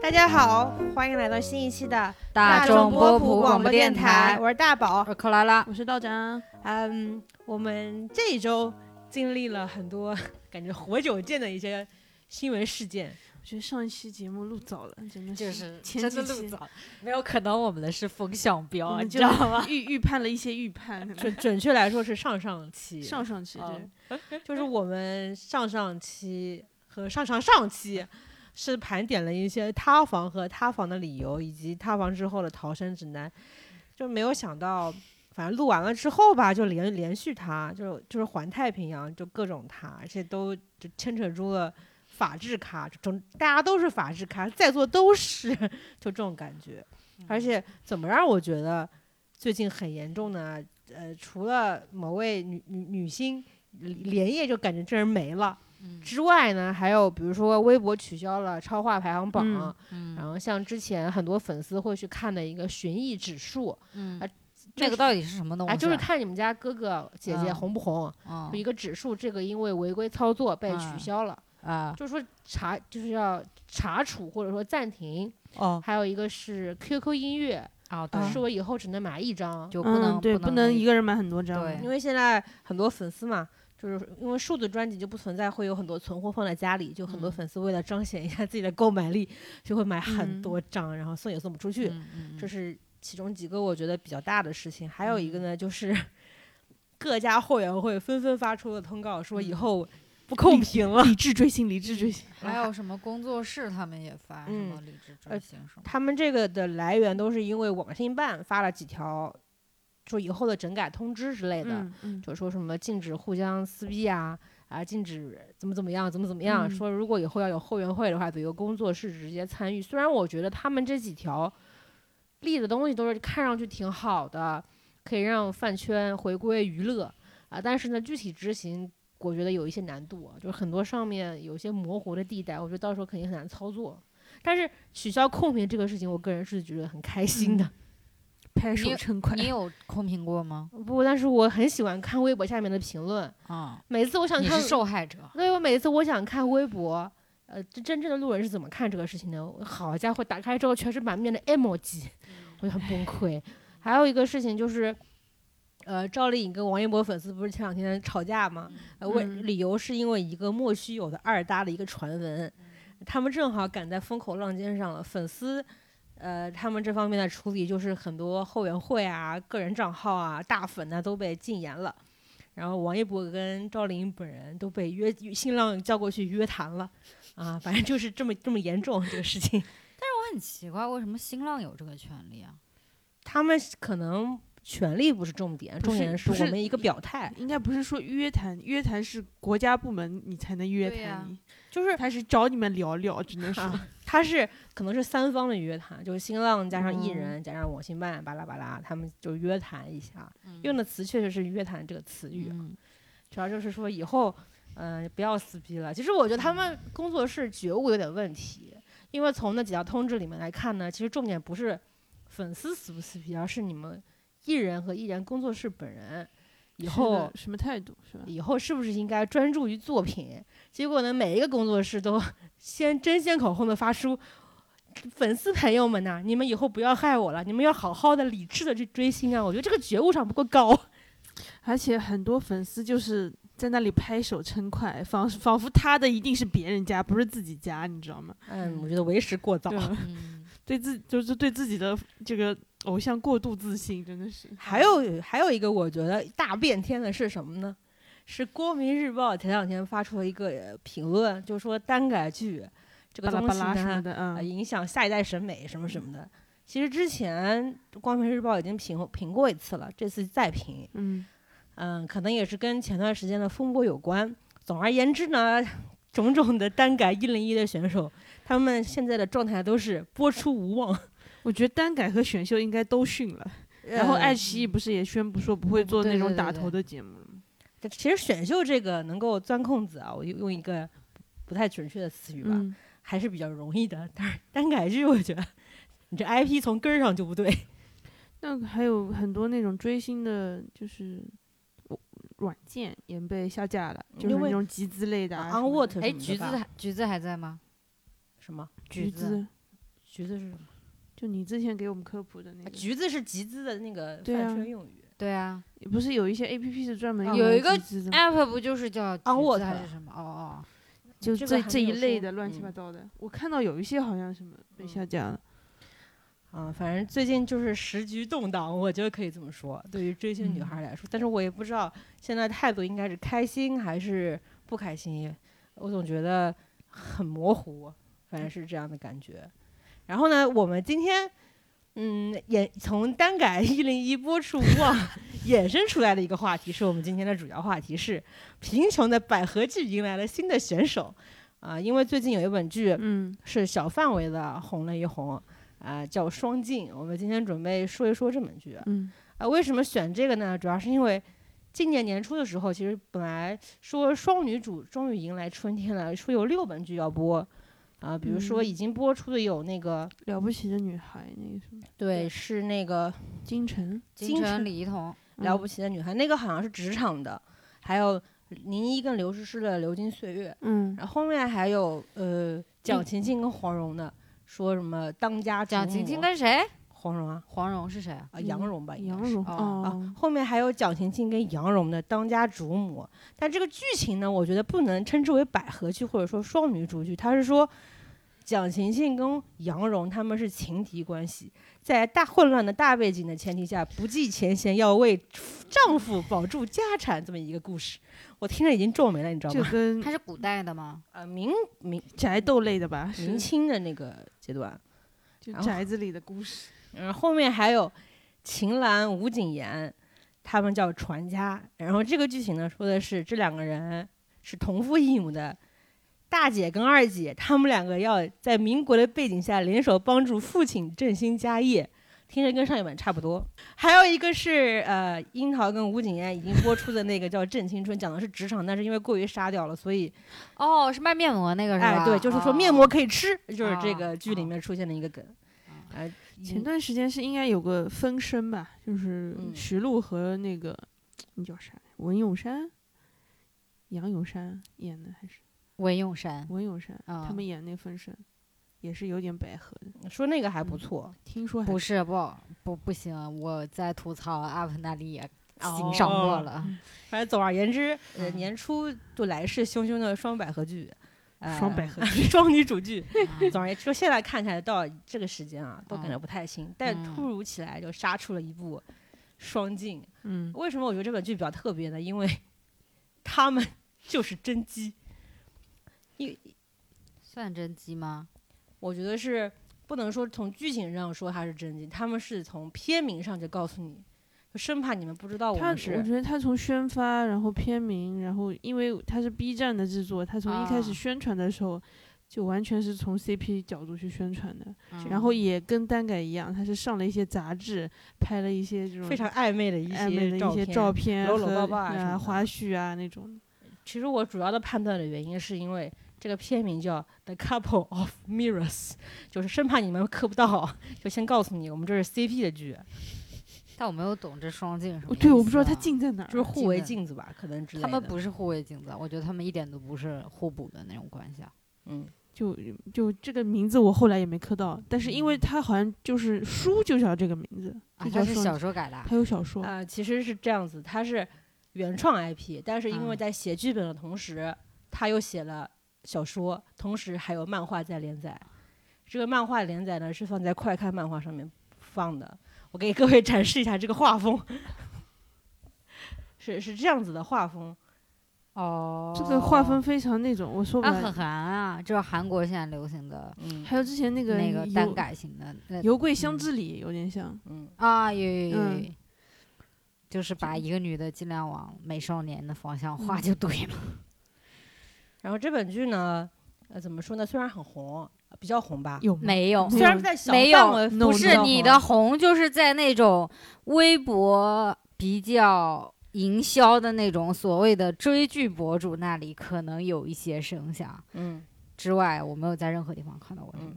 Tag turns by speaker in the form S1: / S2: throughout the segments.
S1: 大家好，欢迎来到新一期的
S2: 大众波普广播电台，
S1: 我是大宝
S2: 我。是克拉拉，
S3: 我是道长，
S1: 嗯，我们这一周经历了很多感觉活久见的一些新闻事件，
S3: 我觉得上一期节目录早了，真的
S2: 就是
S3: 前
S2: 真
S3: 几
S2: 的
S3: 期
S2: 录早，没有可能我们的是风向标
S3: 我
S2: 啊，
S3: 们
S2: 你
S3: 就
S2: 知道吗？
S3: 预预判了一些预判，可
S1: 嗯准准确来说是上上期，
S3: 能上上期
S2: 哦
S3: 对，
S1: 就是我们上上期和上上上期。是盘点了一些塌房和塌房的理由，以及塌房之后的逃生指南，就没有想到，反正录完了之后吧，就连连续塌，就就是环太平洋，就各种塌，而且都就牵扯出了法治咖，就整大家都是法治咖，在座都是，就这种感觉。而且怎么让我觉得最近很严重呢？呃，除了某位女女女星连夜就感觉这人没了。
S2: 嗯
S1: 之外呢，还有比如说微博取消了超话排行榜，
S3: 嗯
S1: 然
S2: 嗯
S1: 后像之前很多粉丝会去看的一个寻艺指数，啊
S2: 嗯，那个到底是什么东西
S1: 哎，
S2: 啊？
S1: 就是看你们家哥哥姐姐
S2: 嗯
S1: 红不红，
S2: 嗯
S1: 有一个指数，这个因为违规操作被取
S2: 嗯
S1: 消了，
S2: 啊
S1: 就是说查就是要查处或者说暂停，
S2: 哦
S1: 还有一个是 QQ 音乐，
S2: 啊，
S3: 嗯
S1: 是
S2: 对，
S1: 我以后只能买一张，
S2: 就不能
S3: 嗯，对，
S2: 不
S3: 不能一
S2: 个
S3: 个人买很多张，
S2: 对
S1: 因为现在很多粉丝嘛，就是因为数字专辑就不存在会有很多存货放在家里，就很多
S2: 嗯
S1: 粉丝为了彰显一下自己的购买力，就会买很
S3: 嗯
S1: 多张，然后送也送不出去。
S2: 嗯嗯
S1: 这是其中几个我觉得比较大的事情。还有一个呢，就是 各家后援会纷纷发出了通告，说以
S2: 嗯
S1: 后不控评 了。
S3: 理智追星，理智追星，
S2: 还有什么工作室他们也发什
S1: 嗯
S2: 么理智追
S1: 呃
S2: 星什么，
S1: 他们这个的来源都是因为网信办发了几条，说以后的整改通知之类的。
S3: 嗯嗯，
S1: 就说什么禁止互相撕逼啊，啊，禁止怎么怎么样，怎么怎么样。
S3: 嗯
S1: 说如果以后要有后援会的话，比如工作室直接参与。虽然我觉得他们这几条立的东西都是看上去挺好的，可以让饭圈回归娱乐啊，但是呢，具体执行。我觉得有一些难度啊，就是很多上面有一些模糊的地带，我觉得到时候肯定很难操作。但是取消控评这个事情，我个人是觉得很开心的。
S3: 拍手
S2: 你
S3: 称快，
S2: 你有空评过吗？
S1: 不，但是我很喜欢看微博下面的评论，
S2: 啊，
S1: 每次我想
S2: 你
S1: 看
S2: 是受害者，
S1: 所以我每次我想看微博，呃，这真正的路人是怎么看这个事情的？我好家伙，打开之后全是满面的 emoji，我就很崩溃。还有一个事情就是，呃，赵丽颖跟王一博粉丝不是前两天吵架吗？呃，为
S3: 嗯
S1: 理由是因为一个莫须有的二搭的一个传闻，他们正好赶在风口浪尖上了，粉丝。呃，他们这方面的处理就是很多后援会啊、个人账号啊、大粉呢、都被禁言了，然后王一博跟赵丽颖本人都被约新浪叫过去约谈了，啊，反正就是这么这么严重这个事情。
S2: 我很奇怪为什么新浪有这个权利啊？
S1: 他们可能权力不是重点，
S3: 不
S1: 重
S3: 是
S1: 点是
S3: 不
S1: 我
S3: 是
S1: 们一个表态，
S3: 应该不是说约谈，约谈是国家部门你才能约
S2: 对呀
S3: 谈你，
S1: 就是
S3: 他是找你们聊聊，只 能说，
S1: 啊，他是可能是三方的约谈，就是新浪加上艺
S3: 嗯
S1: 人、加上网信办，巴拉巴拉，他们就约谈一下，
S2: 嗯
S1: 用的词确实是“约谈”这个词语啊，
S2: 嗯
S1: 主要就是说以后，嗯、不要撕逼了。其实我觉得他
S3: 嗯
S1: 们工作室觉悟有点问题，因为从那几条通知里面来看呢，其实重点不是粉丝撕不撕逼，而是你们艺人和艺人工作室本人以
S3: 是
S1: 后
S3: 的什么态度是吧？
S1: 以后是不是应该专注于作品？结果呢，每一个工作室都 先争先恐后的发出，粉丝朋友们呐、你们以后不要害我了，你们要好好的理智的去追星啊！我觉得这个觉悟上不够高。
S3: 而且很多粉丝就是在那里拍手称快，仿仿佛他的一定是别人家，不是自己家，你知道吗？
S1: 嗯，我觉得为时过早。
S3: 对，
S2: 嗯
S3: 对自就是对自己的这个偶像过度自信，真的是。
S1: 还有还有一个，我觉得大变天的是什么呢？是《光明日报》前两天发出了一个呃评论，就说耽改剧这个
S3: 巴拉
S1: 东
S3: 巴
S1: 西
S3: 拉什
S1: 呢
S3: 么，的，
S1: 啊，
S3: 嗯，
S1: 影响下一代审美什么什么的。其实之前《光明日报》已经评评过一次了，这次再评，
S3: 嗯，
S1: 嗯，可能也是跟前段时间的风波有关。总而言之呢，种种的单改一零一的选手，他们现在的状态都是播出无望，
S3: 我觉得单改和选秀应该都训了。然后
S1: 呃
S3: 爱奇艺不是也宣布说不会做那
S2: 对
S3: 种
S2: 对
S3: 打
S2: 对
S3: 头的节目了吗？
S1: 这其实选秀这个能够钻空子啊，我用用一个不太准确的词语吧，
S3: 嗯，
S1: 还是比较容易的。但是单改剧，我觉得你这 IP 从根儿上就不对。
S3: 那还有很多那种追星的，就是我软件也被下架了，就是
S1: 因为
S3: 那种
S2: 哎
S3: 集资类的啊什么的。
S1: Unword
S2: 哎，橘子还橘子还在吗？
S1: 什么？
S3: 橘
S2: 橘子
S3: 子，
S1: 橘子是什么？
S3: 就你之前给我们科普的那
S1: 啊
S3: 个，
S1: 橘子是集资的那个
S3: 对啊
S1: 饭圈用语。
S2: 对啊
S3: 不是有一些 A P P 是专门
S2: 有
S3: 用来
S2: 一个
S3: 集资的吗
S2: ，app 不就是叫橘
S1: 沃
S2: 子
S1: 特
S2: 还是什么？哦哦，
S3: 就
S1: 这个
S3: 这
S1: 还
S3: 这
S1: 没
S3: 一
S1: 有
S3: 类
S1: 说
S3: 的乱七八
S1: 嗯
S3: 糟的，我看到有一些好像什么被下
S1: 嗯
S3: 架了。
S1: 啊，反正最近就是时局动荡，我觉得可以这么说。对于追星女孩来说，但是我也不知道现在态度应该是开心还是不开心，我总觉得很模糊，反正是这样的感觉。然后呢，我们今天嗯也从单改一零一播出啊， 衍生出来的一个话题，是我们今天的主要话题是贫穷的百合剧迎来了新的选手啊，因为最近有一本剧，
S3: 嗯，
S1: 是小范围的红了一红，啊、叫《双镜》。我们今天准备说一说这本剧。啊、
S3: 嗯，
S1: 为什么选这个呢？主要是因为今年年初的时候，其实本来说双女主终于迎来春天了，说有六本剧要播，啊、比如说
S3: 嗯
S1: 已经播出的有那个，
S3: 了不起的女孩那个什么
S1: 对，是那个
S3: 金晨，
S1: 京
S2: 金城
S1: 城
S2: 李一嗯桐，
S1: 《了不
S3: 起，
S1: 起的女孩》，那个好像是职场的，还有林一跟刘诗诗的《流金岁月》。
S3: 嗯，
S1: 然后后面还有呃蒋勤勤跟黄蓉的，说什么当家
S2: 嗯蒋
S1: 主
S2: 勤勤
S1: 母
S2: 跟谁？
S1: 黄蓉啊，
S2: 黄蓉是谁啊？
S1: 啊，杨
S3: 嗯
S1: 蓉吧，应该
S3: 杨
S1: 是
S3: 蓉
S2: 哦
S1: 啊
S3: 哦，，
S1: 后面还有蒋勤勤跟杨蓉的当家主母，但这个剧情呢，我觉得不能称之为百合剧或者说双女主剧，它是说蒋勤勤跟杨蓉他们是情敌关系，在大混乱的大背景的前提下，不计前嫌要为丈夫保住家产这么一个故事，我听着已经皱眉了，你知道
S3: 就
S1: 吗？
S3: 跟
S2: 她是古代的吗？
S1: 呃，明
S3: 嗯
S1: 明
S3: 宅斗类的吧，是
S1: 明清的那个阶段，
S3: 就
S1: 然后
S3: 宅子里的故事。
S1: 嗯，后面还有秦岚、吴谨言，他们叫传家。然后这个剧情呢，说的是这两个人是同父异母的大姐跟二姐，他们两个要在民国的背景下联手帮助父亲振兴家业。听着跟上一本差不多，还有一个是呃，樱桃跟吴谨言已经播出的那个叫《正青春》，讲的是职场，但是因为过于杀掉了，所以
S2: 哦，是卖面膜那个是吧？
S1: 哎，对，就是说
S2: 哦
S1: 面膜可以吃，就是这
S2: 啊
S1: 个剧里
S2: 啊
S1: 面出现的一个梗。哎，
S3: 前段时间是应该有个分身吧，就是
S1: 嗯
S3: 徐璐和那个那叫啥文咏珊、杨咏珊演的，还是
S2: 文咏珊。
S3: 文咏珊
S2: 啊
S3: 他们演那分身，也是有点百合的，
S1: 说那个还不
S3: 嗯
S1: 错，
S3: 听说还
S2: 不是不不不行，我在吐槽阿凡达里也欣赏
S1: 哦
S2: 过了。
S1: 反正总而言之，呃，
S2: 嗯
S1: 年初就来势汹汹的双百合剧，呃、
S3: 双百合
S1: 剧、 双女主剧。
S2: 啊
S1: 总而言之，现在看起来到这个时间啊，都感觉
S3: 哦
S2: 嗯
S1: 不太行，但突如其来就杀出了一部双镜。
S3: 嗯，
S1: 为什么我觉得这本剧比较特别呢？因为 他们 就是真机，
S2: 算真机吗？
S1: 我觉得是不能说从剧情上说它是真机，他们是从片名上就告诉你，就生怕你们不知哦道我
S3: 他
S1: 们
S3: 我
S1: 是。
S3: 觉得他从宣发，然后片名，然后因为他是 B 站的制作，他从一开始
S2: 啊
S3: 宣传的时候、就完全是从 CP 角度去宣传的，
S2: 嗯
S3: 然后也跟单改一样，他是上了一些杂志，拍了一些这种
S1: 非常暧昧的一
S3: 暧昧的
S1: 些
S3: 一些照片
S1: 搂搂
S3: 和
S1: 抱抱啊什么
S3: 啊
S1: 的
S3: 花絮啊那种。
S1: 其实我主要的判断的原因是因为这个片名叫《The Couple of Mirrors》，就是生怕你们磕不到，就先告诉你，我们这是 CP 的剧，
S2: 但我没有懂这双镜什么、啊
S3: 哦对，我不知道他，进在哪
S1: 就是
S3: 儿。
S1: 互为镜子吧，可能之类
S2: 他
S1: 的。
S2: 们不是互为镜子，我觉得他们一点都不是互补的那种关系啊。
S1: 嗯，
S3: 就就这个名字我后来也没磕到，但是因
S1: 嗯
S3: 为他好像就是书就叫这个名字，
S2: 啊
S3: 就，
S2: 他
S3: 叫
S2: 是
S3: 双
S2: 小说改的啊，
S3: 他有小说，
S1: 啊、其实是这样子，它是原创 IP，但是因为
S2: 嗯
S1: 在写剧本的同时，他又写了小说，同时还有漫画在连载。这个漫画连载呢是放在快看漫画上面放的，我给各位展示一下这个画风， 是是这样子的画风。
S2: 哦
S3: 这个划
S1: 哦
S3: 分非常那种，我说不
S2: 啊，
S3: 来。
S2: 很韩啊，就是韩国现在流行的
S1: 嗯
S3: 还有之前那个
S2: 那个
S3: 有
S2: 单改型的，那
S3: 油桂香之里有点像，
S1: 嗯，
S2: 啊，有有有有
S3: 嗯
S2: 有，就是嗯把一个女的尽量往美少年的方向画就对了。
S1: 然后这本剧呢，呃，怎么说呢？虽然很红，呃比较红吧，
S3: 有吗？
S2: 没有
S3: 没，
S1: 虽然在小
S2: 没
S1: 范围
S2: 有，
S1: 覆
S2: 不
S1: 盖
S2: 是
S1: 到
S2: 你
S1: 红
S2: 的红，就是在那种微博比较营销的那种所谓的追剧博主那里，可能有一些声响
S1: 嗯，
S2: 之外，我没有在任何地方看到过他们。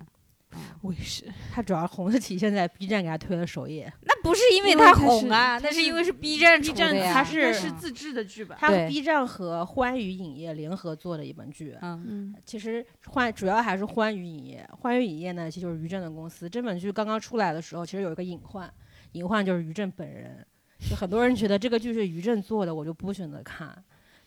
S3: 我也是，
S1: 他主要红是体现在 B 站给他推了首页，
S2: 那不是因为
S3: 因为
S2: 他
S3: 他
S2: 红
S3: 是
S2: 啊，
S3: 他
S2: 那是
S3: 是
S2: 因为是 B 站
S3: B
S2: 出
S3: 站
S2: 的呀。
S1: 它
S3: 应
S1: 是
S3: 该是自制的剧吧？
S1: 他
S2: 对
S1: B 站和欢娱影业联合做的一本剧。
S2: 嗯，
S3: 嗯，
S1: 其实欢主要还是欢娱影业，欢娱影业呢，其实就是于正的公司。这本剧刚刚出来的时候，其实有一个隐患，隐患就是于正本人。就很多人觉得这个剧是于正做的，我就不选择看。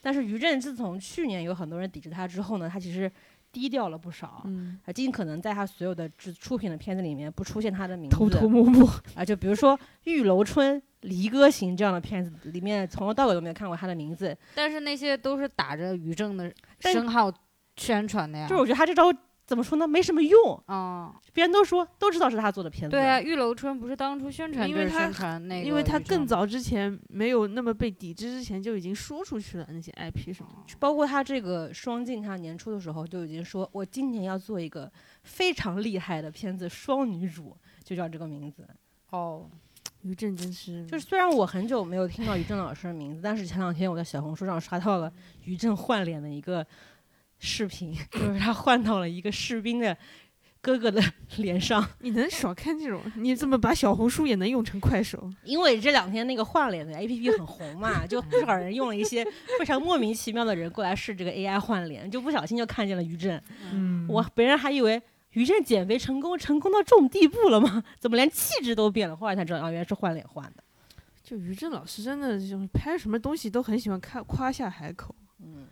S1: 但是于正自从去年有很多人抵制他之后呢，他其实低调了不少，
S3: 嗯，
S1: 他尽可能在他所有的制出品的片子里面不出现他的名字，
S3: 偷偷摸摸，
S1: 啊，就比如说《玉楼春》《离歌行》这样的片子里面，从头到尾都没有看过他的名字。
S2: 但是那些都是打着于正的
S1: 但
S2: 声号宣传的呀。
S1: 就是我觉得他这招怎么说呢，没什么用，
S2: 哦，
S1: 别人都说都知道是他做的片子。
S2: 对啊，《玉楼春》不是当初宣传
S3: 因
S2: 就
S3: 为
S2: 是
S3: 他
S2: 宣传那个于正，
S3: 因为他更早之前没有那么被抵制，之前就已经说出去了那些 IP 什么的。
S1: 包括他这个双镜，他年初的时候就已经说，我今年要做一个非常厉害的片子，双女主就叫这个名字。
S2: 哦，
S3: 于正真是，
S1: 就是虽然我很久没有听到于正老师的名字，但是前两天我在小红书上刷到了于正换脸的一个视频， 就是他换到了一个士兵的哥哥的 脸上。
S3: 你能少看这种？你怎么把小红书也能用成快手？
S1: 因为这两天那个换脸的 A P P 很红嘛，就不少人用了一些非常莫名其妙的人过来试这个 A I 换脸，就不小心就看见了于震，
S3: 嗯
S1: 我别人还以为于震减肥成功，成功到这种地步了吗？ 怎么连气质都变了？后来才知道，啊，原来是换脸换的。
S3: 就于正老师真的就是拍什么东西都很喜欢看夸下海口，
S1: 嗯，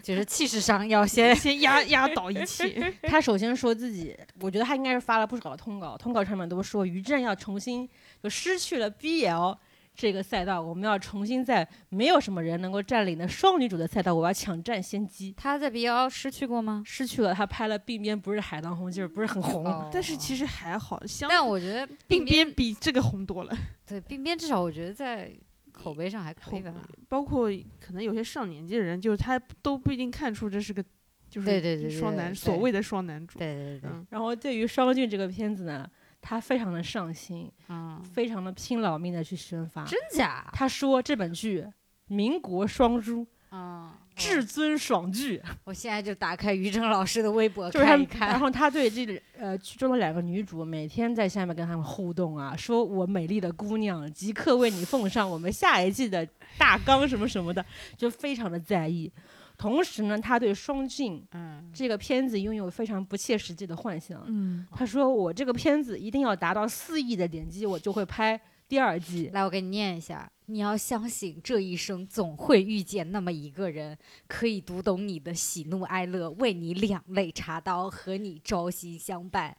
S2: 就是气势上要 先
S3: 先压压倒一 切。
S1: 他首先说自己，我觉得他应该是发了不少的通稿，通稿上面都说于震要重新就失去了 B L。这个赛道，我们要重新在没有什么人能够占领的双女主的赛道，我要抢占先机。
S2: 他在 BL 失去过吗？
S1: 失去了他拍了《鬓边不是海棠红》，就是不是很红。
S2: 哦
S3: 但是其实还好，相
S2: 但我觉得
S3: 鬓
S2: 鬓
S3: 边比这个红多了。
S2: 对鬓边至少我觉得在口碑上还可以吧。
S3: 包括可能有些上年纪的人，就是他都不一定看出这是个，就是
S2: 对对对对
S3: 双男
S2: 对
S3: 所谓的双男主。
S2: 对对对对，
S3: 嗯，
S1: 然后对于《双俊》这个片子呢，他非常的上心，
S2: 嗯，
S1: 非常的拼老命的去宣发。
S2: 真假？
S1: 他说这本剧民国双诛，
S2: 嗯，
S1: 至尊爽剧，
S2: 我我现在就打开于正老师的微博
S1: 就是他
S2: 看一
S1: 们。然
S2: 看。
S1: 后他对这个呃剧中的两个女主每天在下面跟他们互动啊，说我美丽的姑娘，即刻为你奉上我们下一季的大纲什么什么的，就非常的在意。同时呢，他对双俊
S2: 嗯，
S1: 这个片子拥有非常不切实际的幻想。
S3: 嗯，
S1: 他说：“我这个片子一定要达到四亿的点击，我就会拍第二季。
S2: 来，我给你念一下：你要相信这一生总会遇见那么一个人，可以读懂你的喜怒哀乐，为你两肋插刀，和你朝夕相伴。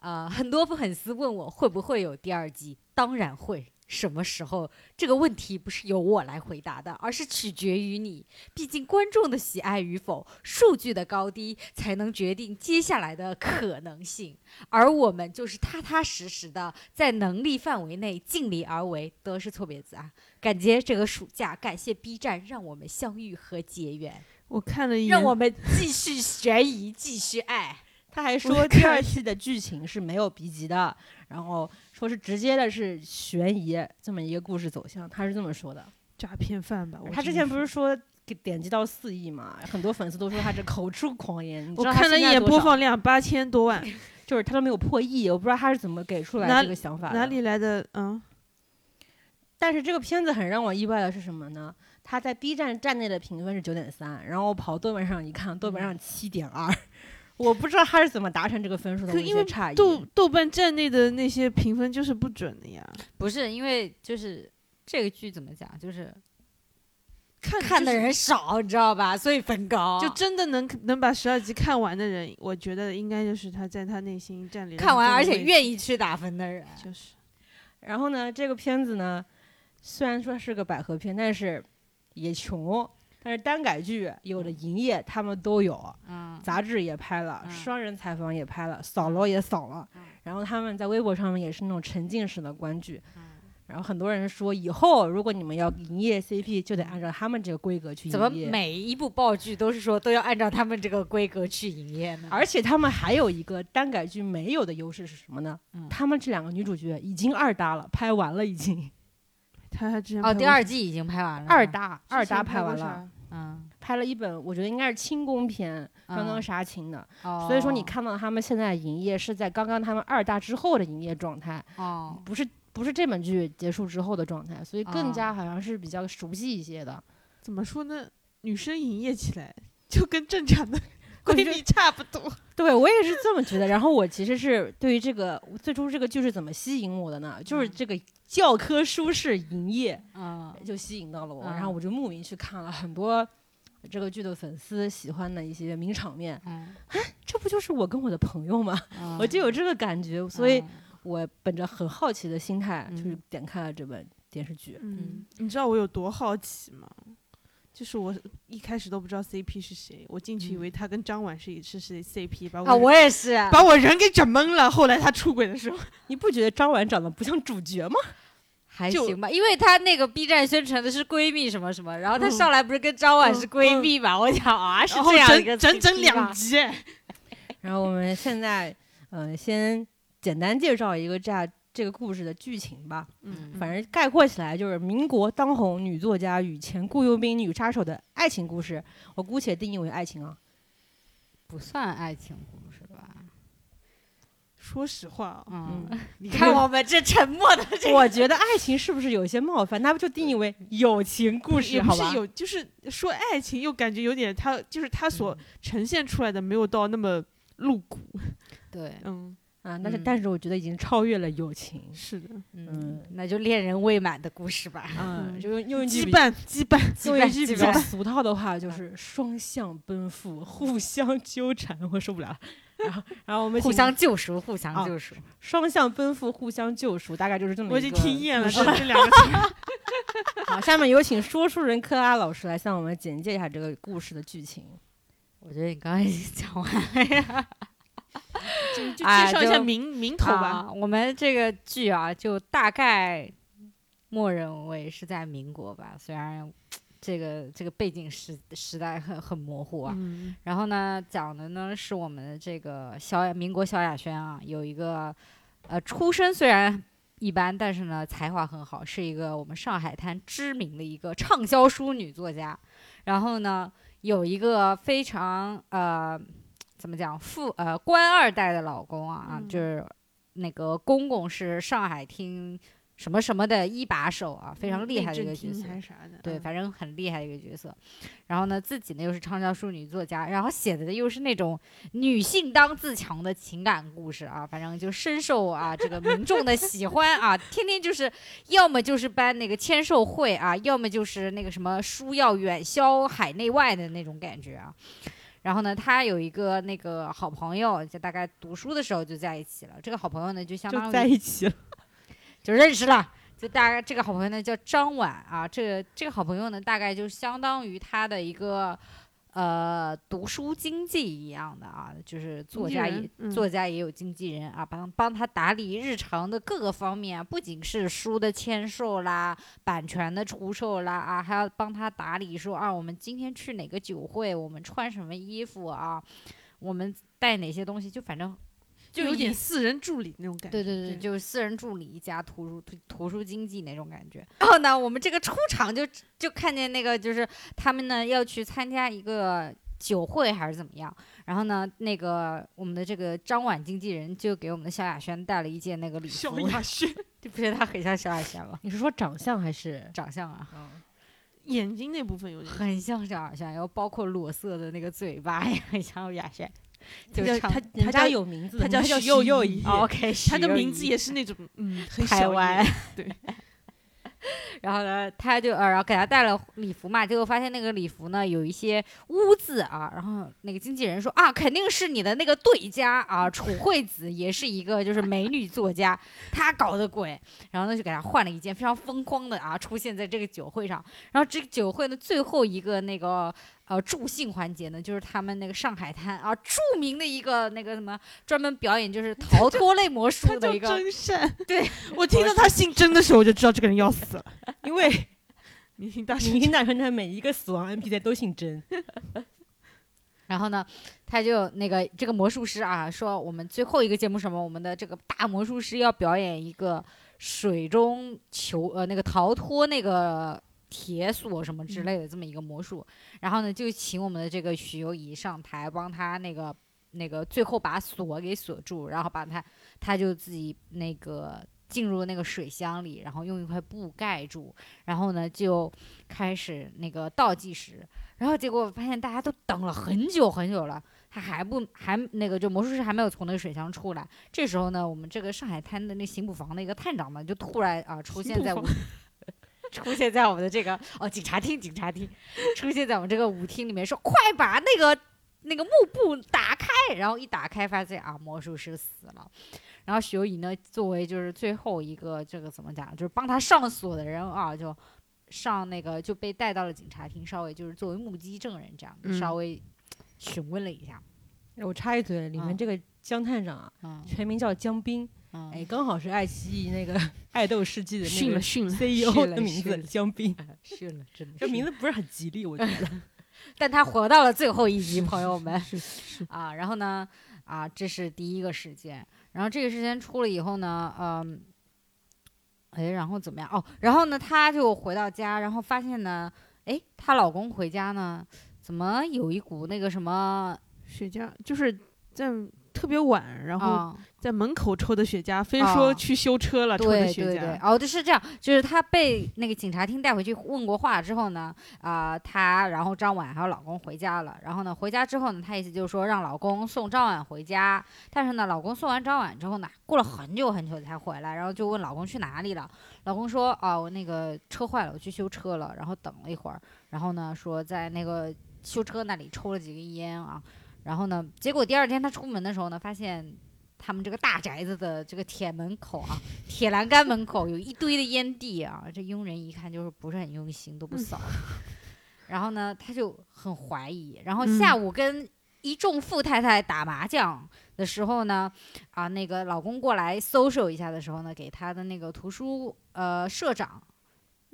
S2: 啊，很多粉丝问我会不会有第二季，当然会。什么时候这个问题不是由我来回答的，而是取决于你。毕竟观众的喜爱与否，数据的高低才能决定接下来的可能性。而我们就是踏踏实实的在能力范围内尽力而为，得失错别字啊！感觉这个暑假，感谢 B 站让我们相遇和结缘，
S3: 我看了一眼
S2: 让，我们继续悬疑，继续爱。”
S1: 他还
S3: 我
S1: 说
S3: 也
S1: 第
S3: 看
S1: 二季的剧情是没有 B 级的，然后说是直接的是悬疑这么一个故事走向，他是这么说的。
S3: 诈骗犯吧。我
S1: 他之
S3: 真
S1: 前
S3: 的
S1: 不是说给点击到四亿嘛，很多粉丝都说他这口出狂言。你知
S3: 我
S1: 道他
S3: 看了一
S1: 现在
S3: 眼
S1: 多少
S3: 播，放量八千多万，
S1: 就是他都没有破亿，我不知道他是怎么给出
S3: 哪
S1: 来这个想法的。
S3: 哪里来的？
S2: 哎
S3: 嗯，
S1: 但是这个片子很让我意外的是什么呢？它在 B 站站内的评分是九点三，然后我跑豆瓣上一看，豆瓣上七点二， 我不知道他是怎么达成这个分数的，
S3: 可
S1: 我有
S3: 因为
S1: 些诧
S3: 嗯豆
S1: 异。
S3: 豆瓣站内的那些评分就是不准的呀。
S2: 不是因为就是这个剧怎么讲，就是
S3: 看
S2: 看的
S3: 就是
S2: 人啊少，你知道吧？所以分高。
S3: 就真的能能把十二集看完的人，我觉得应该就是他在他内心占领了
S2: 看完，而
S3: 很重
S2: 且
S3: 的位置
S2: 愿意去打分的人，
S3: 就是
S1: 然后呢，这个片子呢，虽然说是个百合片，但是也穷。但是单改剧有的营业他们都有，
S2: 嗯，
S1: 杂志也拍了，
S2: 嗯
S1: 双人采访也拍了，扫楼也扫了，
S2: 嗯
S1: 然后他们在微博上面也是那种沉浸式的观剧。然后很多人说，以后如果你们要营业 CP，就得按照他们这个规格去营业。
S2: 怎么每一部爆剧都是说都要按照他们这个规格去营业呢？
S1: 而且他们还有一个单改剧没有的优势是什么呢？
S2: 嗯
S1: 他们这两个女主角已经二搭了，拍完了已经
S3: 他还之前
S2: 哦，
S3: 拍
S2: 第
S3: 过
S2: 二季已经拍完了，
S1: 二搭
S3: 啥
S1: 二搭
S3: 之前拍
S1: 完
S3: 过
S1: 了，
S3: 啥
S2: 嗯，
S1: 拍了一本，我觉得应该是清宫片，刚刚
S2: 嗯
S1: 杀青的。
S2: 哦
S1: 所以说你，看到他们现在营业是在刚刚他们二大之后的营业状态，
S2: 哦，
S1: 不是不是这本剧结束之后的状态，所以更
S2: 啊
S1: 加好像是比较熟悉一些的。
S3: 怎么说呢？女生营业起来就跟正常 的
S1: 我
S3: 闺
S1: 觉
S3: 蜜差不多。
S1: 对我也是这么觉得。然后我其实是对于这个最初这个剧是怎么吸引我的呢？就是
S2: 嗯
S1: 这个教科书式营业
S2: 嗯
S1: 就吸引到了我，
S2: 嗯
S1: 然后我就慕名去看了很多。这个剧的粉丝喜欢的一些名场面，
S2: 嗯，
S1: 这不就是我跟我的朋友吗？
S2: 嗯
S1: 我就有这个感觉，所以
S2: 嗯
S1: 我本着很好奇的心态，就是
S2: 嗯
S1: 点开了这本电视剧。
S3: 嗯，你知道我有多好奇吗？就是我一开始都不知道 CP 是谁，我进去以
S2: 嗯
S3: 为他跟张婉是是谁 CP，把我
S2: 啊，
S3: 人
S2: 我也是，
S3: 把我人给整懵了。后来他出轨的时候，
S1: 你不觉得张婉长得不像主 角吗？
S2: 还
S3: 就
S2: 行吧，因为她那个 B 站宣传的是闺蜜什么什么，然后她上来不是跟张婉是闺蜜嘛，我想啊是
S3: 然后
S2: 这样一个
S3: 整整整
S2: CP
S3: 两
S2: 吧
S3: 集，哎
S1: 然后我们现在，呃，先简单介绍一个这样这个故事的剧情吧。
S2: 嗯
S1: 反正概括起来就是民国当红女作家与前雇佣兵女杀手的爱情故事，我姑且定义为爱情啊。
S2: 不算爱情故事吧？
S3: 说实话啊，
S1: 哦
S2: 嗯，
S3: 你
S2: 你看我们这沉默的这
S1: 我觉得爱情是不是有些冒犯？那不就定义为友情故事
S3: 也
S1: 好
S3: 不
S1: 吧
S3: 是？有，就是说爱情又感觉有点他就是他所
S1: 嗯
S3: 呈现出来的没有到那么露骨。
S2: 对，
S3: 嗯，
S1: 啊，但是
S2: 嗯
S1: 但是我觉得已经超越了友情。
S3: 是的，
S2: 嗯，那就恋人未满的故事吧。
S1: 嗯，就用用一句
S3: 羁
S1: 比
S3: 绊羁绊，
S1: 用一句
S2: 羁
S1: 比较
S2: 绊
S1: 俗套的话，就是双向奔赴，互相纠缠， 我受不了了。然后，然后我们
S2: 互
S1: 请
S2: 相救赎，互相
S1: 啊
S2: 救赎。
S1: 双向奔赴，互相救赎，大概就是这么一个。
S3: 我已经听厌了
S1: 故
S3: 这
S1: 事
S3: 这两个词。
S1: 好，下面有请说书人克拉老师来向我们简介一下这个故事的剧情。
S2: 我觉得你刚才已经讲完了
S3: 就就
S2: 哎
S3: 介绍一下
S2: 就
S3: 名名头吧。
S2: 啊我们这个剧啊，就大概默认为是在民国吧，虽然这个这个背景时时代很很模糊啊。
S3: 嗯，
S2: 然后呢，讲的呢是我们的这个萧亚民国萧亚轩啊，有一个呃出身虽然一般，但是呢才华很好，是一个我们上海滩知名的一个畅销书女作家。然后呢，有一个非常呃怎么讲富呃官二代的老公啊，
S3: 嗯
S2: 就是那个公公是上海厅什么什么的一把手啊，非
S3: 嗯
S2: 常厉害的一个角色。
S3: 还是啥的？
S2: 对，
S3: 嗯
S2: 反正很厉害的一个角色。然后呢，自己呢又是畅销书女作家，然后写的又是那种女性当自强的情感故事啊，反正就深受啊这个民众的喜欢啊，天天就是要么就是办那个签售会啊，要么就是那个什么书要远销海内外的那种感觉啊。然后呢，他有一个那个好朋友，就大概读书的时候就在一起了。这个好朋友呢，就相当于
S1: 就在一起了，
S2: 就认识了。就大概这个好朋友呢叫张婉啊，这个这个好朋友呢大概就相当于他的一个呃读书经纪一样的啊，就是作
S3: 经纪
S2: 家
S3: 人
S2: 也、
S3: 嗯
S2: 作家也有经纪人啊，帮帮他打理日常的各个方面啊，不仅是书的签售啦、版权的出售啦啊，还要帮他打理说啊，我们今天去哪个酒会，我们穿什么衣服啊，我们带哪些东西，就反正
S3: 就有
S2: 一
S3: 点私人助理那种感觉。
S2: 对对对，
S3: 对
S2: 就是私人助理加图书图图书经济那种感觉。然后呢，我们这个出场就就看见那个就是他们呢要去参加一个酒会还是怎么样，然后呢，那个我们的这个张婉经纪人就给我们的萧亚轩带了一件那个礼服
S3: 萧，亚 轩
S2: 就不觉得他很像萧亚轩吗？
S1: 你是说长相还是？
S2: 长相啊，
S3: 眼睛那部分有点，
S2: 很像萧亚轩，然后包括裸色的那个嘴巴也很像亚轩，就
S3: 叫
S2: 唱
S3: 他
S1: 人
S3: 他
S1: 家
S3: 叫
S1: 有名字的，
S3: 他
S1: 你
S3: 叫
S1: 们
S3: 徐
S1: 徐
S3: 幼
S1: 幼
S3: 仪
S1: 仪。
S3: 哦
S2: OK，
S3: 他的名字
S2: 也。
S3: 也是那种嗯，很
S2: 台
S3: 小
S2: 湾
S3: 眼对，
S2: 然后呢，他就呃，然后给他带了礼服嘛，结果发现那个礼服呢有一些污渍啊，然后那个经纪人说啊，肯定是你的那个对家啊，楚惠子也是一个就是美女作家，她搞的鬼，然后呢就给他换了一件非常风光的啊，出现在这个酒会上，然后这个酒会的最后一个那个。呃，助兴环节呢，就是他们那个上海滩啊，著名的一个那个什么，专门表演就是逃脱类魔
S3: 他
S2: 术
S3: 叫
S2: 的一个，
S3: 真 善。
S2: 对，
S3: 我听到他姓真的时候，我就知道这个人要死了。
S1: 因为
S3: 明星大
S1: 明
S3: 师
S1: 星大侦探每一个死亡 NPC 都姓甄，
S2: 然后呢，他就那个这个魔术师啊，说我们最后一个节目什么，我们的这个大魔术师要表演一个水中求呃那个逃脱那个铁锁什么之类的这么一个魔术。然后呢，就请我们的这个许攸宜上台帮他那个那个最后把锁给锁住，然后把他他就自己那个进入那个水箱里，然后用一块布盖住，然后呢就开始那个倒计时。然后结果发现大家都等了很久很久了，他还不还那个就魔术师还没有从那个水箱出来。这时候呢，我们这个上海滩的那刑捕房的一个探长呢，就突然啊、出现在我们 出现在我们的这个哦警察厅警察厅， 出现在我们这个舞厅里面说快把那个那个幕布打开，然后一打开发现啊魔术师死了。然后许攸宜呢，作为就是最后一个这个怎么讲，就是帮他上锁的人啊，就上那个就被带到了警察厅，稍微就是作为目击证人这样，
S4: 嗯
S2: 稍微询问了一下。
S4: 我插一嘴，里
S2: 啊
S1: 嗯
S4: 面这个江探长啊，
S2: 嗯
S4: 全名叫江斌，
S2: 嗯，
S4: 哎，刚好是爱奇艺那个爱豆世纪的
S3: 训
S4: 那
S3: 了
S4: 个
S3: 训了，
S4: CEO
S2: 了
S4: 的名
S2: 训
S4: 字
S2: 了
S4: 江斌，
S2: 是了，真的
S4: 这
S2: 是
S4: 名字不是很吉利，我 觉得。
S2: 但他活到了最后一集，朋友们
S3: 是是
S2: 啊。然后呢，啊，这是第一个事件。然后这个事件出了以后呢，嗯，哎，然后怎么样？哦，然后呢，她就回到家，然后发现呢，哎，她老公回家呢，怎么有一股那个什么
S3: 雪茄，就是在特别晚，然后
S2: 啊
S3: 在门口抽的雪茄，非
S2: 啊
S3: 说去修车了抽的
S2: 对
S3: 雪
S2: 对对
S3: 茄，，
S2: 哦，就是这样，就是她被那个警察厅带回去问过话之后呢，啊、她然后张婉还有老公回家了，然后呢，回家之后呢，她意思就是说让老公送张婉回家，但是呢，老公送完张婉之后呢，过了很久很久才回来，然后就问老公去哪里了，老公说啊、我那个车坏了，我去修车了，然后等了一会儿，然后呢，说在那个修车那里抽了几根烟啊，然后呢，结果第二天她出门的时候呢，发现。他们这个大宅子的这个铁门口啊，铁栏杆门口有一堆的烟蒂啊，这佣人一看就是不是很用心，都不扫。
S3: 嗯
S2: 然后呢，他就很怀疑。然后下
S3: 嗯
S2: 午跟一众富太太打麻将的时候呢，啊，那个老公过来搜搜一下的时候呢，给他的那个图书呃社长，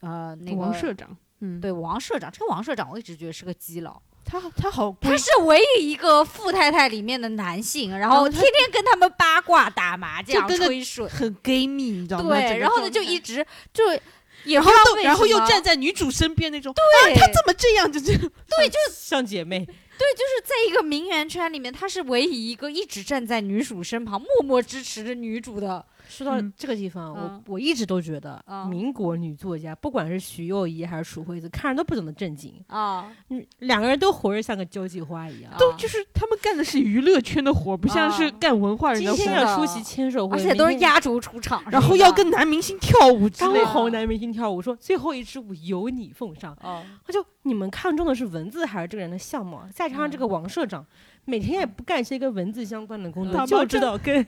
S2: 呃那个
S3: 王社长，嗯，
S2: 对王社长，这个王社长我一直觉得是个基佬，
S3: 他他好贵
S2: 他，是唯一一个富太太里面的男性，然后
S3: 哦他
S2: 天天跟他们八卦、打麻将、
S3: 就跟着
S2: 吹水，
S3: 很 gay 蜜，你知道吗？
S2: 对，然后呢就一直就也不
S3: 然后
S2: 知道
S3: 都
S2: 为
S3: 然后
S2: 什
S3: 又
S2: 么
S3: 站在女主身边那种，啊
S2: 对，
S3: 他怎么这样就这样？
S4: 对，就像姐妹，
S2: 对，就是在一个名媛圈里面，他是唯一一个一直站在女主身旁，默默支持着女主的。
S4: 说到
S3: 嗯
S4: 这个地方，
S2: 嗯
S4: 我我一直都觉得
S2: 嗯，
S4: 民国女作家，不管是许攸宜还是楚惠子，看着都不怎么正经，
S3: 哦
S2: 啊，
S4: 嗯两个人都活着像个交际花一样。
S3: 啊
S2: 都
S3: 就是他们干的是娱乐圈的活，不像是
S2: 啊
S3: 干文化人
S4: 今
S3: 的
S4: 天
S3: 活，
S4: 要出席签售会，
S2: 而且都是
S4: 明天
S2: 压轴出场，
S3: 然
S2: 是吧
S3: 后要跟男明星跳舞之类
S4: 当
S3: 的。
S4: 红男明星跳舞，说最后一支舞由你奉上。
S2: 哦
S4: 他就你们看中的是文字还是这个人的相貌？啊再加上这个王社长，每天也不干些跟文字相关的工
S3: 打麻
S4: 作，就知道 跟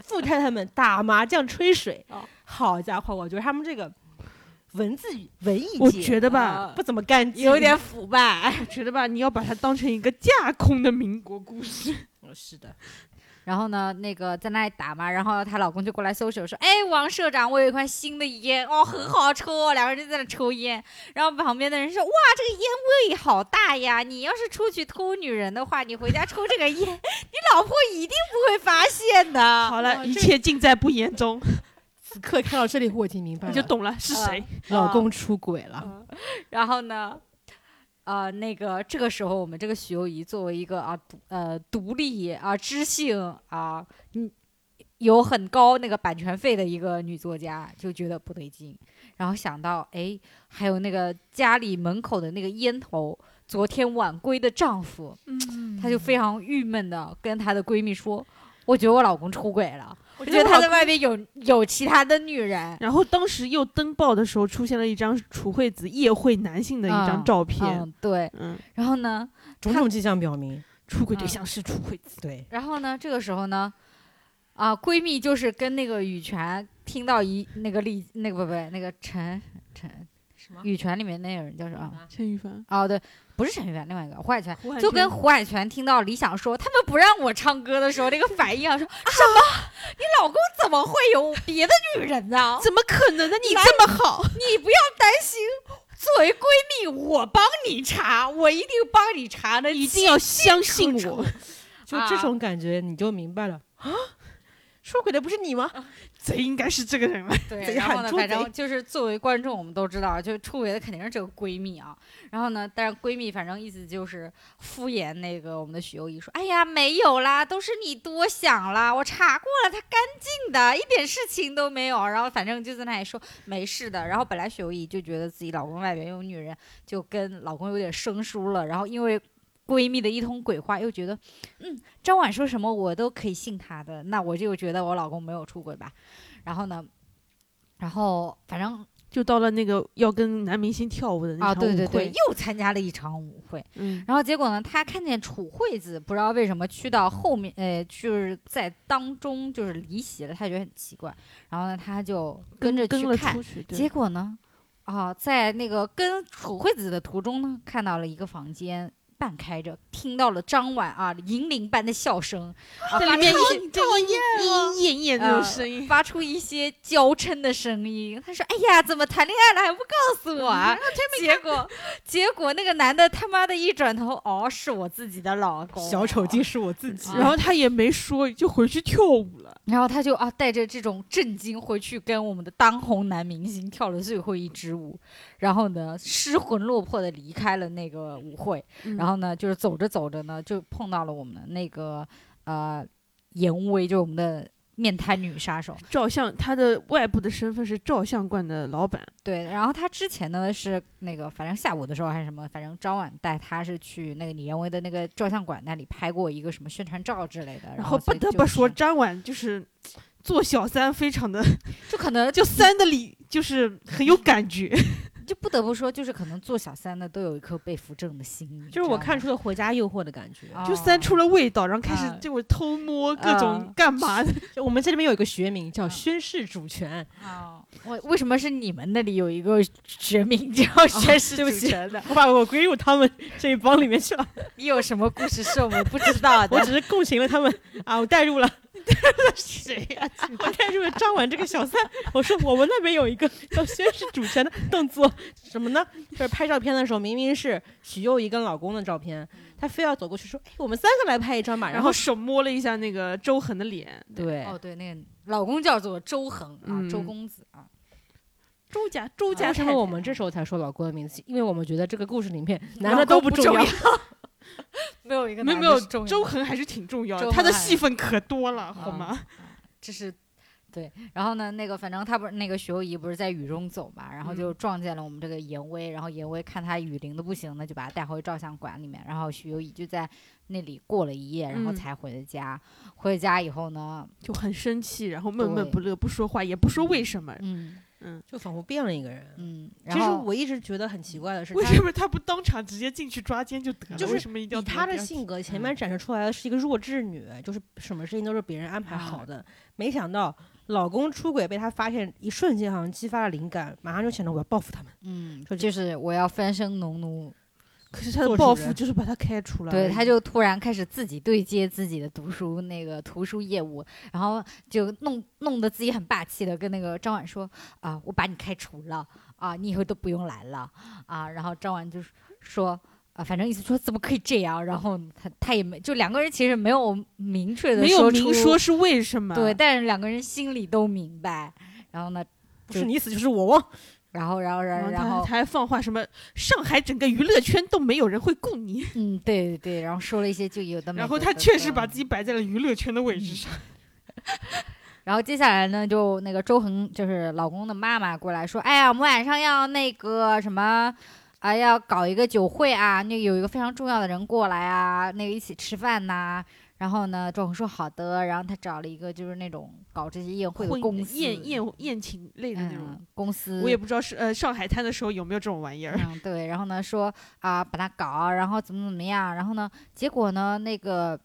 S4: 富太太们打麻将、吹水
S2: 哦。
S4: 好家伙，我觉得他们这个文字文艺
S3: 我
S4: 界
S3: 觉得吧，
S2: 啊
S4: 不怎么干净，
S2: 有点腐败。
S3: 我觉得吧，你要把它当成一个架空的民国故事。
S4: 哦是的，
S2: 然后呢，那个在那里打嘛，然后她老公就过来搜手说：“哎，王社长，我有一块新的烟，哦，很好抽哦。”两个人就在那抽烟。然后旁边的人说：“哇，这个烟味好大呀！你要是出去偷女人的话，你回家抽这个烟，你老婆一定不会发现 的。”
S3: 好了，一切尽在不言 中，
S4: 此刻看到这里，我已经明白
S3: 你
S4: 了，
S3: 就懂了是谁。
S4: 老公出轨了。嗯
S2: 然后呢，呃，那个这个时候，我们这个许攸宜作为一个啊独呃独立啊知性啊，嗯，有很高那个版权费的一个女作家，就觉得不对劲，然后想到哎，还有那个家里门口的那个烟头，昨天晚归的丈夫，
S3: 嗯
S2: 她就非常郁闷的跟她的闺蜜说。我觉得我老公出轨了，
S4: 我
S2: 我觉得他在外面有有其他的女人。
S3: 然后当时又登报的时候，出现了一张楚惠子夜会男性的一
S2: 嗯
S3: 张照片。
S2: 嗯，对。
S3: 嗯，
S2: 然后呢，
S4: 种种迹象表明，
S3: 出轨对
S2: 嗯
S3: 象是楚惠子。
S4: 对，
S2: 然后呢，这个时候呢，啊，闺蜜就是跟那个羽泉听到一那个丽那个不不那个陈陈
S4: 什么
S2: 羽泉里面那个人叫什么？
S3: 陈羽凡，
S2: 哦，对，不是陈羽凡，另外一个胡海泉。嗯
S3: 胡海
S2: 就
S3: 泉
S2: 跟胡海泉听到李想说他们不让我唱歌的时候那个反应啊，说什么？你老公怎么会有别的女人 呢？
S3: 怎么可能呢？你这么好，
S2: 你不要担心，作为闺蜜，我帮你查，我一定帮你查的，
S3: 一定要相信我。
S4: 就这种感觉你就明白了啊。
S1: 出轨的不是你吗？
S3: 贼应该是这个人 了。
S2: 对，
S1: 贼
S2: 然后
S1: 喊
S2: 呢，
S1: 捉
S2: 反
S1: 贼
S2: 正就是作为观众，我们都知道，啊就是出轨的肯定是这个闺蜜啊。然后呢，但是闺蜜反正意思就是敷衍那个我们的许攸宜说：“哎呀，没有啦，都是你多想啦，我查过了，她干净的，一点事情都没有。”然后反正就在那里说没事的。然后本来许攸宜就觉得自己老公外边有女人，就跟老公有点生疏了。然后因为闺蜜的一通鬼话，又觉得，嗯，张婉说什么我都可以信她的，那我就觉得我老公没有出轨吧。然后呢，然后反正
S3: 就到了那个要跟男明星跳舞的那
S2: 啊，
S3: 场舞
S2: 对
S3: 会，
S2: 对对，又参加了一场舞会。
S3: 嗯，
S2: 然后结果呢，他看见楚惠子不知道为什么去到后面，呃，就是在当中就是离席了，他觉得很奇怪。然后呢，他就跟着
S3: 跟
S2: 去
S3: 了
S2: 看，
S3: 出去，对
S2: 结果呢，啊，在那个跟楚惠子的途中呢，看到了一个房间。半开着，听到了张婉啊银铃般的笑声，啊，
S3: 在里
S2: 发
S3: 面
S2: 出
S3: 一些莺莺燕燕那种
S2: 呃
S3: 声音，
S2: 发出一些娇嗔的声音。他说：“哎呀，怎么谈恋爱了还不告诉我啊？”结果， 结果那个男的他妈的一转头，哦，是我自己的老公，
S1: 小丑竟。是我自己。
S2: 啊
S3: 然后他也没说，就回去跳舞了。
S2: 然后他就啊，带着这种震惊回去跟我们的当红男明星跳了最后一支舞，然后呢，失魂落魄的离开了那个舞会。
S3: 嗯
S2: 然后呢，就是走着走着呢，就碰到了我们的那个呃严无为，就是我们的面瘫女杀手。
S3: 照相，他的外部的身份是照相馆的老板，
S2: 对，然后他之前呢是那个，反正下午的时候还是什么，反正张婉带他是去那个李彦威的那个照相馆那里拍过一个什么宣传照之类的，
S3: 然
S2: 后
S3: 后
S2: 所
S3: 不
S2: 以
S3: 得
S2: 就
S3: 不说，
S2: 是
S3: 张婉就是做小三非常的，
S2: 就可能
S3: 就三的里就是很有感觉。
S2: 就不得不说，就是可能做小三的都有一颗被扶正的心，
S4: 就是我看出了回家诱惑的感觉。
S2: 哦
S3: 就三出
S2: 来，
S3: 了味道，然后开始
S2: 啊
S3: 就偷摸各
S2: 啊
S3: 种干 嘛的，
S4: 就我们这里面有一个学名叫
S2: 嗯
S4: 宣誓主权，
S2: 啊我为什么是你们那里有一个学名叫哦宣 誓
S4: 对不
S2: 主
S4: 起
S2: 权的？
S4: 我把我归入他们这一帮里面去 了，
S2: 你有什么故事是 我们不知道
S4: 我
S2: 的？
S4: 只是共情了他们 啊，我带入了。谁
S2: 啊
S4: 呀、 我带入了张婉这个小三。 我说我们那边有一个叫宣誓主权的动作，什么呢？就是拍照片的时候，明明是许攸宜跟老公的照片，
S2: 嗯
S4: 她非要走过去说：“哎，我们三个来拍一张吧。”
S3: 然
S4: 然
S3: 后
S4: 后
S3: 手摸了一下那个周恒的脸，
S4: 对，
S2: 哦，对，那个老公叫做周恒啊，周
S3: 嗯
S2: 公子啊，
S3: 周家周
S2: 家
S3: 家
S2: 啊
S4: 为什么我们这时候才说老公的名字？因为我们觉得这个故事里面男的都
S2: 老公不
S4: 重
S2: 重
S4: 要
S2: 要，没有一个
S3: 没有
S2: 男的
S3: 没有
S2: 是重要
S3: 周
S2: 的
S3: 恒还是挺重要
S2: 周
S3: 的，
S2: 恒
S3: 他的
S2: 还
S3: 戏份可多了，好吗？
S2: 啊这是对。然后呢，那个反正他不是那个徐攸宜不是在雨中走嘛，然后
S4: 嗯
S2: 就撞见了我们这个严威，然后严威看他雨淋的不行呢，就把他带回照相馆里面，然后徐攸宜就在那里过了一夜，然后
S3: 嗯
S2: 才回的家。回了家以后呢，
S3: 就很生气，然后闷闷
S2: 对
S3: 不乐，不说话，也不说为什么。
S2: 嗯
S4: 就仿佛变了一个人。
S2: 嗯，然
S4: 哎其实
S2: 后
S4: 我一直觉得很奇怪的是，
S3: 为
S4: 他
S3: 什么他不当场直接进去抓奸就得了？
S4: 就是
S3: 为什么一定要
S4: 以她
S3: 等
S4: 的
S3: 第二
S4: 性
S3: 天？
S4: 格，前面展示出来的是一个弱智女，就是什么事情都是别人安
S3: 啊
S4: 排好的。没想到老公出轨被她发现，一瞬间好像激发了灵感，马上就想着我要报复他们。
S2: 嗯，
S4: 说
S2: 就是我要翻身农奴，
S3: 可是他的
S4: 做
S3: 报
S4: 主
S3: 复
S4: 人
S3: 就是把他开除了而
S1: 哎
S3: 已。
S2: 对，他就突然开始自己对接自己的读书那个图书业务，然后就弄弄得自己很霸气的跟那个张婉说啊，我把你开除了啊，你以后都不用来了啊。然后张婉就说啊，反正意思说怎么可以这样？然后他他也没就两个人其实没有明确的
S3: 没有
S2: 出
S3: 明说是为什么。
S2: 对，但是两个人心里都明白。然后呢，
S4: 不
S2: 就是
S4: 你死就是我亡，
S2: 然后然后然后然
S3: 他
S2: 后
S3: 他还放话什么，上海整个娱乐圈都没有人会雇你。
S2: 嗯，对对对，然后说了一些就有的没
S3: 然后
S2: 的
S3: 他
S2: 的
S3: 确
S2: 这
S3: 实
S2: 样
S3: 把自己摆在了娱乐圈的位置上。
S2: 然后接下来呢，就那个周恒就是老公的妈妈过来说：“哎呀，我们晚上要那个什么。”啊，要搞一个酒会啊，那有一个非常重要的人过来啊，那个一起吃饭呐、然后呢，周恒说好的，然后他找了一个就是那种搞这些宴会的
S3: 婚
S2: 公司，
S3: 宴宴宴请类的那种
S2: 嗯，公司，
S3: 我也不知道是呃上海滩的时候有没有这种玩意儿。
S2: 嗯，对，然后呢说啊、把他搞，然后怎么怎么样，然后呢，结果呢那个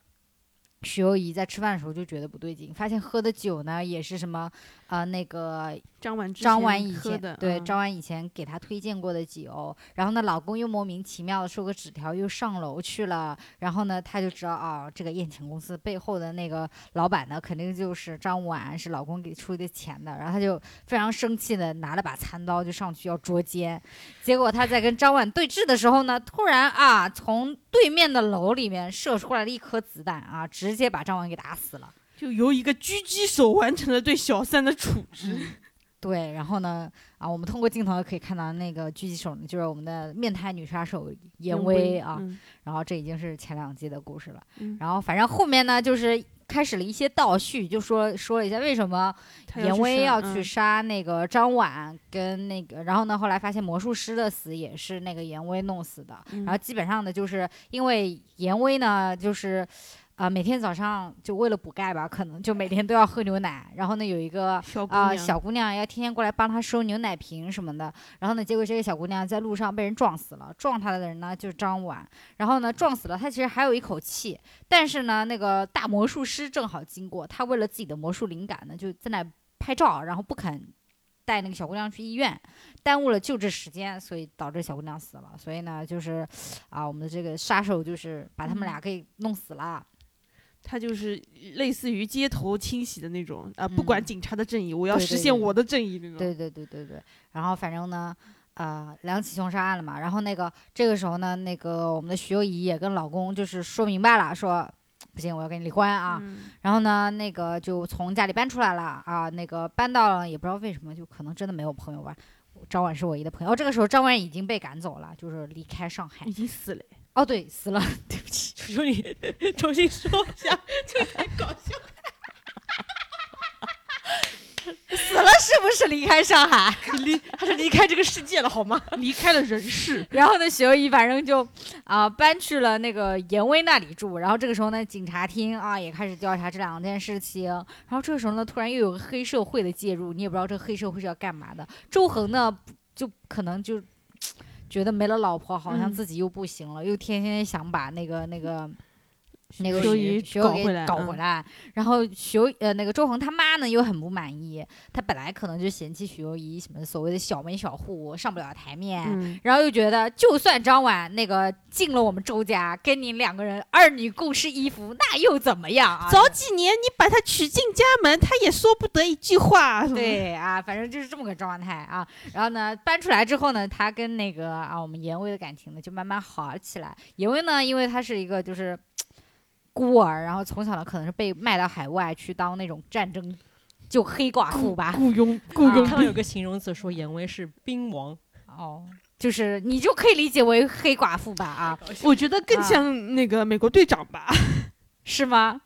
S2: 许攸宜在吃饭的时候就觉得不对劲，发现喝的酒呢也是什么啊、呃那个
S3: 张婉之
S2: 张
S3: 前
S2: 婉以
S3: 喝
S2: 前
S3: 的
S2: 对
S3: 嗯
S2: 张婉以前给她推荐过的酒，然后呢，老公又莫名其妙的收个纸条又上楼去了，然后呢，她就知道啊、这个宴请公司背后的那个老板呢，肯定就是张婉，是老公给出的钱的，然后她就非常生气的拿了把餐刀就上去要捉奸，结果她在跟张婉对峙的时候呢，突然啊，从对面的楼里面射出来了一颗子弹啊，直接把张婉给打死了。
S3: 就由一个狙击手完成了对小三的处置。
S2: 对，然后呢，啊，我们通过镜头可以看到那个狙击手呢，就是我们的面瘫女杀手严
S3: 威
S2: 威啊，
S3: 嗯
S2: 然后这已经是前两季的故事了。
S3: 嗯
S2: 然后反正后面呢，就是开始了一些倒叙，就说说了一下为什么
S3: 他
S2: 严威要去
S3: 杀
S2: 杀
S3: 嗯
S2: 那个张婉跟那个，然后呢，后来发现魔术师的死也是那个严威弄死的。
S3: 嗯
S2: 然后基本上呢，就是因为严威呢，就是。啊、每天早上就为了补钙吧，可能就每天都要喝牛奶。然后呢，有一个
S3: 嗯小姑
S2: 啊、
S3: 娘
S2: 小姑娘要天天过来帮她收牛奶瓶什么的。然后呢，结果这个小姑娘在路上被人撞死了，撞她的人呢就是张婉。然后呢，撞死了她其实还有一口气，但是呢，那个大魔术师正好经过，他为了自己的魔术灵感呢，就在那拍照，然后不肯。带那个小姑娘去医院，耽误了救治时间，所以导致小姑娘死了。所以呢，就是，啊，我们的这个杀手就是把
S3: 嗯
S2: 他们俩给弄死了。
S3: 他就是类似于街头清洗的那种啊、不管
S2: 嗯
S3: 警察的正义，我要
S2: 对
S3: 实
S2: 对
S3: 现
S2: 对
S3: 我的正义那种。
S2: 对对对对对。然后反正呢，呃，两起凶杀案了嘛。然后那个这个时候呢，那个我们的徐幼仪也跟老公就是说明白了，说不行，我要跟你离婚啊。
S3: 嗯
S2: 然后呢，那个就从家里搬出来了啊，那个搬到了也不知道为什么，就可能真的没有朋友吧。张婉是唯一的朋友。哦，这个时候张婉已经被赶走了，就是离开上海
S3: 已。经死了，
S2: 哦，对，死了， 对不起。
S1: 求求你 重新说一下，
S2: 死了是不是离开上海？
S1: 离他是离开这个世界了好吗？
S3: 离开了人世。
S2: 然后呢，雪友一反正就啊、搬去了那个严威那里住。然后这个时候呢，警察厅啊也开始调查这两件事情。然后这个时候呢，突然又有个黑社会的介入，你也不知道这黑社会是要干嘛的。周恒呢，就可能就觉得没了老婆，好像
S3: 嗯
S2: 自己又不行了，又天天想把那个那个。那个
S3: 修
S2: 许
S3: 仪
S2: 许攸
S3: 搞
S2: 给
S3: 回来
S2: 搞
S3: 嗯
S2: 回来，然后许攸呃那个周恒他妈呢又很不满意，他本来可能就嫌弃许攸宜什么所谓的小门小户上不了台面，
S3: 嗯，
S2: 然后又觉得，就算张婉那个进了我们周家，跟你两个人儿女共侍一夫，那又怎么样啊？
S3: 早几年你把他娶进家门，他也说不得一句话。什么，
S2: 对啊，反正就是这么个状态啊。然后呢，搬出来之后呢，他跟那个啊我们严威的感情呢就慢慢好起来。严威呢，因为他是一个就是嗯孤儿，然后从小呢可能是被卖到海外去当那种战争就黑寡妇吧，
S1: 嗯
S3: 雇佣雇
S2: 啊
S3: 佣
S1: 看到有个形容词说严威是兵王，
S2: 哦，就是你就可以理解为黑寡妇吧啊，
S3: 我觉得更
S2: 啊
S3: 像那个美国队长吧。
S2: 是吗？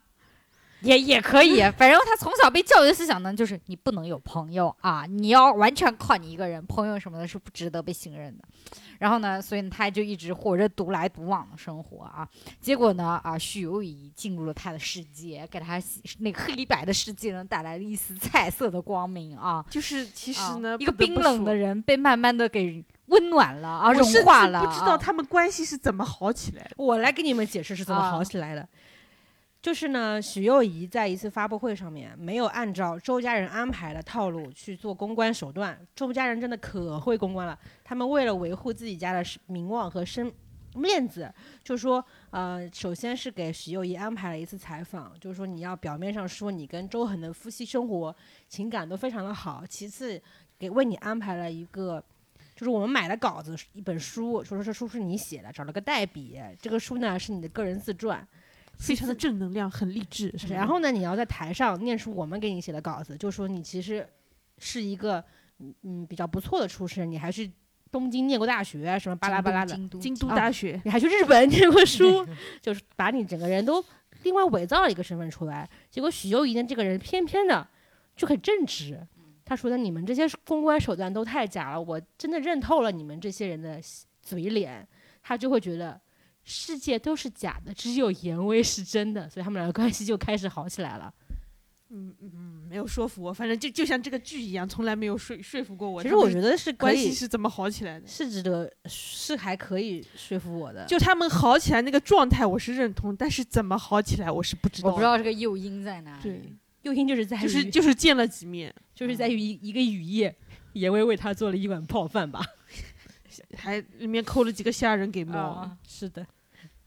S2: 也也可以，
S3: 嗯
S2: 反正他从小被教育的思想呢，就是你不能有朋友啊，你要完全靠你一个人，朋友什么的是不值得被信任的。然后呢，所以他就一直活着独来独往的生活啊。结果呢，啊，许攸宜进入了他的世界，给他喜那个黑白的世界呢带来了一丝彩色的光明啊。
S3: 就是其实
S2: 啊
S3: 呢，
S2: 一个
S3: 不得
S2: 冰
S3: 不
S2: 冷
S3: 说
S2: 的，人被慢慢的给温暖了啊，
S3: 我
S2: 融
S3: 甚至
S2: 化了啊。
S3: 不知道他们关系是怎么好起来的。
S1: 我来给你们解释是怎么
S2: 啊
S1: 好起来的。就是呢，许攸宜在一次发布会上面没有按照周家人安排的套路去做公关手段，周家人真的可会公关了。他们为了维护自己家的声名望和声面子，就说呃，首先是给许攸宜安排了一次采访，就是说你要表面上说你跟周恒的夫妻生活情感都非常的好，其次给为你安排了一个。就是我们买的稿子，一本书，说说这书是你写的，找了个代笔。这个书呢是你的个人自传，
S3: 非常的正能量，很励志。
S2: 嗯
S3: 是吧
S1: 然后呢，你要在台上念出我们给你写的稿子，就说你其实是一个嗯嗯比较不错的出身，你还去东京念过大学，什么巴拉巴拉的，
S2: 京都
S3: 京都
S1: 啊
S3: 大学，
S1: 你还去日本念过书，就是把你整个人都另外伪造了一个身份出来。结果许攸宜呢，这个人偏偏的就很正直，
S3: 嗯
S1: 他说的你们这些公关手段都太假了，我真的认透了你们这些人的嘴脸，他就会觉得。世界都是假的，只有严威是真的，所以他们俩的关系就开始好起来了。
S3: 嗯嗯嗯，没有说服我，反正就就像这个剧一样，从来没有说说服过我。
S1: 其实
S3: 他们
S1: 我觉得是可
S3: 关系
S1: 以，
S3: 是怎么好起来的？
S1: 是值得，是还可以说服我的。
S3: 就他们好起来那个状态，我是认同，但是怎么好起来，我是不知道。
S2: 我不知。道这个诱因在哪里。
S3: 对，
S1: 诱因就是在于，
S3: 就是就是见了几面，
S1: 就是在于一一个雨夜，严威为他做了一碗泡饭吧。
S3: 还里面抠了几个虾仁给猫。
S2: 啊
S1: 是的，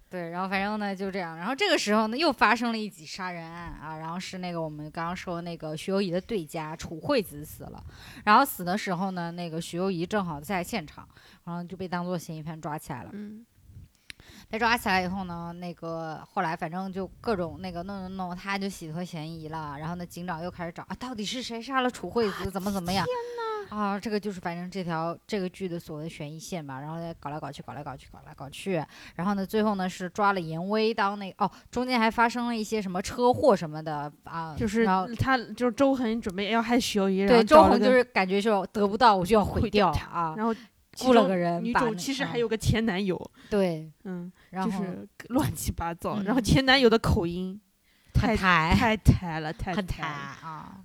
S2: 对，然后反正呢就这样，然后这个时候呢又发生了一起杀人案啊，然后是那个我们刚刚说那个徐攸宜的对家楚惠子死了，然后死的时候呢，那个徐攸宜正好在现场，然后就被当做嫌疑犯抓起来了。
S3: 嗯，
S2: 被抓起来以后呢，那个后来反正就各种那个弄弄弄，他就洗脱嫌疑了。然后呢，警长又开始找啊，到底是谁杀了楚惠子，怎么怎么样？啊，这个就是反正这条这个剧的所谓悬疑线嘛，然后再搞来搞去，搞来搞去，搞来搞去，然后呢，最后呢是抓了严威当那哦，中间还发生了一些什么车祸什么的啊，
S3: 就是
S2: 然后
S3: 他就是周恒准备要害许攸宜，然
S2: 对
S3: 后
S2: 周
S3: 找了
S2: 红
S3: 个
S2: 就是感觉就得不到我就要毁
S3: 毁
S2: 掉
S3: 掉他
S2: 啊，
S3: 然后其
S2: 雇了
S3: 中
S2: 个人
S3: 女
S2: 把
S3: 主
S2: 那
S3: 其实
S2: 嗯
S3: 还有个前男友，
S2: 对，
S3: 嗯，
S2: 然
S3: 就
S2: 后
S3: 是乱七八糟。然后
S2: 嗯哎
S3: 前男友的口音
S2: 很
S3: 太
S2: 抬
S3: 太抬了，太
S5: 很
S3: 抬
S5: 抬
S3: 了，
S2: 啊，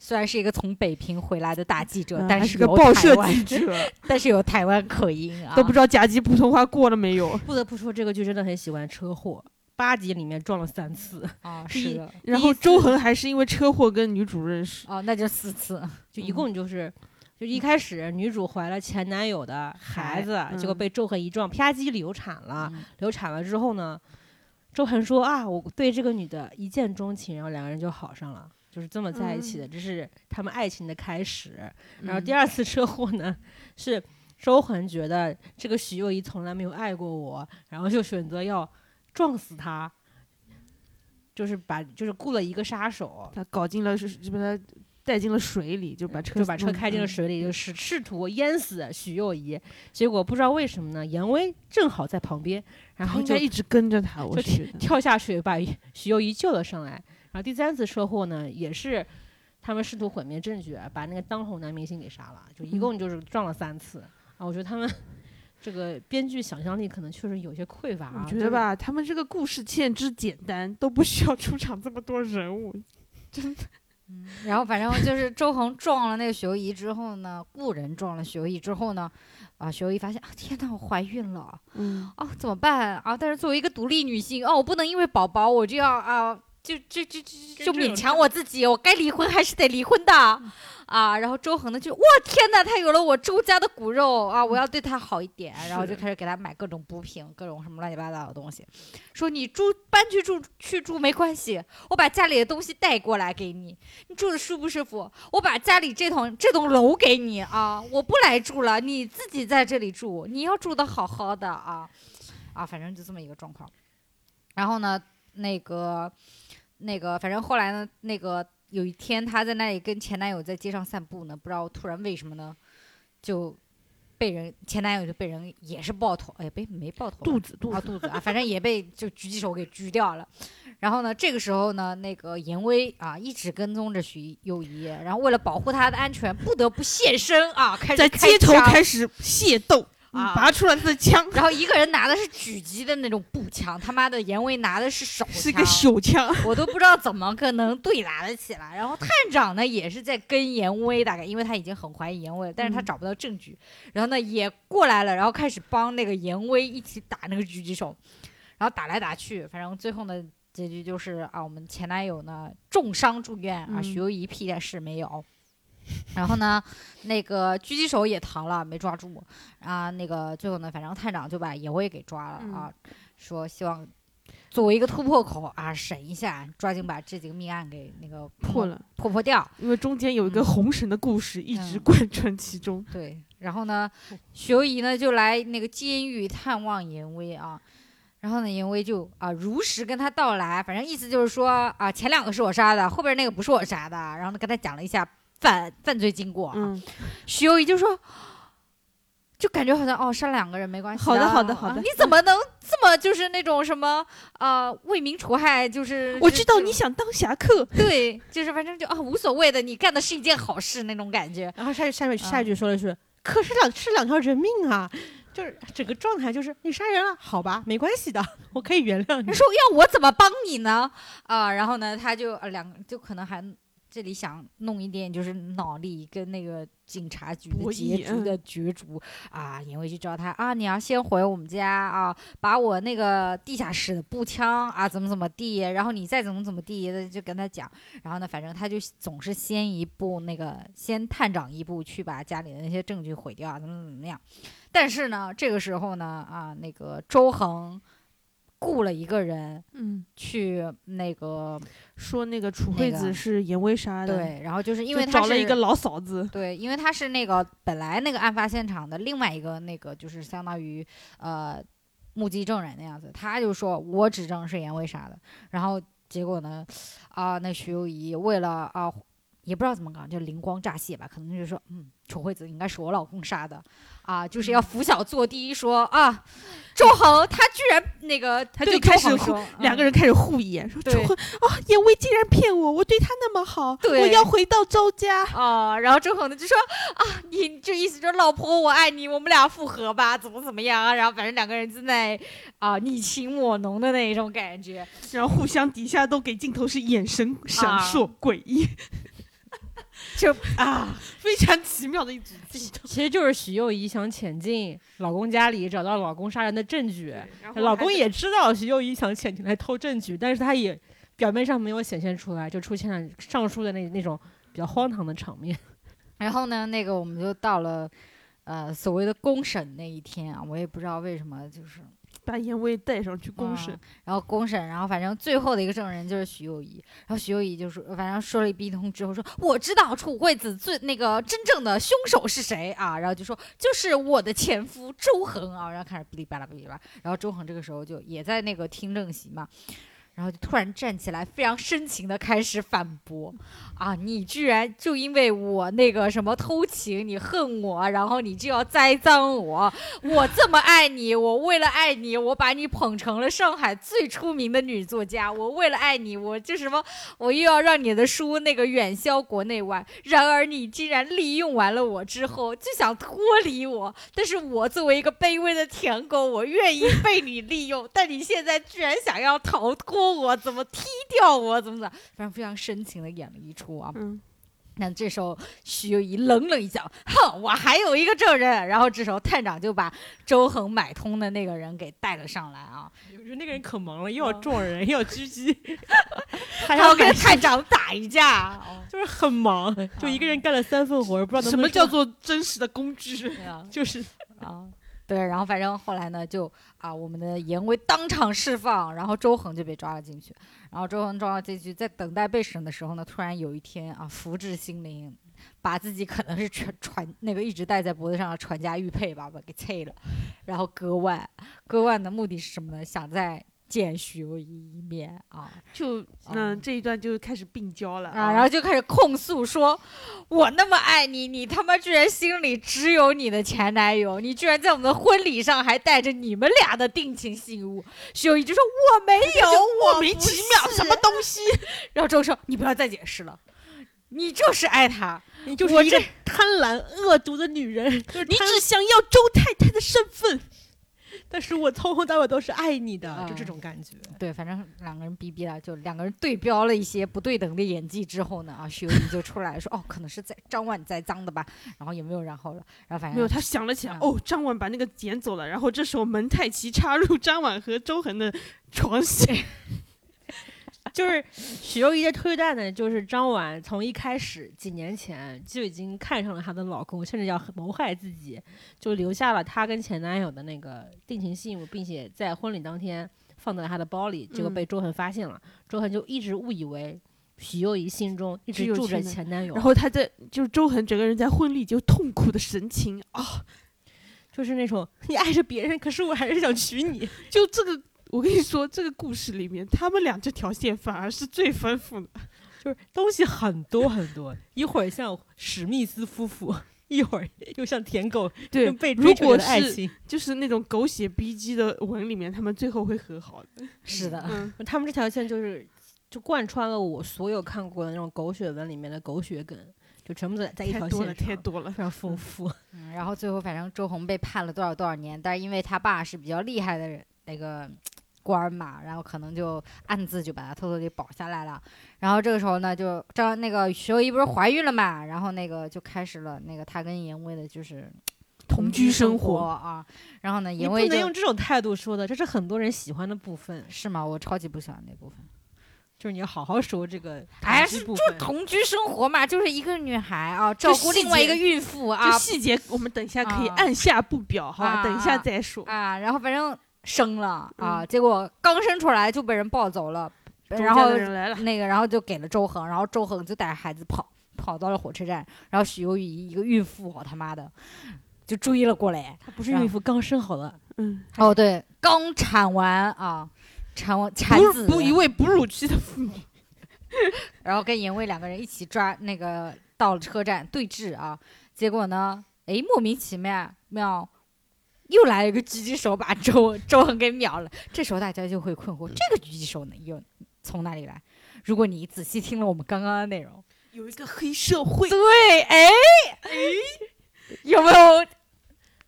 S2: 虽然是一个从北平回来的大记者，
S3: 嗯
S2: 但
S3: 还
S2: 是
S3: 是个
S2: 有
S3: 报
S2: 台
S3: 社
S2: 湾
S3: 记者，
S2: 但是有台湾口 音啊，
S3: 都不知道甲级普通话过了没有。
S1: 不得不说，这个剧真的很喜欢车祸。八集里面撞了三次，
S2: 啊，
S1: 第
S2: 是
S1: 一
S2: 的，
S3: 然后周恒还是因为车祸跟女主认识，
S2: 哦，那就四次，
S3: 啊
S1: 就一共就是，就一开始女主怀了前男友的孩子，
S3: 嗯
S1: 结果被周恒一撞，啪叽流产了。
S2: 嗯
S1: 流产了之后呢，周恒说啊，我对这个女的一见钟情，然后两个人就好上了，就是这么在一起的，这是他们爱情的开始。然
S2: 嗯
S3: 嗯
S1: 后第二次车祸呢，是周恒觉得这个许攸宜从来没有爱过我，然后就选择要撞死她。就是把就是雇了一个杀手，
S3: 他搞进了是是把他带进了水里，就把车
S1: 就把车
S3: 弄
S1: 开进了
S3: 嗯
S1: 水里，就试试图淹死许攸宜。结果不知道为什么呢，严威正好在旁边，然
S3: 他
S1: 后
S3: 应
S1: 就
S3: 该一直跟着他，我
S1: 就
S3: 觉得。
S1: 跳下去把许攸宜救了上来。然后第三次车祸呢，也是他们试图毁灭证据，啊把那个当红男明星给杀了，就一共就是撞了三次、啊。我觉得他们这个编剧想象力可能确实有些匮乏、啊，
S3: 我觉得，吧，他们这个故事欠之简单，都不需要出场这么多人物。
S2: 然后反正就是周恒撞了那个许攸宜之后呢，故人撞了许攸宜之后呢，啊，许攸宜发现啊，天呐，我怀孕了，
S3: 嗯，
S2: 哦，怎么办啊？但是作为一个独立女性，哦，我不能因为宝宝我就要啊，就就就就就
S3: 这
S2: 勉
S3: 种
S2: 强我自己，我该离婚还是得离婚的啊。然后周恒呢就，哇天哪，他有了我周家的骨肉啊，我要对他好一点，然后就是开始给他买各种补品，各种什么乱七八糟的东西，说你住搬去住去住没关系，我把家里的东西带过来给你，你住的舒不舒服？我把家里这栋这栋楼给你啊，我不来住了，你自己在这里住，你要住的好好的啊，啊，反正就这么一个状况。然后呢，那个那个，反正后来呢，那个有一天她在那里跟前男友在街上散步呢，不知道突然为什么呢，就被人前男友就被人也是爆头，哎，被没爆头吧，
S3: 肚子肚
S2: 啊
S3: 子，
S2: 肚子啊，反正也被就狙击手给狙掉了。然后呢，这个时候呢，那个严威啊一直跟踪着许友谊，然后为了保护她的安全，不得不现身啊，开始
S3: 在
S2: 开
S3: 街头
S2: 枪
S3: 开始械斗，
S2: 啊
S3: 拔出了他的枪，
S2: 然后一个人拿的是狙击的那种步枪，他妈的严威拿的是手枪，
S3: 是个手枪。
S2: 我都不知道怎么可能对打得起来。然后探长呢也是在跟严威，大概因为他已经很怀疑严威了，但是他
S3: 嗯
S2: 找不到证据，然后呢也过来了，然后开始帮那个严威一起打那个狙击手，然后打来打去，反正最后呢结局就是啊，我们前男友呢重伤住院啊，
S3: 嗯
S2: 许攸宜屁点事没有。然后呢，那个狙击手也逃了，没抓住啊。那个最后呢，反正探长就把严威给抓了、
S3: 嗯
S2: 啊，说希望作为一个突破口啊，审一下，抓紧把这几个命案给那个
S3: 破了，
S2: 破破掉。
S3: 因为中间有一个
S2: 嗯
S3: 红绳的故事一直
S2: 嗯
S3: 贯穿其中。
S2: 对，然后呢，
S3: 嗯
S2: 许攸宜呢就来那个监狱探望严威啊，然后呢，严威就啊如实跟他道来，反正意思就是说啊，前两个是我杀的，后边那个不是我杀的，然后呢跟他讲了一下犯犯罪经过啊，
S3: 嗯，
S2: 许攸宜就说。就感觉好像哦，杀两个人没关系。
S3: 好的好的
S2: 啊
S3: 好的嗯
S2: 你怎么能这么就是那种什么呃为民除害？就是
S3: 我知道
S2: 这种
S3: 你想当侠客，
S2: 对，就是反正就啊、无所谓的，你干的是一件好事那种感觉。
S1: 然后下下面
S2: 啊
S1: 下一句说的是，可是两是两条人命啊，就是整个状态就是你杀人了，好吧，没关系的， 我可以原谅你
S2: 他。说要我怎么帮你呢？啊、然后呢，他就呃两个就可能还这里想弄一点就是脑力跟那个警察局的
S3: 博
S2: 结
S3: 弈嗯
S2: 局的角逐啊，因为去找他啊，你要先回我们家啊，把我那个地下室的步枪啊怎么怎么地，然后你再怎么怎么地，就跟他讲。然后呢，反正他就总是先一步那个先探长一步去把家里的那些证据毁掉啊，怎么怎么样。但是呢，这个时候呢，啊，那个周恒雇了一个人
S3: 嗯，
S2: 去那个
S3: 说那个楚
S2: 那
S3: 惠
S2: 个
S3: 子是严威杀的，，
S2: 对，然后就是因为他
S3: 找了
S2: 是
S3: 一个老嫂子，
S2: 对，因为他是那个本来那个案发现场的另外一个那个就是相当于呃目击证人的样子，他就说我指证是严薇杀的，然后结果呢，啊、那徐幼仪为了啊、也不知道怎么搞，就灵光乍现吧，可能就说嗯，楚惠子应该是我老公杀的，啊、就是
S3: 嗯
S2: 要俯小作低说啊，周恒他居然那个
S3: 他
S2: 对
S3: 就开
S2: 周恒
S3: 始
S2: 说
S3: 两
S2: 嗯
S3: 个人开始互演，说
S2: 对
S3: 楚惠啊，严威竟然骗我，我对他那么好，
S2: 对
S3: 我要回到周家。
S2: 哦，然后周恒呢就说啊，你这意思就是老婆我爱你，我们俩复合吧，怎么怎么样啊？然后反正两个人正在啊你情我浓的那一种感觉。
S3: 然后互相底下都给镜头是眼神闪烁、诡 异，
S2: 就
S3: 啊，非常奇妙的一组镜 头。
S1: 其实就是许幼仪想潜进老公家里找到老公杀人的证据，老公也知道徐幼仪想潜进来偷证据，但是他也表面上没有显现出来，就出现了上述的那那种比较荒唐的场 面。
S2: 然后呢，那个我们就到了呃所谓的公审那一天啊，我也不知道为什么就是
S3: 把严威带上去公审
S2: 啊，然后公审，然后反正最后的一个证人就是徐幼仪，然后徐幼仪就说，反正说了一逼通之后说，我知道楚惠子最那个真正的凶手是谁啊，然后就说就是我的前夫周恒啊，然后开始哔哩吧啦哔哩吧啦，然后周恒这个时候就也在那个听证席嘛。然后就突然站起来，非常深情的开始反驳，啊，你居然就因为我那个什么偷情，你恨我，然后你就要栽赃我，我这么爱你，我为了爱你，我把你捧成了上海最出名的女作家。我为了爱你，我就什么，我又要让你的书那个远销国内外。然而你竟然利用完了我之后，就想脱离我。但是我作为一个卑微的舔狗，我愿意被你利用。但你现在居然想要逃脱我，怎么踢掉我，怎么怎么，反正非常深情的演了一出啊。
S3: 嗯，
S2: 那这时候徐幼仪冷冷一笑，哼，我还有一个证人。然后这时候探长就把周恒买通的那个人给带了上来啊，
S6: 我觉得那个人可忙了，又
S1: 哦
S6: 要撞人，又要狙击， 还
S2: 然后
S6: 要
S2: 跟
S6: 给，
S2: 探长打一架。哦
S6: 就是很忙，
S1: 哦
S6: 就一个人干了三份活，不知道能
S3: 什
S6: 不能
S3: 么叫做真实的工具？
S2: 对啊，
S6: 就是
S2: 啊，对，然后反正后来呢，就啊，我们的严威当场释放，然后周恒就被抓了进去，然后周恒抓了进去，在等待被审的时候呢，突然有一天啊，福至心灵，把自己可能是传传那个一直戴在脖子上的传家玉佩吧，把给碎了，然后割腕，割腕的目的是什么呢？想再见徐幼仪一面啊，
S3: 就嗯，这一段就开始病娇了
S2: 啊，然后就开始控诉说，我那么爱你，你他妈居然心里只有你的前男友，你居然在我们的婚礼上还带着你们俩的定情信物。徐友仪就说我没有，
S3: 莫
S2: 我
S3: 名
S2: 不
S3: 其妙
S2: 是
S3: 什么东西，
S2: 然后周说你不要再解释了，你就是爱 他，
S6: 你就
S2: 我
S6: 是一个贪婪恶毒的女 人，
S3: 你只想要周太太的身份，
S6: 但是我从头到尾都是爱你的，就这
S1: 哦
S2: 嗯
S6: 种感觉。
S2: 对，反正两个人逼逼了，就两个人对标了一些不对等的演技之后呢，啊，徐友仪就出来说，哦，可能是在张万栽赃的吧，然后也没有然后了，然后反正
S3: 没有，他想了起来，
S2: 嗯
S3: 哦，张婉把那个捡走了，然后这时候蒙太奇插入张婉和周恒的床戏，
S1: 就是许攸宜的推断呢，就是张婉从一开始几年前就已经看上了她的老公，甚至要谋害自己，就留下了她跟前男友的那个定情信物，并且在婚礼当天放在了她的包里，结果
S3: 嗯
S1: 被周恒发现了。周恒就一直误以为许攸宜心中一
S3: 只
S1: 直
S3: 有
S1: 住
S3: 前
S1: 着
S3: 男
S1: 前男友，
S3: 然后他在就是周恒整个人在婚礼就痛苦的神情啊，
S1: 就是那种你爱着别人，可是我还是想娶你。
S3: 就这个。我跟你说，这个故事里面，他们俩这条线反而是最丰富的。
S6: 就是东西很多很多，一会儿像史密斯夫妇，一会儿又像舔狗
S3: 对
S6: 跟，被
S3: 如
S6: 追求
S3: 果
S6: 者的爱
S3: 是
S6: 情，
S3: 就是那种狗血逼机的文里面，他们最后会和好的。
S2: 是的，
S3: 嗯，
S1: 他们这条线就是就贯穿了我所有看过的那种狗血文里面的狗血梗，就全部在在一
S3: 太
S1: 条
S3: 多
S1: 线
S3: 了，
S1: 上，
S3: 太多了。
S1: 非常丰富。
S2: 嗯，然后最后反正周红被判了多少多少年，但是因为他爸是比较厉害的人，那个官儿嘛，然后可能就暗自就把他偷偷给保下来了。然后这个时候呢，就张那个徐幼仪不是怀孕了嘛，然后那个就开始了那个他跟严威的就是
S3: 同居生
S2: 生
S3: 活
S2: 啊。然后呢，
S1: 你
S2: 严
S1: 不
S2: 威
S1: 能
S2: 就
S1: 用这种态度说的，这是很多人喜欢的部分，
S2: 是吗？我超级不喜欢那部分。
S1: 就是你要好好说这个
S2: 哎呀
S1: 同居
S2: 是
S1: 部分。
S2: 同居生活嘛，就是一个女孩啊，照顾
S3: 细
S2: 另外一
S3: 节
S2: 个孕妇啊
S3: 这，细节我们等一下可以
S2: 啊
S3: 按下不表，好吧？
S2: 啊
S3: 等一下再说。
S2: 啊，然后反正生了啊，结果刚生出来就被人抱走了，
S3: 周
S2: 然
S3: 家
S2: 后
S3: 的 人来了，
S2: 那个然后就给了周恒，然后周恒就带着孩子跑跑到了火车站，然后许攸宜一个孕妇，我他妈的就追了过来，
S1: 不是
S2: 然后
S1: 孕妇刚生好的
S3: 嗯，
S2: 哦，对，刚产完啊，产完产
S3: 哺
S2: 子，
S3: 哺一位哺乳期的妇女，
S2: 然后跟严卫两个人一起抓那个到了车站对峙啊，结果呢，哎，莫名其妙妙。又来了一个狙击手，把周周恒给秒了。这时候大家就会困惑，这个狙击手呢又从哪里来？如果你仔细听了我们刚刚的内容，
S3: 有一个黑社会，
S2: 对，哎哎，有没有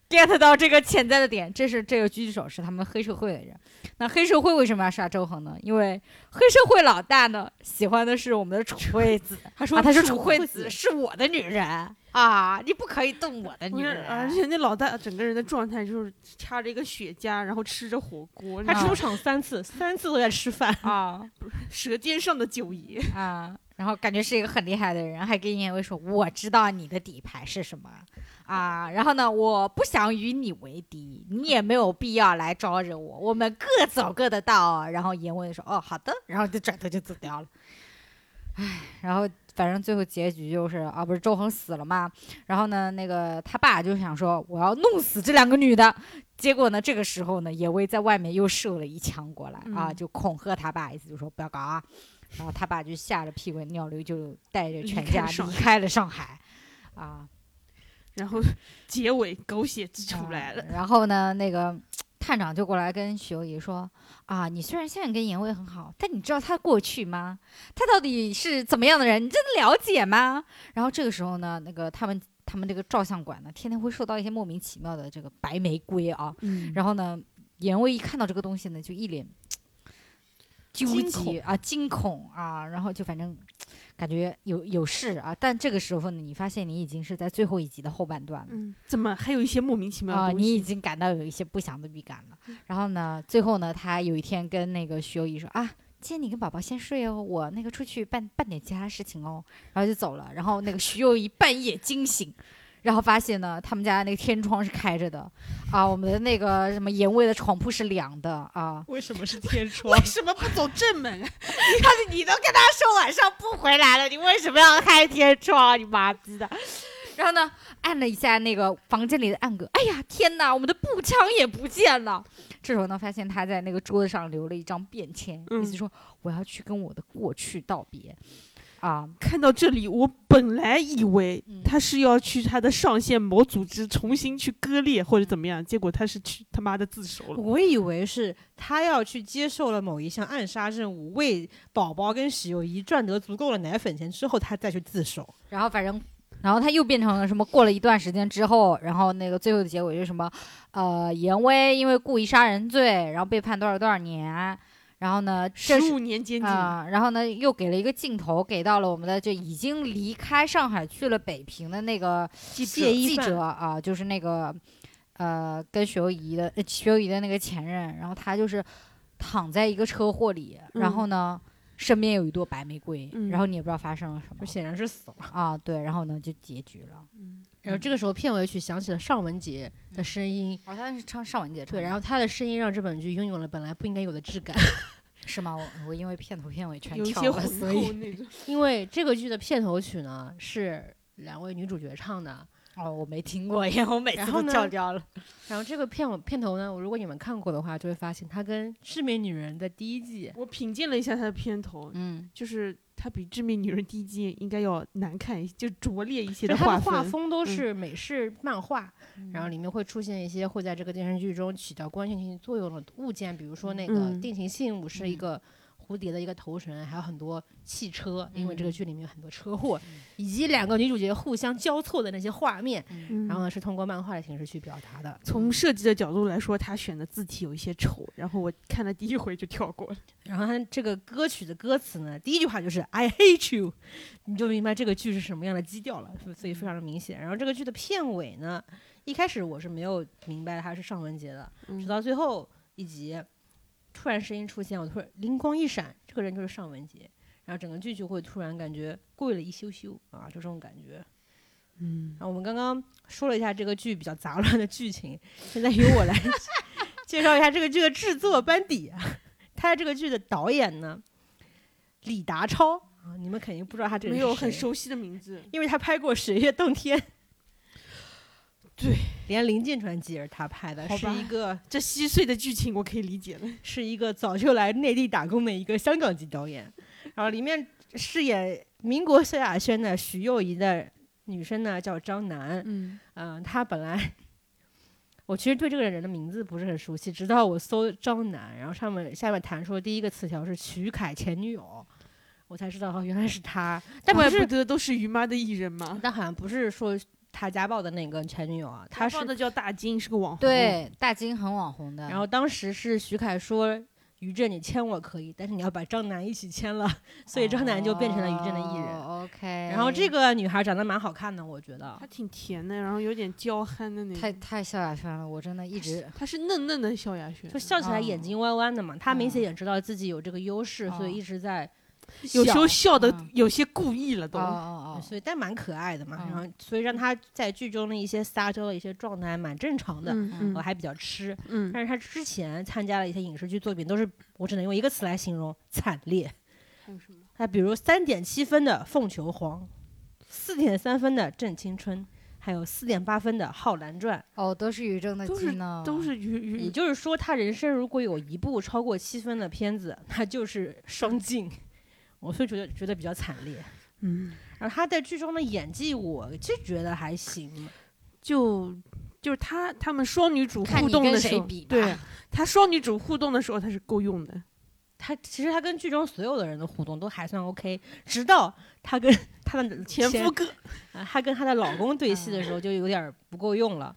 S2: get 到这个潜在的点？这是这个狙击手是他们黑社会的人。那黑社会为什么要杀周恒呢？因为黑社会老大呢喜欢的是我们的 楚惠子，
S1: 他说
S2: 啊，她是
S1: 楚
S2: 楚惠子，是我的女人啊，你不可以动我的
S3: 不
S2: 女
S3: 是，
S2: 人。啊
S3: 而 且那老大整个人的状态就是插着一个雪茄，然后吃着火锅，
S1: 他
S2: 啊
S1: 出场三次，三次都在吃饭。
S2: 啊
S3: 舌尖上的九爷，
S2: 啊！然后感觉是一个很厉害的人，还跟严威说：“我知道你的底牌是什么啊。”然后呢，我不想与你为敌，你也没有必要来招惹我，我们各走各的道。啊然后严威说：“哦，好的。”然后就转头就走掉了。唉，然后反正最后结局就是啊，不是周恒死了嘛？然后呢，那个他爸就想说：“我要弄死这两个女的。”结果呢，这个时候呢，野威在外面又射了一枪过来、啊，
S3: 嗯
S2: 就恐吓他爸，意思就说不要搞啊。然后他爸就吓得屁滚尿流，就带着全
S3: 离开
S2: 家
S3: 了上
S2: 离
S3: 海
S2: 开了上海，啊，
S3: 然后结尾狗血之 出来了
S2: 啊。然后呢，那个探长就过来跟许攸宜说：“啊，你虽然现在跟严威很好，但你知道他过去吗？他到底是怎么样的人？你真的了解吗？”然后这个时候呢，那个他们他们这个照相馆呢，天天会收到一些莫名其妙的这个白玫瑰啊，
S3: 嗯
S2: 然后呢，严威一看到这个东西呢，就一脸纠
S1: 惊恐。
S2: 结啊、惊恐啊，然后就反正感觉有有事啊。但这个时候呢，你发现你已经是在最后一集的后半段了。
S3: 嗯，怎么还有一些莫名其妙
S2: 啊、
S3: 的东
S2: 你已
S3: 西？嗯
S2: 经感到有一些不祥的预感了。然后呢，最后呢，他有一天跟那个徐友仪说啊，今天你跟宝宝先睡哦，我那个出去办办点其他事情哦，然后就走了。然后那个徐友仪半夜惊醒，然后发现呢，他们家那个天窗是开着的，啊，我们的那个什么严卫的床铺是凉的啊
S1: 为什么是天窗
S3: 为？什么不走正门啊？
S2: 他你都跟他说晚上不回来了，你为什么要开天窗？啊你妈逼的！然后呢，按了一下那个房间里的暗格，哎呀，天哪，我们的步枪也不见了。这时候呢，发现他在那个桌子上留了一张便签，
S3: 嗯
S2: 意思说我要去跟我的过去道别。啊，
S3: 看到这里，我本来以为
S2: 嗯
S3: 他是要去他的上线某组织重新去割裂或者怎么样，结果他是去他妈的自首了。
S1: 我以为是他要去接受了某一项暗杀任务，为宝宝跟许友谊赚得足够的奶粉钱之后，他再去自首。
S2: 然后反正，然后他又变成了什么？过了一段时间之后，然后那个最后的结尾就是什么？呃，严威因为故意杀人罪，然后被判多少多少年。然后呢，
S3: 十
S2: 这是
S3: 五年监禁，
S2: 啊、然后呢，又给了一个镜头，给到了我们的就已经离开上海去了北平的那个
S1: 记
S2: 记者啊、就是那个呃，跟徐友仪的呃徐友仪的那个前任，然后他就是躺在一个车祸里，然
S1: 嗯
S2: 后呢，身边有一朵白玫瑰，
S3: 嗯
S2: 然后你也不知道发生了什
S1: 就
S2: 么
S1: 显然是死了。
S2: 啊，对，然后呢就结局了。
S3: 嗯
S1: 然后这个时候片尾曲响起了尚雯婕的声音，
S2: 哦，他是唱尚雯婕唱
S1: 对，
S2: 的
S1: 然后她的声音让这本剧拥有了本来不应该有的质感。
S2: 是吗？我我因为片头片尾全
S3: 有一
S2: 跳
S3: 些
S2: 了，
S3: 浑
S2: 所
S3: 厚
S2: 以
S3: 那种。
S1: 因为这个剧的片头曲呢是两位女主角唱的，
S2: 哦我没听过耶，我每
S1: 然
S2: 次
S1: 后
S2: 都
S1: 呢
S2: 跳掉了。
S1: 然后这个片尾片头呢，如果你们看过的话，就会发现它跟《致命女人》的第一季
S3: 我品鉴了一下他的片头，
S2: 嗯，
S3: 就是他比《致命女人》第一季应该要难看一些，就拙劣一些
S1: 就它
S3: 画
S1: 的画
S3: 风。
S1: 风都
S3: 嗯
S1: 是美式漫画，然后
S2: 嗯
S1: 里面会出现一些会在这个电视剧中起到关键性作用的物件，比如说那个
S3: 嗯
S1: 定情信物是一
S2: 嗯
S1: 个蝴蝶的一个头绳，还有很多汽车，因为这
S2: 嗯
S1: 个剧里面有很多车祸，以及两个女主角互相交错的那些画面，
S3: 嗯
S1: 然后呢是通过漫画的形式去表达的。
S3: 从设计的角度来说，他选的字体有一些丑，然后我看了第一回就跳过了。
S1: 然后它这个歌曲的歌词呢，第一句话就是 "I hate you"，你就明白这个剧是什么样的基调了，所以非常的明显。然后这个剧的片尾呢，一开始我是没有明白它是尚雯婕的，
S3: 嗯
S1: 直到最后一集，突然声音出现，我突然灵光一闪，这个人就是尚雯婕。然后整个剧就会突然感觉贵了一羞羞啊，就这种感觉。
S3: 嗯，
S1: 然后我们刚刚说了一下这个剧比较杂乱的剧情，现在由我来介绍一下这个剧的制作班底啊。他这个剧的导演呢，李达超啊，你们肯定不知道他这个
S3: 没
S1: 人
S3: 有
S1: 是
S3: 很
S1: 谁，
S3: 熟悉的名字。
S1: 因为他拍过《水月洞天》
S3: 对，
S1: 连林进传记也是他拍的，
S3: 好
S1: 是
S3: 吧
S1: 一个
S3: 这稀碎的剧情我可以理解了。
S1: 是一个早就来内地打工的一个香港籍导演，然后里面饰演民国萧亚轩的徐幼仪的女生呢叫张楠，
S3: 嗯，
S1: 嗯、她本来 我其实对这个人的名字不是很熟悉，直到我搜张楠，然后上面下面弹出的第一个词条是徐凯前女友，我才知道哦原来是他，但不
S3: 怪不
S1: 是，
S3: 得都是于妈的艺人嘛。
S1: 但好像不是说他家暴的那个前女友啊，他是
S3: 放的叫大金，是个网红。，
S2: 对，大金很网红的。
S1: 然后当时是徐凯说：“于震，你签我可以，但是你要把张楠一起签了。”所以张楠就变成了于震的艺人。
S2: 哦 OK，
S1: 然后这个女孩长得蛮好看的，我觉得
S3: 她。挺甜的，然后有点娇憨的那
S2: 太
S3: 种。
S2: 太萧亚轩了，我真的一直
S3: 她是嫩嫩的萧亚轩啊
S1: 就，笑起来眼睛弯弯的嘛，她明显也知道自己有这个优势，所以
S2: 哦
S1: 一直在
S3: 有时候
S1: 笑
S3: 笑的
S2: 嗯
S3: 有些故意了都
S2: 哦。哦
S1: 所以但蛮可爱的嘛。
S3: 哦
S2: 嗯
S1: 然后所以让她在剧中的一些撒娇的一些状态蛮正常的，
S3: 嗯
S1: 我还比较吃。
S3: 嗯，
S1: 但是她之前参加了一些影视剧作品，都是我只能用一个词来形容：惨烈。
S3: 还有什么？
S1: 那比如三点七分的《凤求凰》，四点三分的《正青春》，还有四点八分的《浩然传
S2: 哦哦，都是于正的
S3: 都是
S2: 技能，
S3: 都是于》。
S1: 也
S3: 于
S1: 就是说，他人生如果有一部超过七分的片子，那就是双晋。我所以觉得觉得比较惨烈。
S3: 嗯，
S1: 然后他在剧中的演技，我就觉得还行。
S3: 就就是她她们双女主
S2: 看
S3: 互
S2: 你
S3: 动
S2: 跟
S3: 的
S2: 谁
S3: 时候
S2: 比，吧啊
S3: 对她双女主互动的时候她是够用的。
S1: 他其实他跟剧中所有的人的互动都还算 OK，直到他跟他的
S3: 前夫哥，
S1: 啊，她跟她的老公对戏的
S2: 嗯
S1: 时候就有点儿不够用了。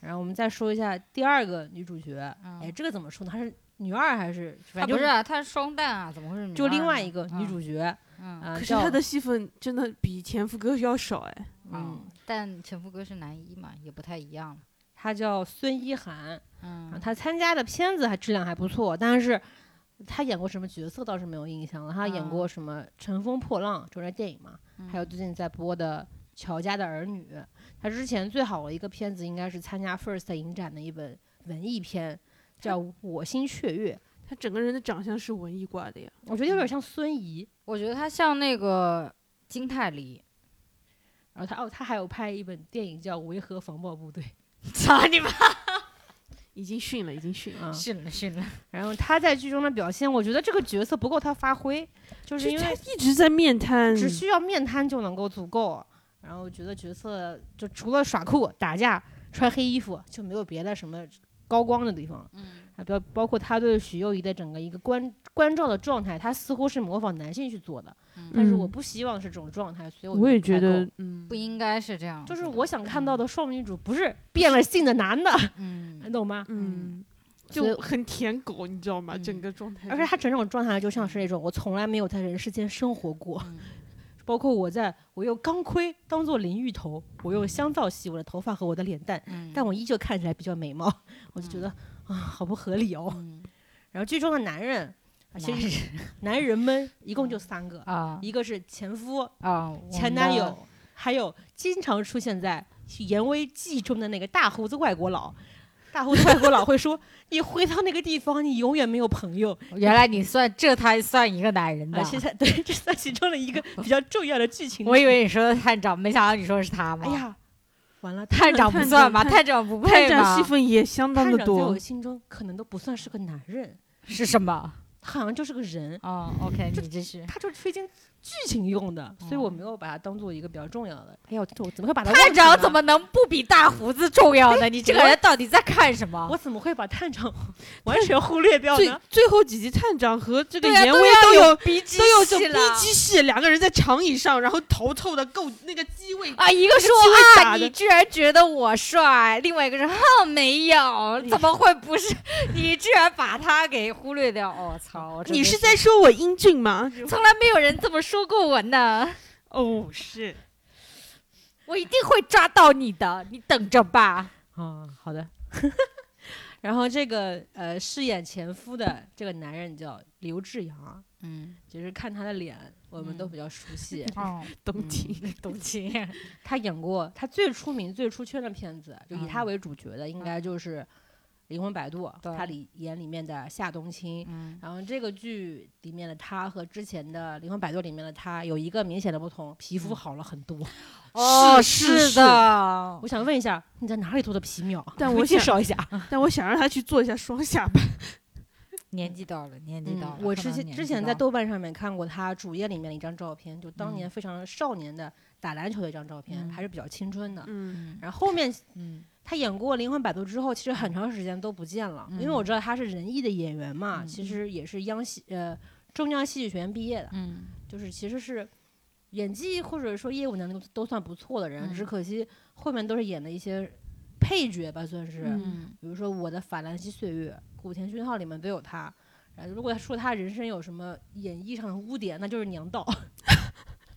S1: 然后我们再说一下第二个女主角，哎，
S2: 嗯
S1: 这个怎么说呢？她是女二还是
S2: 他
S1: 反正
S2: 不
S1: 就是
S2: 啊，他是双蛋啊，怎么会是女
S1: 就另
S2: 二
S1: 外
S2: 呢
S1: 一个女，主角
S2: 嗯嗯
S1: 啊，
S3: 可是
S1: 叫
S3: 她的戏份真的比前夫哥要少哎。
S2: 哦
S1: 嗯，
S2: 但陈富哥是男一嘛，也不太一样了，
S1: 她叫孙一涵，啊
S2: 嗯，
S1: 她参加的片子还质量还不错，但是她演过什么角色倒是没有印象了。她演
S2: 嗯
S1: 过什么《乘风破浪》就是那电影嘛，还有最近在播的。乔家的儿女，她之前最好的一个片子应该是参加 First 影展的一本文艺片，叫《我心雀跃》。
S3: 她整个人的长相是文艺挂的呀。
S1: 我觉得有点像孙怡。
S2: 我觉得他像那个金泰梨，
S1: 然后他哦，他还有拍一本电影叫《维和防暴部队
S2: 操你妈！
S3: 已经训了，已经训》了。
S1: 啊。
S2: 训了 训了，
S1: 然后他在剧中的表现，我觉得这个角色不够他发挥，就是因为
S3: 一直在面瘫，
S2: 嗯
S1: 只需要面瘫就能够足够。然后我觉得角色就除了耍酷、打架、穿黑衣服，就没有别的什么高光的地方。
S2: 嗯，
S1: 还包包括他对许幼仪的整个一个关关照的状态，他似乎是模仿男性去做的，
S2: 嗯
S1: 但是我不希望是这种状态，所以
S3: 嗯我也觉
S1: 不太够
S3: 得，嗯
S2: 不，应该是这样子
S1: 就
S2: 的，
S1: 是我想看到的双女主不是变了性的男的，
S2: 嗯，
S1: 你懂吗？
S3: 嗯，
S1: 所以
S3: 就很舔狗，你知道吗？
S2: 嗯
S3: 整个状态，
S1: 而且他整种状态就像是那种我从来没有在人世间生活过，
S2: 嗯
S1: 包括我在我用钢盔当做淋浴头，我用香皂洗我的头发和我的脸蛋，
S2: 嗯，
S1: 但我依旧看起来比较美貌，我就觉得啊，好不合理哦。
S2: 嗯
S1: 然后剧中的男人，啊其
S2: 男
S1: 实男人们一共就三个，
S2: 啊
S1: 一个是前夫、
S2: 啊，我们
S1: 前男
S2: 的
S1: 友，还有经常出现在言危记中的那个大胡子外国佬。大胡子外国佬会说：“ 你回到那个地方，你永远没有朋友。”
S2: 原来你算这他算一个男人的
S1: 啊，，现在 对，这算其中的一个比较重要的剧 情。
S2: 我以为你说的探长，没想到你说的是他嘛。
S1: 哎，呀，完了，
S2: 探长不算吧？
S3: 探
S2: 探长不
S3: 探
S2: 配
S3: 长
S2: 吗
S3: 戏？份也相当
S1: 探
S3: 的
S1: 长在
S3: 多
S1: 我，心中可能都不算是个男人，
S2: 是什么？
S1: 他好像就是个人，
S2: 哦，OK，你继续。
S1: 他就是推荐剧情用的，所以我没有把它当做一个比较重要的。哦哎呀，我我怎么会把它忘
S2: 探
S1: 记
S3: 啊
S2: 长
S1: 呢
S2: 怎？么能不比大胡子重要
S3: 哎
S2: 呢？你这个人到底在看什么？
S1: 我怎么会把探长 完全忽略掉
S3: 最
S1: 呢？
S3: 最后几集探长和这个
S2: 对呀，啊
S3: 严
S2: 都
S3: 威
S2: 要
S3: 都有。
S2: 鼻基
S3: 都有这
S2: 戏
S3: 种
S2: 了
S3: B 机戏，两个人在长椅上，然后头凑的够那个机位，
S2: 啊！一个说
S3: 机会
S2: 啊，
S3: 咋的
S2: 你居然觉得我帅，另外一个人哼没
S3: 哎
S2: 有，怎么会不是？你居然把他给忽略掉！我、操！我真
S3: 你
S2: 的
S3: 是在说我英俊吗？
S2: 从来没有人这么说过我 呢。
S3: 哦，是，
S2: 我一定会抓到你的，你等着吧。
S1: 啊，好 的。然后这个呃，饰演前夫的这个男人叫刘志阳，啊
S2: 嗯，
S1: 就是看他的脸，我们都
S2: 嗯
S1: 比较熟悉。
S2: 哦，
S3: 懂情，
S2: 董卿，
S1: 他演过他最出名、最出圈的片子，就以他
S2: 嗯
S1: 为主角的，应该就是灵魂摆渡》，
S2: 对
S1: 他里演里面的夏冬青。
S2: 嗯
S1: 然后这个剧里面的他和之前的《灵魂摆渡》里面的他有一个明显的不同，皮
S2: 嗯
S1: 肤好了很多。
S2: 哦，
S3: 嗯是是
S2: 的，
S1: 我想问一下，你在哪里做的皮秒？嗯
S3: 但
S1: 给
S3: 我
S1: 介
S3: 想
S1: 绍一下，
S3: 但我想让他去做一下双下巴，
S2: 年纪到了，年纪
S1: 嗯
S2: 到了。
S1: 我
S2: 可
S1: 之
S2: 能
S1: 前
S2: 年
S1: 之
S2: 纪
S1: 前
S2: 到
S1: 在
S2: 了
S1: 豆瓣上面看过他主页里面的一张照片，就当
S2: 嗯
S1: 年非常少年的打篮球的一张照片，
S2: 嗯
S1: 还是比较青春的。
S3: 嗯，
S2: 嗯
S1: 然后后面
S2: 嗯
S1: 他演过《灵魂摆渡》之后，其实很长时间都不见了，因为我知道他是仁义的演员嘛，
S2: 嗯
S1: 其实也是央戏呃中央戏剧学院毕业的，
S2: 嗯
S1: 就是其实是演技或者说业务能力都算不错的人，
S2: 嗯
S1: 只可惜后面都是演的一些配角吧，算是，
S3: 嗯
S2: 嗯
S1: 比如说我的《法兰西岁月》《古田勋号》里面都有他。然后如果说他人生有什么演绎上的污点，那就是娘道，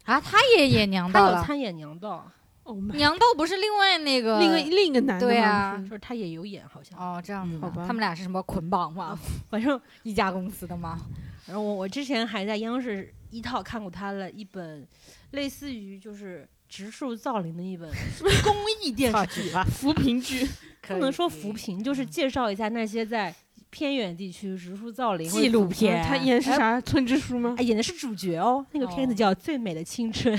S2: 啊，他也演娘
S1: 他
S2: 道
S1: 有
S2: 了，
S1: 参演娘道，
S3: 哦妈，
S2: 娘道不是另外那个
S3: 另一个另一个男的
S2: 呃对
S3: 吗
S2: 啊
S3: 不
S1: 就是是他也有演好像。
S2: 哦，这样子
S1: 嗯
S2: 的
S3: 好吧
S2: 他们俩是什么捆绑吗？
S1: 反正
S2: 一家公司的吗？
S1: 然后我我之前还在央视一套看过他的一本，类似于就是植树造林的一 本公益电视剧，
S3: 扶贫剧，
S1: 不能说扶贫，就是
S2: 嗯
S1: 介绍一下那些在偏远地区植树造林
S2: 纪录片
S3: 嗯他演的
S2: 哎
S3: 是啥？村支书吗
S1: 哎，？演的是主角哦。那个片子
S2: 哦
S1: 叫《最美的青春》，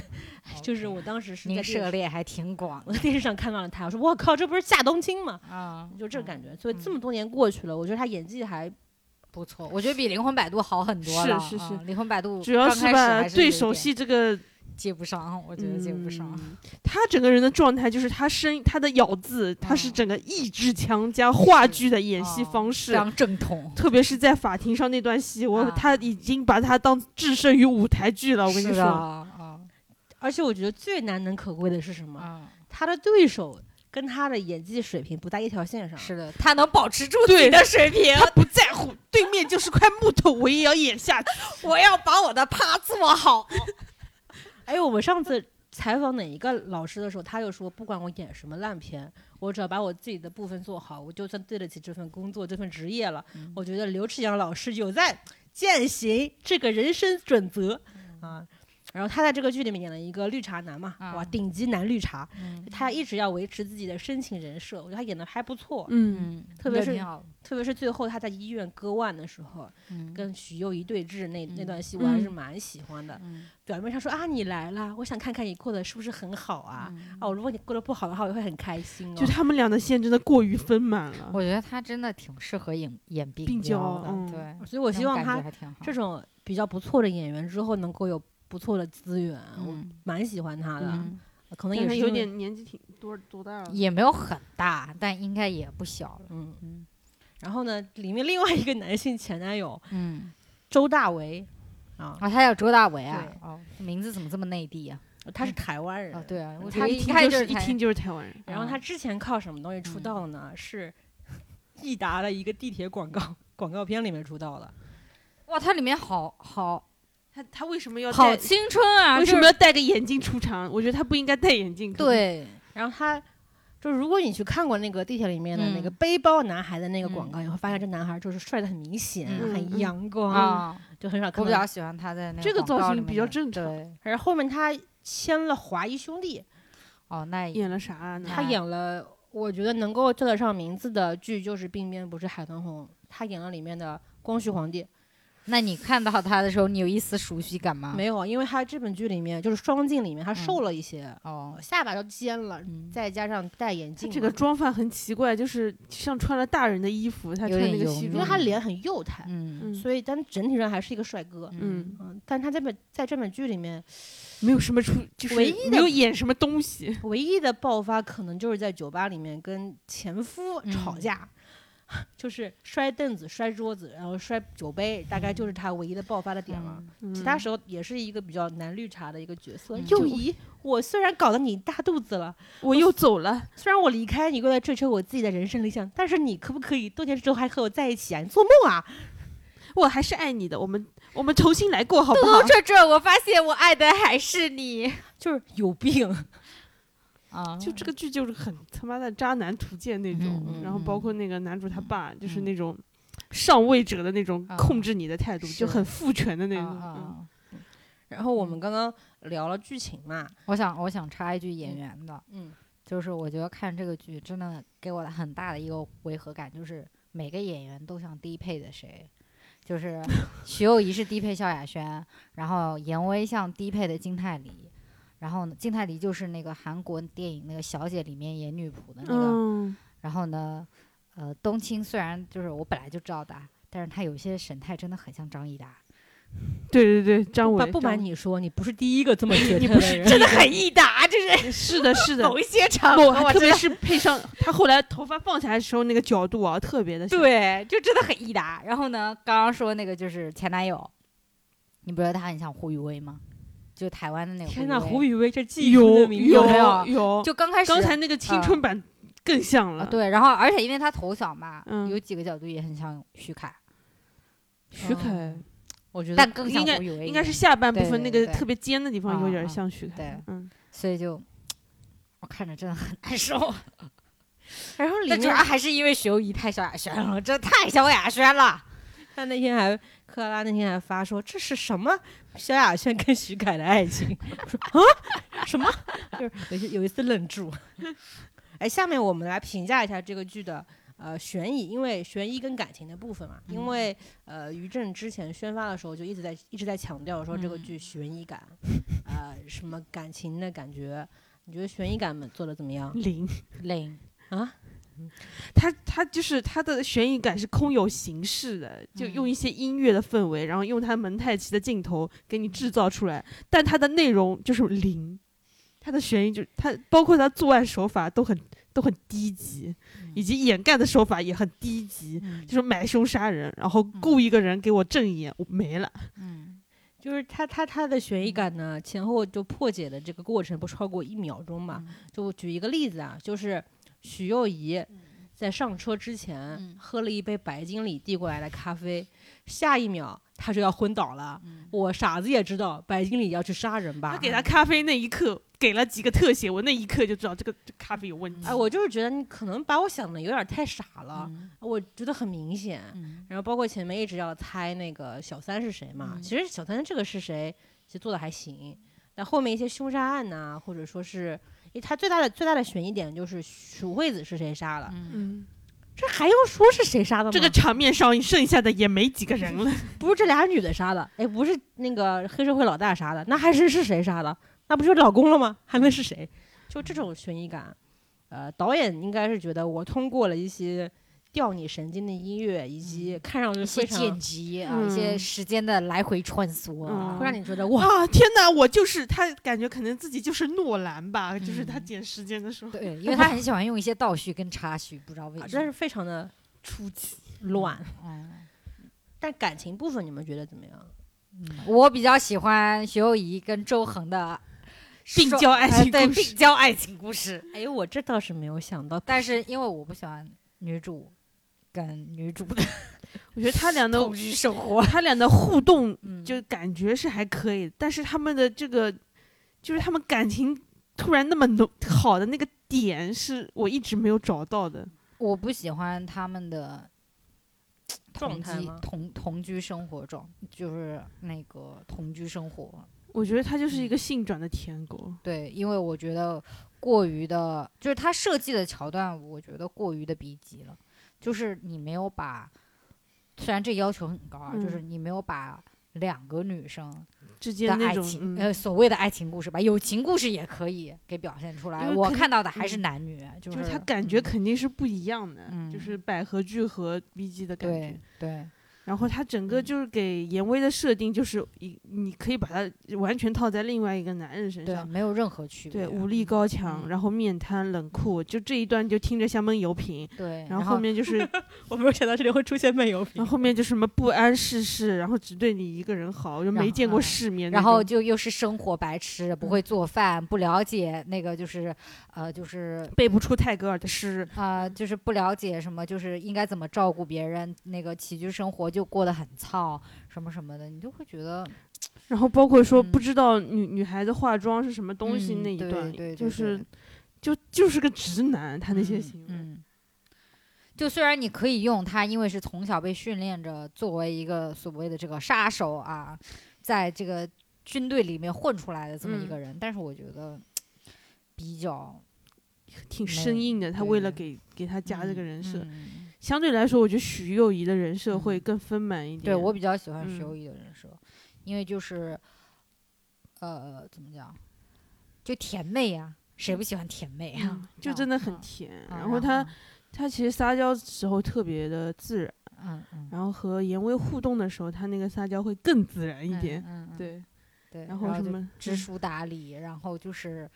S1: 就是我
S2: OK
S1: 当时是在
S2: 哦您
S1: 电
S2: 涉
S1: 视
S2: 猎还挺广
S1: 我在电视上看到了他，我说我靠，这不是夏冬青吗？
S2: 啊，
S1: 就这
S2: 嗯
S1: 感觉。所以这
S2: 嗯
S1: 么多年过去了，我觉得他演技还
S2: 不错，我觉得比《灵魂摆渡》好很多
S3: 是
S2: 了。
S3: 是是
S2: 啊灵魂摆渡》
S3: 主要
S2: 刚
S3: 是
S2: 开始
S3: 吧
S2: 还，是
S3: 对
S2: 有
S3: 手
S2: 点
S3: 戏这个，
S2: 接不上，我觉得接不上。
S3: 嗯他整个人的状态就是他声他的咬字，他是
S2: 嗯
S3: 整个意志强加话剧的演戏
S2: 哦
S3: 方
S2: 非
S3: 式，
S2: 常正统。
S3: 特别是在法庭上那段戏，我、
S2: 啊
S3: 他已经把他当置身于舞台剧了。我跟你
S2: 是的
S3: 说，
S2: 啊
S1: 而且我觉得最难能可贵的是什么？
S2: 啊，
S1: 他的对手跟他的演技水平不在一条线上。
S2: 是的，他能保持住自己
S3: 对
S2: 的水平，
S3: 他不在乎，对面就是块木头，我也要演下去。
S2: 我要把我的趴做好。
S1: 哎呦，我上次采访哪一个老师的时候，他就说，不管我演什么烂片，我只要把我自己的部分做好，我就算对得起这份工作、这份职业了。
S2: 嗯
S1: 我觉得刘志扬老师有在践行这个人生准则
S2: 嗯
S1: 啊。然后他在这个剧里面演了一个绿茶男嘛，
S2: 啊
S1: 哇，顶级男绿茶，
S2: 嗯
S1: 他一直要维持自己的深情人设，我觉得他演的还不错，
S3: 嗯，
S2: 嗯，
S1: 特别是
S2: 挺好的。
S1: 特别是最后他在医院割腕的时候，
S2: 嗯
S1: 跟许攸宜对峙那那
S2: 嗯
S1: 段戏，我还是
S3: 嗯
S1: 蛮喜欢的。
S2: 嗯
S1: 表面上说啊，你来了，我想看看你过得是不是很好啊。
S2: 嗯
S1: 哦，如果你过得不好的话，我会很开心哦。
S3: 就他们俩的线真的过于丰满了。
S2: 我觉得他真的挺适合演演病
S3: 病
S2: 娇
S3: 娇
S2: 的，
S3: 嗯
S2: 对。
S1: 所以我
S2: 我
S1: 希望他
S2: 还挺好。
S1: 这种比较不错的演员之后能够有不错的资源，我
S2: 嗯
S1: 蛮喜欢他的。
S2: 嗯
S1: 可能
S3: 但
S1: 也
S3: 他
S1: 是
S3: 有
S1: 因为
S3: 点年纪挺多多大了？
S2: 也没有很大，但应该也不小了。
S1: 嗯
S2: 嗯
S1: 然后呢，里面另外一个男性前男友
S2: 嗯，
S1: 周大为啊，
S2: 啊，他叫周大为啊
S1: 对，
S2: 哦，名字怎么这么内地啊？
S1: 他是台湾人。
S2: 啊，对啊，我觉
S3: 他
S2: 得
S3: 一
S2: 一
S3: 听
S2: 看
S3: 就是一
S2: 台
S3: 听就是台湾人。
S1: 然后他之前靠什么东西出道的呢？是 益达的一个地铁广告广告片里面出道的。
S2: 哇，它里面好好
S3: 他他为什么要
S2: 好
S3: 戴？
S2: 青春啊！
S3: 为
S2: 就
S3: 什
S2: 是
S3: 么要戴个眼镜出场？我觉得他不应该戴眼镜。可能，
S2: 对
S1: 然后他就如果你去看过那个地铁里面的那个
S2: 嗯
S1: 背包男孩的那个广
S2: 嗯
S1: 告，你会发现这男孩就是帅的很明显，
S2: 嗯
S1: 很
S3: 嗯
S1: 阳光，
S2: 啊，
S1: 就很少看
S2: 我比
S1: 到
S2: 较
S1: 他。
S2: 喜欢他在那
S3: 这个
S2: 广告
S3: 造
S2: 里
S3: 型
S2: 面
S3: 比较
S2: 的
S3: 正常
S2: 对，
S1: 而后面他签了华谊兄弟，
S2: 哦，那也
S3: 演了啥呢？
S1: 他
S2: 啊
S1: 演了我觉得能够叫得上名字的剧就是《鬓边不是海棠红》，他演了里面的光绪皇帝。
S2: 那你看到他的时候，你有一丝熟悉感吗？
S1: 没有啊，因为他这本剧里面就是双镜里面他
S2: 嗯
S1: 瘦了一些，
S2: 哦，
S1: 下巴都尖了，
S2: 嗯，
S1: 再加上戴眼
S3: 他
S1: 镜嘛，
S3: 这个妆发很奇怪，就是像穿了大人的衣服，他
S2: 有
S3: 穿那
S2: 点
S3: 个
S2: 油
S3: 西
S2: 腻
S1: 因
S3: 装
S1: 为。他脸很幼态，
S2: 嗯
S3: 嗯
S1: 所以但整体上还是一个帅哥。
S2: 嗯
S3: 嗯，
S1: 嗯，但他这本在这本剧里面，
S3: 没有什么出，就是
S1: 唯一的
S3: 没有演什么东西。
S1: 唯一的爆发可能就是在酒吧里面跟前夫吵
S2: 嗯
S1: 架， 就是摔凳子、摔桌子，然后摔酒杯，大概就是他唯一的爆发的点了。
S2: 嗯
S1: 其他时候也是一个比较男绿茶的一个角色。
S2: 嗯
S1: 幼仪，我虽然搞得你大肚子了，
S3: 候我又走了，
S1: 虽然我离开你，为了追求我自己的人生理想，但是你可不可以多年之后还和我在一起啊？你做梦啊！
S3: 我还是爱你的。我们我们重新来过，好不
S2: 兜
S3: 好？
S2: 转转，我发现我爱的还是你
S1: 就是有病。
S2: 啊！
S3: 就这个剧就是很他妈的渣男图鉴那种，
S2: 嗯
S3: 然后包括那个男主他爸，就是
S2: 嗯
S3: 那种上位者的那种
S2: 啊
S3: 控制你的态度，
S2: 是
S3: 就很父权的那种。
S2: 啊
S3: 嗯
S2: 啊！
S1: 然后
S2: 嗯
S1: 我们刚刚聊了剧情嘛，
S2: 我想我想插一句演员的，
S1: 嗯，
S2: 就是我觉得看这个剧真的给我的很大的一个违和感，就是每个演员都像低配的谁，就是徐幼仪是低配萧亚轩，然后严威像低配的金泰梨，然后呢，金泰梨就是那个韩国电影那个《小姐》里面演女仆的那个，
S3: 嗯，
S2: 然后呢，呃，冬青虽然就是我本来就知道的，啊但是他有些神态真的很像张艺达，
S3: 对对对，张
S1: 不
S3: 伟，
S1: 瞒不瞒
S3: 张
S1: 你说，你不是第一个 这么觉
S3: 你
S1: 得的
S3: 不是
S1: 人。
S2: 真的很艺达，就是
S3: 伟， 是的，是的，
S2: 某一些场合
S3: 我
S2: 我
S3: 特
S2: 真
S3: 别
S2: 的
S3: 是配上他后来头发放下来的时候那个角度啊，特别的 像，
S2: 对，就真的很益达。然后呢，刚刚说那个就是前男友，你不觉得他很像胡宇威吗？就台湾的那个
S1: 天哪，
S2: 宇
S1: 胡
S2: 威
S1: 宇威这记忆
S3: 有
S1: 的名字
S2: 没
S3: 有
S2: 有啊
S3: 有，
S2: 就刚开始
S3: 刚才那个青春版更像
S2: 啊
S3: 了，，
S2: 对，然后而且因为他头小嘛，
S3: 嗯
S2: 有几个角度也很像徐凯，
S3: 徐凯
S2: 我觉
S3: 得
S2: 但更像
S3: 应该
S2: 胡宇威一
S3: 应该
S2: 点
S3: 是下半部
S2: 对
S3: 分那
S2: 对
S3: 个
S2: 对
S3: 特别尖的地方有点
S2: 啊啊
S3: 像徐凯
S2: 对，
S3: 嗯，
S2: 所以就我看着真的很难受。
S1: 然后里
S2: 但主要
S1: 面，
S2: 还是因为徐幼仪太萧亚轩了，这太萧亚轩了。
S1: 他那天还克拉拉那天还发说这是什么萧亚轩跟徐凯的爱情， 我说啊什么， 就是有一有一次愣住。 哎，下面我们来评价一下这个剧的呃悬疑，因为悬疑跟感情的部分嘛，因
S2: 嗯
S1: 为呃于正之前宣发的时候就一直在一直在强调说这个
S2: 嗯
S1: 剧悬疑感，呃什么感情的感觉，你觉得悬疑感们做的怎么样？
S3: 零，
S2: 零
S3: 他他就是他的悬疑感是空有形式的，就用
S2: 嗯
S3: 一些音乐的氛围，然后用他蒙太奇的镜头给你制造出来，但他的内容就是零，他的悬疑就他包括他作案手法都很都很低级，以及掩盖的手法也很低级，嗯就是买凶杀人，然后雇一个人给我正眼，我没了。
S2: 嗯，
S1: 就是他他他的悬疑感呢，前后就破解的这个过程不超过一秒钟嘛。就举一个例子啊，就是许幼仪在上车之前、
S2: 嗯
S1: 喝了一杯白经理递过来的咖啡，下一秒他就要昏倒了。我傻子也知道白经理要去杀人吧？
S3: 他给他咖啡那一刻给了几个特写，我那一刻就知道这个这个咖啡有问
S2: 嗯
S3: 题。
S1: 哎，我就是觉得你可能把我想的有点太傻了，我觉得很明显。
S2: 嗯
S1: 然后包括前面一直要猜那个小三是谁嘛，
S2: 嗯
S1: 其实小三这个是谁，其实做的还行。但后面一些凶杀案呐、或者说是，因为他最大的最大的悬疑点就是鼠惠子是谁杀了，
S2: 嗯
S3: 嗯，
S1: 这还用说是谁杀的吗？
S3: 这个场面上剩下的也没几个人了。
S1: 不是这俩女的杀的，哎，不是那个黑社会老大杀的，那还是是谁杀的？那不就是老公了吗？还能是谁？就这种悬疑感，呃，导演应该是觉得我通过了一些吊你神经的音乐，以及看上去
S2: 一些
S1: 非常
S2: 剪辑啊，一些
S3: 嗯
S2: 时间的来回穿梭啊，
S3: 嗯
S1: 会让你觉得哇，
S3: 啊！天哪，我就是他，感觉可能自己就是诺兰吧，就是他剪时间的时候，
S2: 对，因为他很喜欢用一些倒叙跟插叙，不知道为
S1: 啊
S2: 什
S1: 真
S2: 么。
S1: 是非常的出奇乱。
S2: 嗯
S1: 但感情部分你们觉得怎么样？
S2: 我比较喜欢徐幼仪跟周恒的
S3: 病
S2: 双
S3: 娇爱
S2: 呃
S3: 情
S2: 对
S3: 故事
S2: 病娇爱情故事。
S1: 哎，我这倒是没有想到，
S2: 但是因为我不喜欢女主跟女主的
S3: 我觉得他俩的
S2: 同居生活，
S3: 他俩的互动
S2: 嗯，
S3: 就感觉是还可以，但是他们的这个，就是他们感情突然那么浓好的那个点，是我一直没有找到的。
S2: 我不喜欢他们的
S1: 状
S2: 同
S1: 态
S2: 居
S1: 吗
S2: 同同居生活状，就是那个同居生活。
S3: 我觉得他就是一个性转的舔狗。
S2: 对，因为我觉得过于的，就是他设计的桥段，我觉得过于的逼急了。就是你没有把，虽然这要求很高啊，就是你没有把两个女生
S3: 之
S2: 的
S3: 间那
S2: 爱
S3: 种，
S2: 情，
S3: 嗯、
S2: 呃，所谓的爱情故事吧，友情故事也可以给表现出来。
S3: 因为
S2: 我
S3: 可
S2: 看到的还是
S3: 嗯
S2: 男女，就
S3: 就是
S2: 是
S3: 他感觉
S2: 嗯
S3: 肯定是不一样的，
S2: 嗯
S3: 就是百合剧和 B G 的感觉
S2: 对。对，
S3: 然后他整个
S2: 嗯
S3: 就是给严威的设定就是一，你可以把它完全套在另外一个男人身
S2: 对，
S3: 上。
S2: 没有任何区别。
S3: 对，武力高强，
S2: 嗯
S3: 然后面瘫冷酷，就这一段就听着像闷油瓶，
S2: 对，
S3: 然后后 面就是，
S1: 我没有想到这里会出现闷油
S3: 然
S1: 瓶
S3: 后。后面就是什么不谙世事，然后只对你一个人好，就
S2: 然
S3: 没
S2: 后
S3: 见过
S2: 嗯
S3: 世面那嗯
S2: 然
S3: 种。
S2: 后就又是生活白痴，不会做饭，不了解那个就是，呃，就是
S3: 背不出泰戈尔的诗，
S2: 啊、就是不了解什么，就是应该怎么照顾别人，那个起居生活就过得很糙，什么什么的，你就会觉得
S3: 然后包括说
S2: 嗯
S3: 不知道女、女孩子化妆是什么东西
S2: 嗯
S3: 那一
S2: 对
S3: 段，
S2: 对对
S3: 就
S2: 对
S3: 是就就是个直男，他那些
S2: 嗯
S3: 行为。
S2: 嗯。就虽然你可以用他，因为是从小被训练着作为一个所谓的这个杀手啊，在这个
S3: 嗯
S2: 军队里面混出来的这么一个人，但是我觉得比较
S3: 挺
S7: 没
S3: 生硬的。他为了
S7: 对
S3: 给给他加这个人设，
S7: 嗯
S3: 相对来说，我觉得许佑怡的人设
S7: 嗯
S3: 会更丰满一点。
S7: 对我比较喜欢
S3: 嗯
S7: 徐友义的人设，因为就是，呃，怎么讲，就甜妹呀、谁不喜欢甜妹
S2: 啊
S7: 呀、
S3: 嗯就真的很甜。
S7: 啊
S3: 然后他他其实撒娇时候特别的自然，
S7: 嗯嗯，
S3: 然后和严威互动的时候，他那个撒娇会更自然一
S7: 嗯
S3: 点。
S7: 嗯嗯
S3: 对，
S7: 对，
S3: 然后什
S7: 就
S3: 么嗯
S1: 嗯
S7: 知书达理，然后就是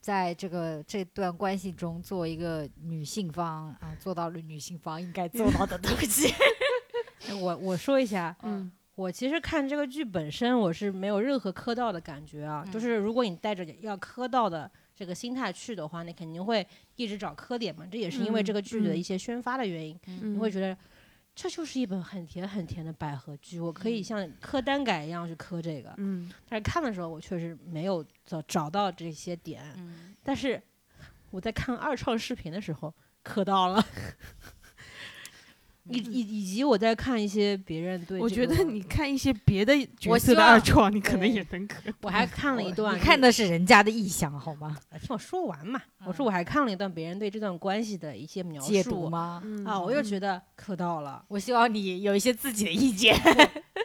S7: 在这个这段关系中做一个女性方啊，做到了女性方应该做到的东 西。
S1: 哎我我说一下，
S3: 嗯
S1: 我其实看这个剧本身，我是没有任何磕到的感觉啊。
S7: 嗯
S1: 就是如果你带着要磕到的这个心态去的话，你肯定会一直找磕点嘛。这也是因为这
S3: 嗯
S1: 个剧的
S3: 嗯
S1: 一些宣发的原因，
S3: 嗯，
S1: 你会觉得这就是一本很甜很甜的百合剧，我可以像磕单改一样去磕这个。
S3: 嗯
S1: 但是看的时候，我确实没有找找到这些点。
S7: 嗯，
S1: 但是我在看二创视频的时候磕到 了，以以以及我在看一些别人对、这个，
S3: 我觉得你看一些别的角
S7: 我
S3: 色
S7: 希
S3: 的二
S7: 望
S3: 创，你可能
S1: 对
S3: 也能磕。
S1: 我还嗯看了一段，哎
S2: 你看的是人家的意向好吗？
S1: 听我说完嘛，我说我还看了一段别人对这段关系的一些描
S2: 解读
S1: 述。
S2: 吗？
S7: 嗯
S1: 啊，
S3: 嗯
S1: 我又觉得磕到 了，
S2: 我希望你有一些自己的意 见。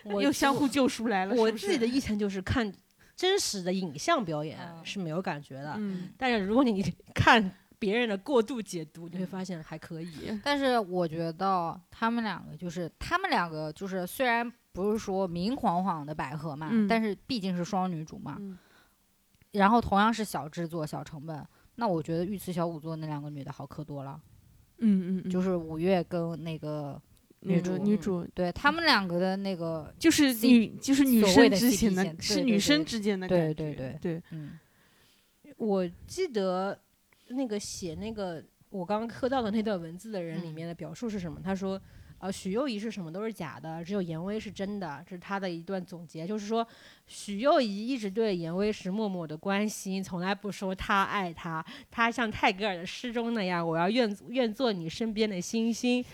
S1: 我
S3: 又相互救赎来了。
S1: 我
S3: 是不
S1: 自己
S3: 是
S1: 的意见就是看真实的影像表演
S7: 嗯
S1: 是没有感觉的，
S3: 嗯
S1: 但是如果你 看别人的过度解读，你会发现还可以。
S7: 但是我觉得他们两个就是他们两个就是虽然不是说明晃晃的百合嘛，
S3: 嗯
S7: 但是毕竟是双女主嘛，
S3: 嗯
S7: 然后同样是小制作小成本，那我觉得御赐小仵作那两个女的好磕多了，
S3: 嗯嗯，
S7: 就是是五月跟那个
S3: 女
S7: 女
S3: 主
S7: 主
S3: 女主
S7: 对他们两个的那个
S3: 就是
S7: ，C-
S3: 女就是女
S7: 所
S3: 生
S7: 谓的
S3: 之
S7: CP
S3: 间的，
S7: 线
S3: 是
S7: 对
S3: 女
S7: 对
S3: 生
S7: 对
S3: 之间的感觉。
S7: 对对对
S3: 对，
S7: 嗯
S1: 我记得那个写那个我刚刚磕到的那段文字的人里
S7: 嗯
S1: 面的表述是什么？他说。呃，许攸宜是什么都是假的，只有严威是真的，这是他的一段总结。就是说，许攸宜一直对严威是默默的关心，从来不说他爱他。他像泰戈尔的诗中那样，我要愿愿做你身边的星星。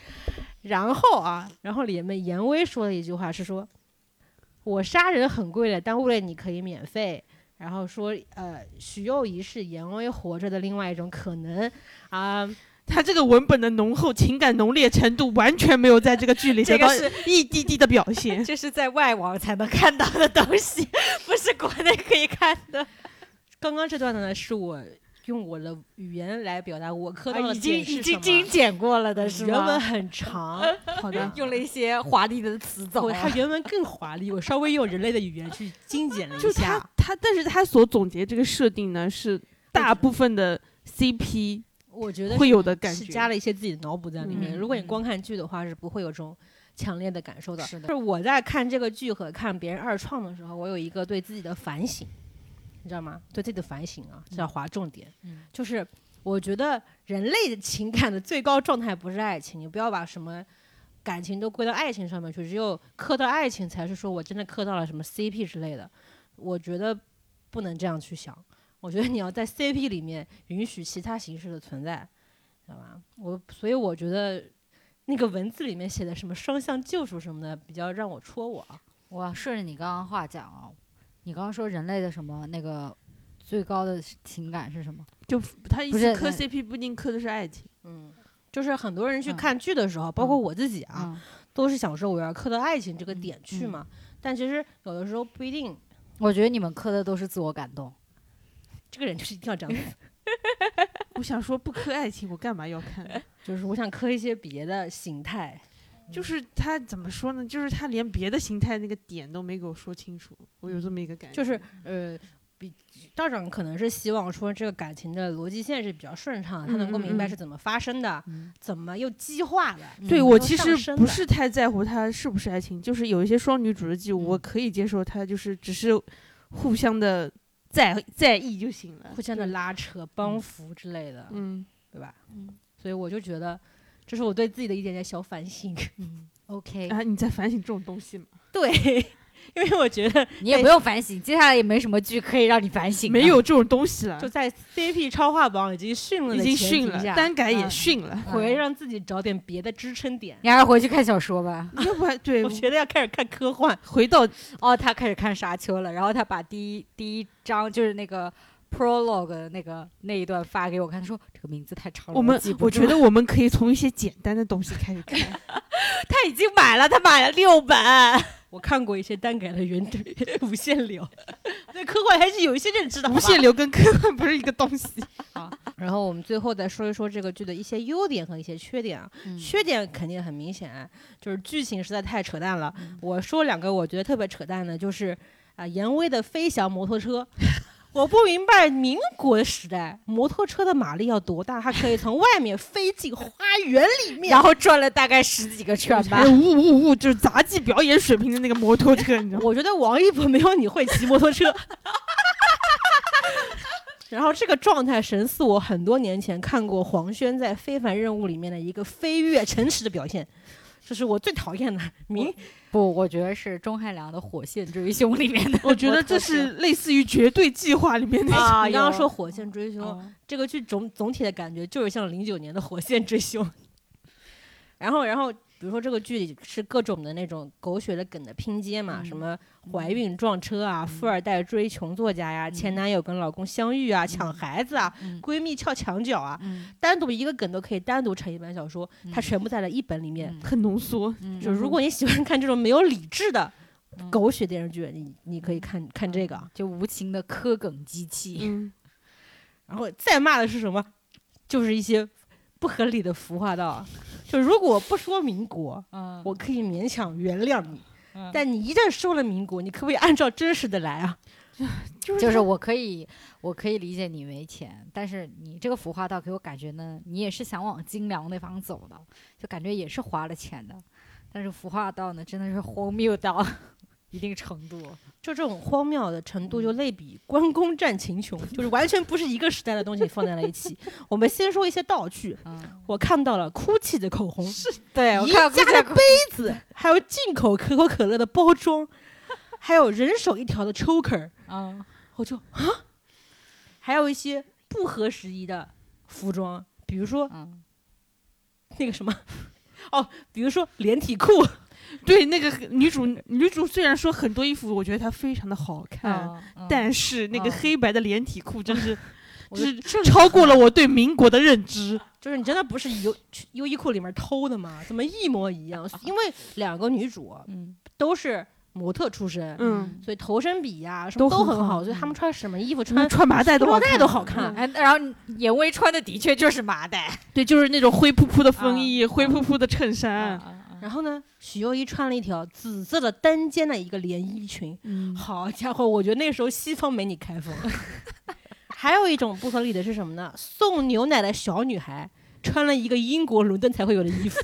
S1: 然后啊，然后里面严威说了一句话是说，我杀人很贵的，但为了你可以免费。然后说，呃，许攸宜是严威活着的另外一种可能啊、
S3: 他这个文本的浓厚、情感浓烈程度完全没有在这个剧里得
S2: 这个
S3: 到
S2: 是
S3: 一滴滴的表 现。
S2: 这是在外网才能看到的东西， 不是国内可以看的。
S1: 刚刚这段呢，是我用我的语言来表达我磕
S2: 啊
S1: 到的
S2: 已经
S1: 点是
S2: 已
S1: 什
S2: 经
S1: 么
S2: 精简过了的是
S1: 原
S2: 吗
S1: 文？很长，
S3: 好的，
S2: 用了一些华丽的词藻
S1: 我它原文更华丽，我稍微用人类的语言去精简了
S3: 就
S1: 一
S3: 他
S1: 下。
S3: 他，但是他所总结这个设定呢，是大部分的 CP
S1: 我觉得
S3: 会有的感
S1: 是
S3: 觉。
S1: 加了一些自己的脑补在里面。
S7: 嗯
S1: 如果你
S7: 嗯
S1: 光看剧的话，是不会有这种强烈的感受的。
S7: 是
S1: 就
S7: 的
S1: 是我在看这个剧和看别人二创的时候，我有一个对自己的反省，你知道吗？对自己的反省啊，这要划重点。
S7: 嗯
S1: 就是我觉得人类的情感的最高状态不是爱情，你不要把什么。感情都归到爱情上面去，只有磕到爱情才是说我真的磕到了什么 CP 之类的。我觉得不能这样去想，我觉得你要在 CP 里面允许其他形式的存在，知道吧？我所以我觉得那个文字里面写的什么双向救赎什么的，比较让我戳我啊。
S7: 我顺着你刚刚话讲啊、你刚刚说人类的什么那个最高的情感是什么？
S3: 就他一
S7: 不
S3: 直
S7: 是
S3: 磕
S7: 那
S3: CP 不一定磕的是爱 情。
S1: 嗯，就是很多人去
S7: 嗯
S1: 看剧的时候，包括我自己啊，
S7: 嗯，
S1: 都是想说我要磕到爱情这个
S7: 嗯
S1: 点去
S7: 嗯
S1: 嘛。但其实有的时候不一定，
S7: 我觉得你们磕的都是自我感动。
S1: 这个人就是一定要这样 子，
S3: 我想说不磕爱情，我干嘛要看呢？
S1: 就是我想磕一些别的形态。
S3: 就是他怎么说呢？就是他连别的形态那个点都没给我说清楚，我有这么一个感觉。
S1: 就是
S7: 嗯
S1: 呃，比道长可能是希望说这个感情的逻辑线是比较顺畅的，他能够
S3: 嗯嗯
S1: 明白
S3: 嗯
S1: 是怎么发生的，
S7: 嗯
S1: 怎么又激化的。
S3: 对
S7: 嗯
S3: 我
S1: 都
S3: 其
S1: 上
S3: 实
S1: 升
S3: 不
S1: 的
S3: 是太在乎他是不是爱情，就是有一些双女主的剧，我可以接受，他就是只是互相的在在意就行了
S1: 互。相的拉扯、帮扶之类的，
S3: 嗯，
S1: 对吧？
S7: 嗯，
S1: 所以我就觉得，这是我对自己的一点点小反省。
S7: 嗯，OK，
S3: 啊，你在反省这种东西吗？
S1: 对，因为我觉得
S7: 你也不用反省，接下来也没什么剧可以让你反省。
S3: 没，有这种东西了
S1: 就，在 CP 超话榜已经训了
S3: 已
S1: 的
S3: 经
S1: 前
S3: 训
S1: 提
S3: 了，
S1: 下，
S3: 单改也
S7: 嗯
S3: 训了，
S1: 回让自己找点别的支撑点。
S7: 你还是回去看小说吧。
S3: 要不然对
S1: 我觉得要开始看科幻，
S3: 回到
S2: 哦，他开始看《沙丘》了，然后他把第一第一章就是那个 prologue 的那个那一段发给我看，他说这个名字太长了，
S3: 我们
S2: 记不
S3: 我
S2: 住
S3: 觉得我们可以从一些简单的东西开始看。
S2: 他已经买了，他买了六本，
S4: 我看过一些单改的原 无限流，对科幻还是有一些认知的。
S3: 无限流跟科幻不是一个东西。
S1: 然后我们最后再说一说这个剧的一些优点和一些缺点啊。
S7: 嗯
S1: 缺点肯定很明显，就是剧情实在太扯淡了。
S2: 嗯
S1: 我说两个我觉得特别扯淡的，就是啊、严威的飞翔摩托 车。我不明白民国时代摩托车的马力要多大，它可以从外面飞进花园里面。
S2: 然后转了大概十几个圈吧
S3: 哎。呜呜呜，就是杂技表演水平的那个摩托车，你知道吗？
S1: 我觉得王一博没有你会骑摩托车。 然后这个状态神似我很多年前看过黄轩在《非凡任务》里面的一个飞跃城池的表现，这是我最讨厌的。明
S2: 不，我觉得是钟汉良的《火线追凶》里面的摩托车。
S3: 我觉得这是类似于《绝对计划》里面那种。
S2: 啊，
S1: 你刚刚
S2: 有
S1: 说《火线追凶》
S2: 嗯
S1: 这个剧总总体的感觉就是像零九年的《火线追凶》，然后然后比如说这个剧里是各种的那种狗血的梗的拼接嘛，
S7: 嗯
S1: 什么怀孕撞车啊，富二代追穷作家呀，前男友跟老公相遇啊，抢孩子啊，
S7: 嗯
S1: 闺蜜撬墙角啊，
S7: 嗯
S1: 单独一个梗都可以单独成一本小说，它
S7: 嗯
S1: 全部在了一本里面。
S7: 嗯
S3: 很浓缩，
S7: 嗯
S1: 就如果你喜欢看这种没有理智的
S7: 嗯
S1: 狗血电视剧，你你可以看看这个啊。
S2: 嗯就无情的磕梗机器，
S3: 嗯，
S1: 然后再骂的是什么？就是一些不合理的服化道啊。就如果不说民国，
S7: 嗯
S1: 我可以勉强原谅你，
S7: 嗯
S1: 但你一旦说了民国，你可不可以按照真实的来啊？
S3: 就是
S2: 就是我可以，我可以理解你没钱，但是你这个服化道给我感觉呢，你也是想往精良那方走的，就感觉也是花了钱的，但是服化道呢，真的是荒谬到一定程度。
S1: 就这种荒谬的程度，就类比关公战秦琼，就是完全不是一个时代的东西放在了一起。我们先说一些道具，
S2: 嗯，
S1: 我看到了哭泣的口红，
S2: 对
S1: 我
S2: 我
S1: 看
S2: 看
S1: 家的杯子，还有进口可口可乐的包装，还有人手一条的 choker，
S2: 嗯，
S1: 我就啊，还有一些不合时宜的服装，比如说
S2: 嗯，
S1: 那个什么， 哦，比如说连体裤，
S3: 对，那个女主女主虽然说很多衣服，我觉得她非常的好看，
S2: 嗯嗯
S3: 但是那个
S2: 嗯
S3: 黑白的连体裤真 是
S1: 我就
S3: 真是超过了我对民国的认知。
S1: 就是你真的不是优去优衣库里面偷的吗？怎么一模一样？因为两个女主
S7: 嗯
S1: 都是模特出身，
S3: 嗯，
S1: 所以头身比呀、什么
S3: 都
S1: 都
S3: 很
S1: 很
S3: 好
S1: 好，所以她们穿什么衣服
S3: 穿
S1: 穿
S3: 嗯穿麻袋都
S1: 吊
S3: 好
S1: 带
S3: 看嗯
S1: 都好看。
S2: 哎，然后严威穿的的确就是麻袋，
S3: 对，就是那种灰扑扑的风衣、灰扑扑的衬
S2: 啊
S3: 衫，
S2: 哦
S7: 嗯
S1: 然后呢，许攸宜穿了一条紫色的单肩的一个连衣裙，
S3: 嗯，
S1: 好家伙，我觉得那时候西方没你开放。 还有一种不合理的是什么呢？送牛奶的小女孩穿了一个英国伦敦才会有的衣服，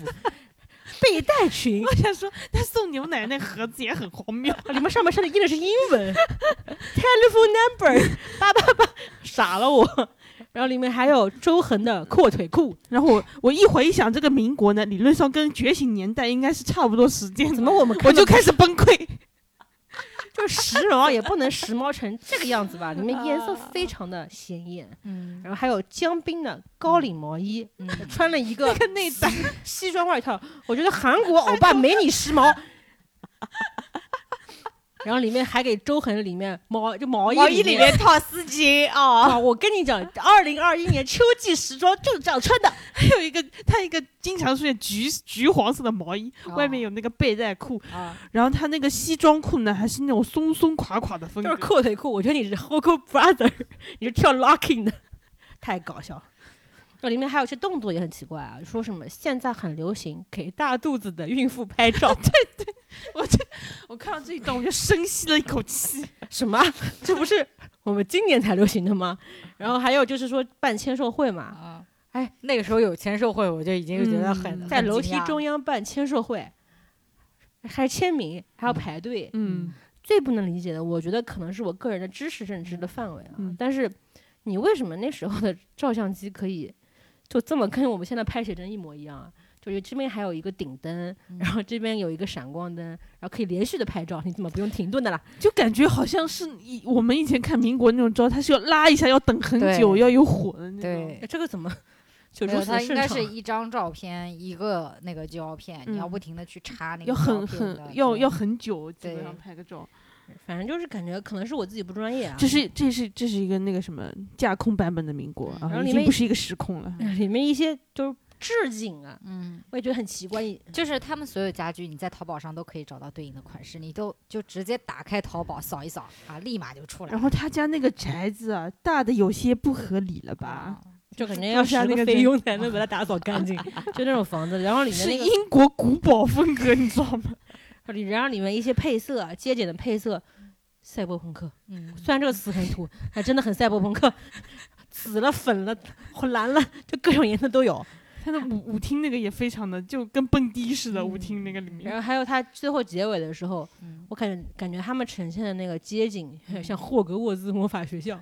S1: 背带裙，
S3: 我想说，他送牛奶那盒子也很荒 谬。
S1: 里面上面上的印的是英文，telephone number 八八八，傻了我。然后里面还有周恒的阔腿裤，
S3: 然后我我一回想这个民国呢，理论上跟觉醒年代应该是差不多时间的，
S1: 怎么我们
S3: 我
S1: 看
S3: 就
S1: 到
S3: 开始崩溃。
S1: 就是时髦也不能时髦成这个样子吧？里面颜色非常的鲜艳。
S7: 嗯
S1: 然后还有江滨的高领毛衣，
S7: 嗯
S1: 穿了一个
S3: 那个内胆，
S1: 西装外套，我觉得韩国欧巴没你时 髦。然后里面还给周恒里面毛就毛衣
S2: 毛衣
S1: 里
S2: 里面套丝巾哦，
S1: 啊，我跟你讲，二零二一年秋季时装就是这样穿的。
S3: 还有一个他一个经常出现橘橘黄色的毛衣，
S2: 哦
S3: 外面有那个背带裤，
S2: 啊，
S7: 嗯
S3: 然后他那个西装裤呢还是那种松松垮垮的风
S1: 就是
S3: 格。
S1: 阔腿裤，我觉得你是 Hogo Brother，你是跳 locking 的，太搞笑了。这里面还有些动作也很奇怪啊，说什么现在很流行给大肚子的孕妇拍照，
S3: 我看到这一段我就深吸了一 口气。
S1: 什么？ 这不是我们今年才流行的吗？然后还有就是说办签售会嘛，
S7: 啊
S2: 哎那个时候有签售会，我就已经觉得很、
S3: 嗯
S1: 在楼梯中央办签售会，还签名，还要排队。
S3: 嗯，
S1: 最不能理解的，我觉得可能是我个人的知识认知的范围啊。
S3: 嗯
S1: 但是你为什么那时候的照相机可以就这么跟我们现在拍写真一模一样啊？就是这边还有一个顶灯，
S2: 嗯
S1: 然后这边有一个闪光灯，然后可以连续的拍照，你怎么不用停顿的啦？
S3: 就感觉好像是以我们以前看民国那种照，他是要拉一下，要等很久，
S2: 对
S3: 要有火的那种。
S2: 对。
S1: 哎这个怎么 就
S2: 没
S1: 如
S2: 有，
S1: 此
S2: 呃它
S1: 的
S2: 应
S1: 顺
S2: 该
S1: 畅
S2: 是
S1: 啊？
S2: 一张照片，一个那个胶片，你要
S3: 嗯
S2: 不停的去插那个
S3: 要
S2: 胶
S3: 很
S2: 片的
S3: 很要要
S2: 对
S3: 很久，基本
S2: 对
S3: 上拍个照。
S1: 反正就是感觉可能是我自己不专业啊。
S3: 这是这是这是一个那个什么架空版本的民国
S1: 嗯然
S3: 啊，
S1: 后里
S3: 已经
S1: 面嗯
S3: 不是一个时空了。
S1: 里面一些就是置景啊，
S7: 嗯，
S1: 我也觉得很奇怪。
S2: 就是他们所有家具，你在淘宝上都可以找到对应的款式，你都就直接打开淘宝扫一扫啊，立马就出来了。
S3: 然后他家那个宅子啊，大的有些不合理了
S1: 嗯
S3: 吧？
S1: 就感觉
S3: 高
S1: 要十
S3: 山那
S1: 个
S3: 个
S1: 菲
S3: 真
S1: 佣才能把它打扫干净，就那种房子。然后里面
S3: 是
S1: 那个
S3: 英国古堡风格，你知道吗？
S1: 里，然后里面一些配色啊，街景的配色，赛博朋克。
S2: 嗯，
S1: 虽然这个词很土，但真的很赛博朋克， 紫了、粉了、蓝了，就各种颜色都有。
S3: 他的舞舞厅那个也非常的，就跟蹦迪似的，
S1: 嗯
S3: 舞厅那个里面
S1: 然。后还有它最后结尾的时候，我感觉感觉他们呈现的那个街景像霍格沃兹魔法学校，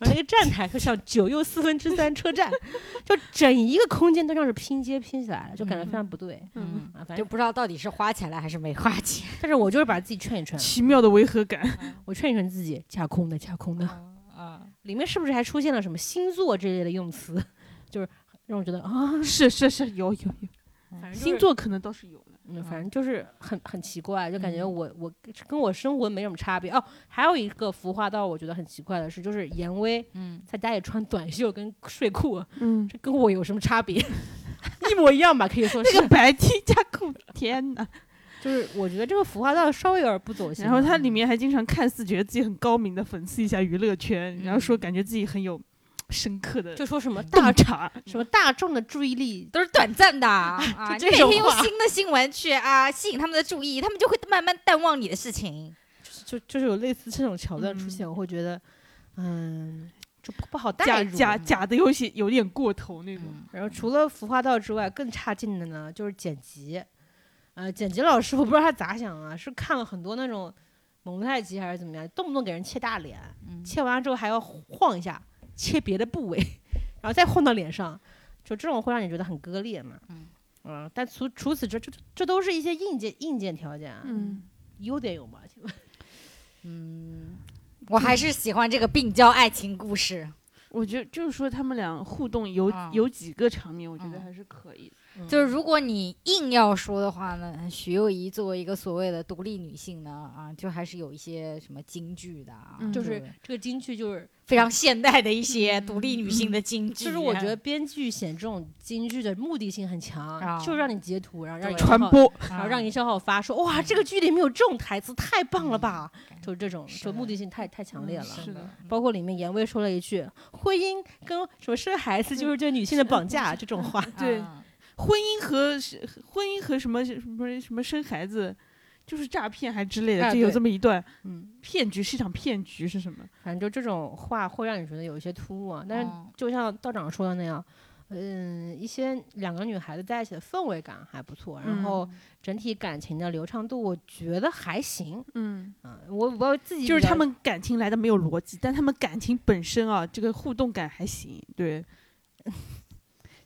S1: 然后那个站台就像九又四分之三车站， 就整一个空间都像是拼接拼起来的，就感觉非常不对
S3: 嗯，
S1: 啊。反
S2: 就
S1: 正，
S2: 不知道到底是花钱了还是没花钱。
S1: 但是我就是把自己劝一劝，
S3: 嗯奇妙的违和感，
S1: 我劝一劝自己，架空的架空的，
S7: 嗯
S2: 啊，
S1: 里面是不是还出现了什么星座之类的用词？ 就是让我觉得啊，
S3: 是是是，有有有，
S2: 嗯
S1: 反正就是
S3: 星座可能倒是有了。
S1: 嗯，反正就是很很奇怪，就感觉我、我跟我生活没什么差别哦。还有一个服化道我觉得很奇怪的是，就是严威
S7: 嗯，
S1: 在家里穿短袖跟睡裤，
S3: 嗯，
S1: 这跟我有什么差别？ 一模一样吧，可 以说是
S3: 那。个白 T 加裤，天哪！
S1: 就是我觉得这个服化道稍微有点不啊走心。
S3: 然后他里面还经常看似觉得自己很高明的讽刺一下娱乐圈，然后说感觉自己很有深刻的
S1: 嗯就说什么
S3: 洞
S1: 大
S3: 察，
S1: 什么大众的注意力
S7: 都是短暂 的啊！你
S1: 这
S7: 每
S1: 种
S7: 天用
S1: 话
S7: 新的新闻去啊吸引他们的注意，他们就会慢慢淡忘你的事情。
S1: 就就是有类似这种桥段出现，
S3: 嗯
S1: 我会觉得，嗯，就不不好带
S3: 假
S1: 入。
S3: 假假的有些有点过头那种。
S7: 嗯，
S1: 然后除了服化道之外，更差劲的呢就是剪辑，呃，剪辑老师我不知道他咋想啊，是看了很多那种蒙太奇还是怎么样，动不动给人切大脸，切完了之后还要晃一下，切别的部位，然后再晃到脸上，就这种会让你觉得很割裂嘛。
S7: 嗯
S1: 嗯但除除此之这这这都是一些硬件硬件条件啊，
S3: 嗯，
S1: 优点有吗？
S2: 嗯，我还是喜欢这个病娇爱情故事。
S3: 我觉得就是说他们俩互动有
S7: 啊
S3: 有几个场面，我觉得
S7: 嗯
S3: 还是可以的。
S1: 嗯
S2: 就是如果你硬要说的话呢，许攸宜作为一个所谓的独立女性呢，啊，就还是有一些什么京剧的啊，
S3: 嗯
S1: 就是
S2: 对
S1: 这个京剧就是
S2: 非常现代的一些独立女性的京剧。
S1: 就是我觉得编剧写这种京剧的目的性很强，
S2: 啊
S1: 就是让你截图，然后让你
S2: 对
S3: 传
S1: 播。
S3: 播，
S1: 然
S2: 然
S1: 后让营销号发说：“哇，这个剧里面有这种台词，太棒了吧！”嗯就是这种，
S2: 是
S1: 就
S2: 的
S1: 目的嗯性太太强烈了。
S3: 是的，
S1: 包括里面严威说了一句：“婚姻跟什么生孩子就是对女性的绑 架”这种话，
S2: 嗯
S3: 对，
S2: 啊
S3: 婚姻和是婚姻和什么什么什么生孩子，就是诈骗还之类的，
S1: 哎
S3: 就有
S1: 对
S3: 这么一段
S1: 嗯，
S3: 骗局是一场骗局是什么？
S1: 反正就这种话会让你觉得有一些突兀啊。但是就像道长说的那样，嗯，一些两个女孩子在一起的氛围感还不错，然后整体感情的流畅度我觉得还行。
S3: 嗯，
S1: 嗯，我我自己
S3: 就是
S1: 比较
S3: 他们感情来的没有逻辑，但他们感情本身啊，这个互动感还行。对，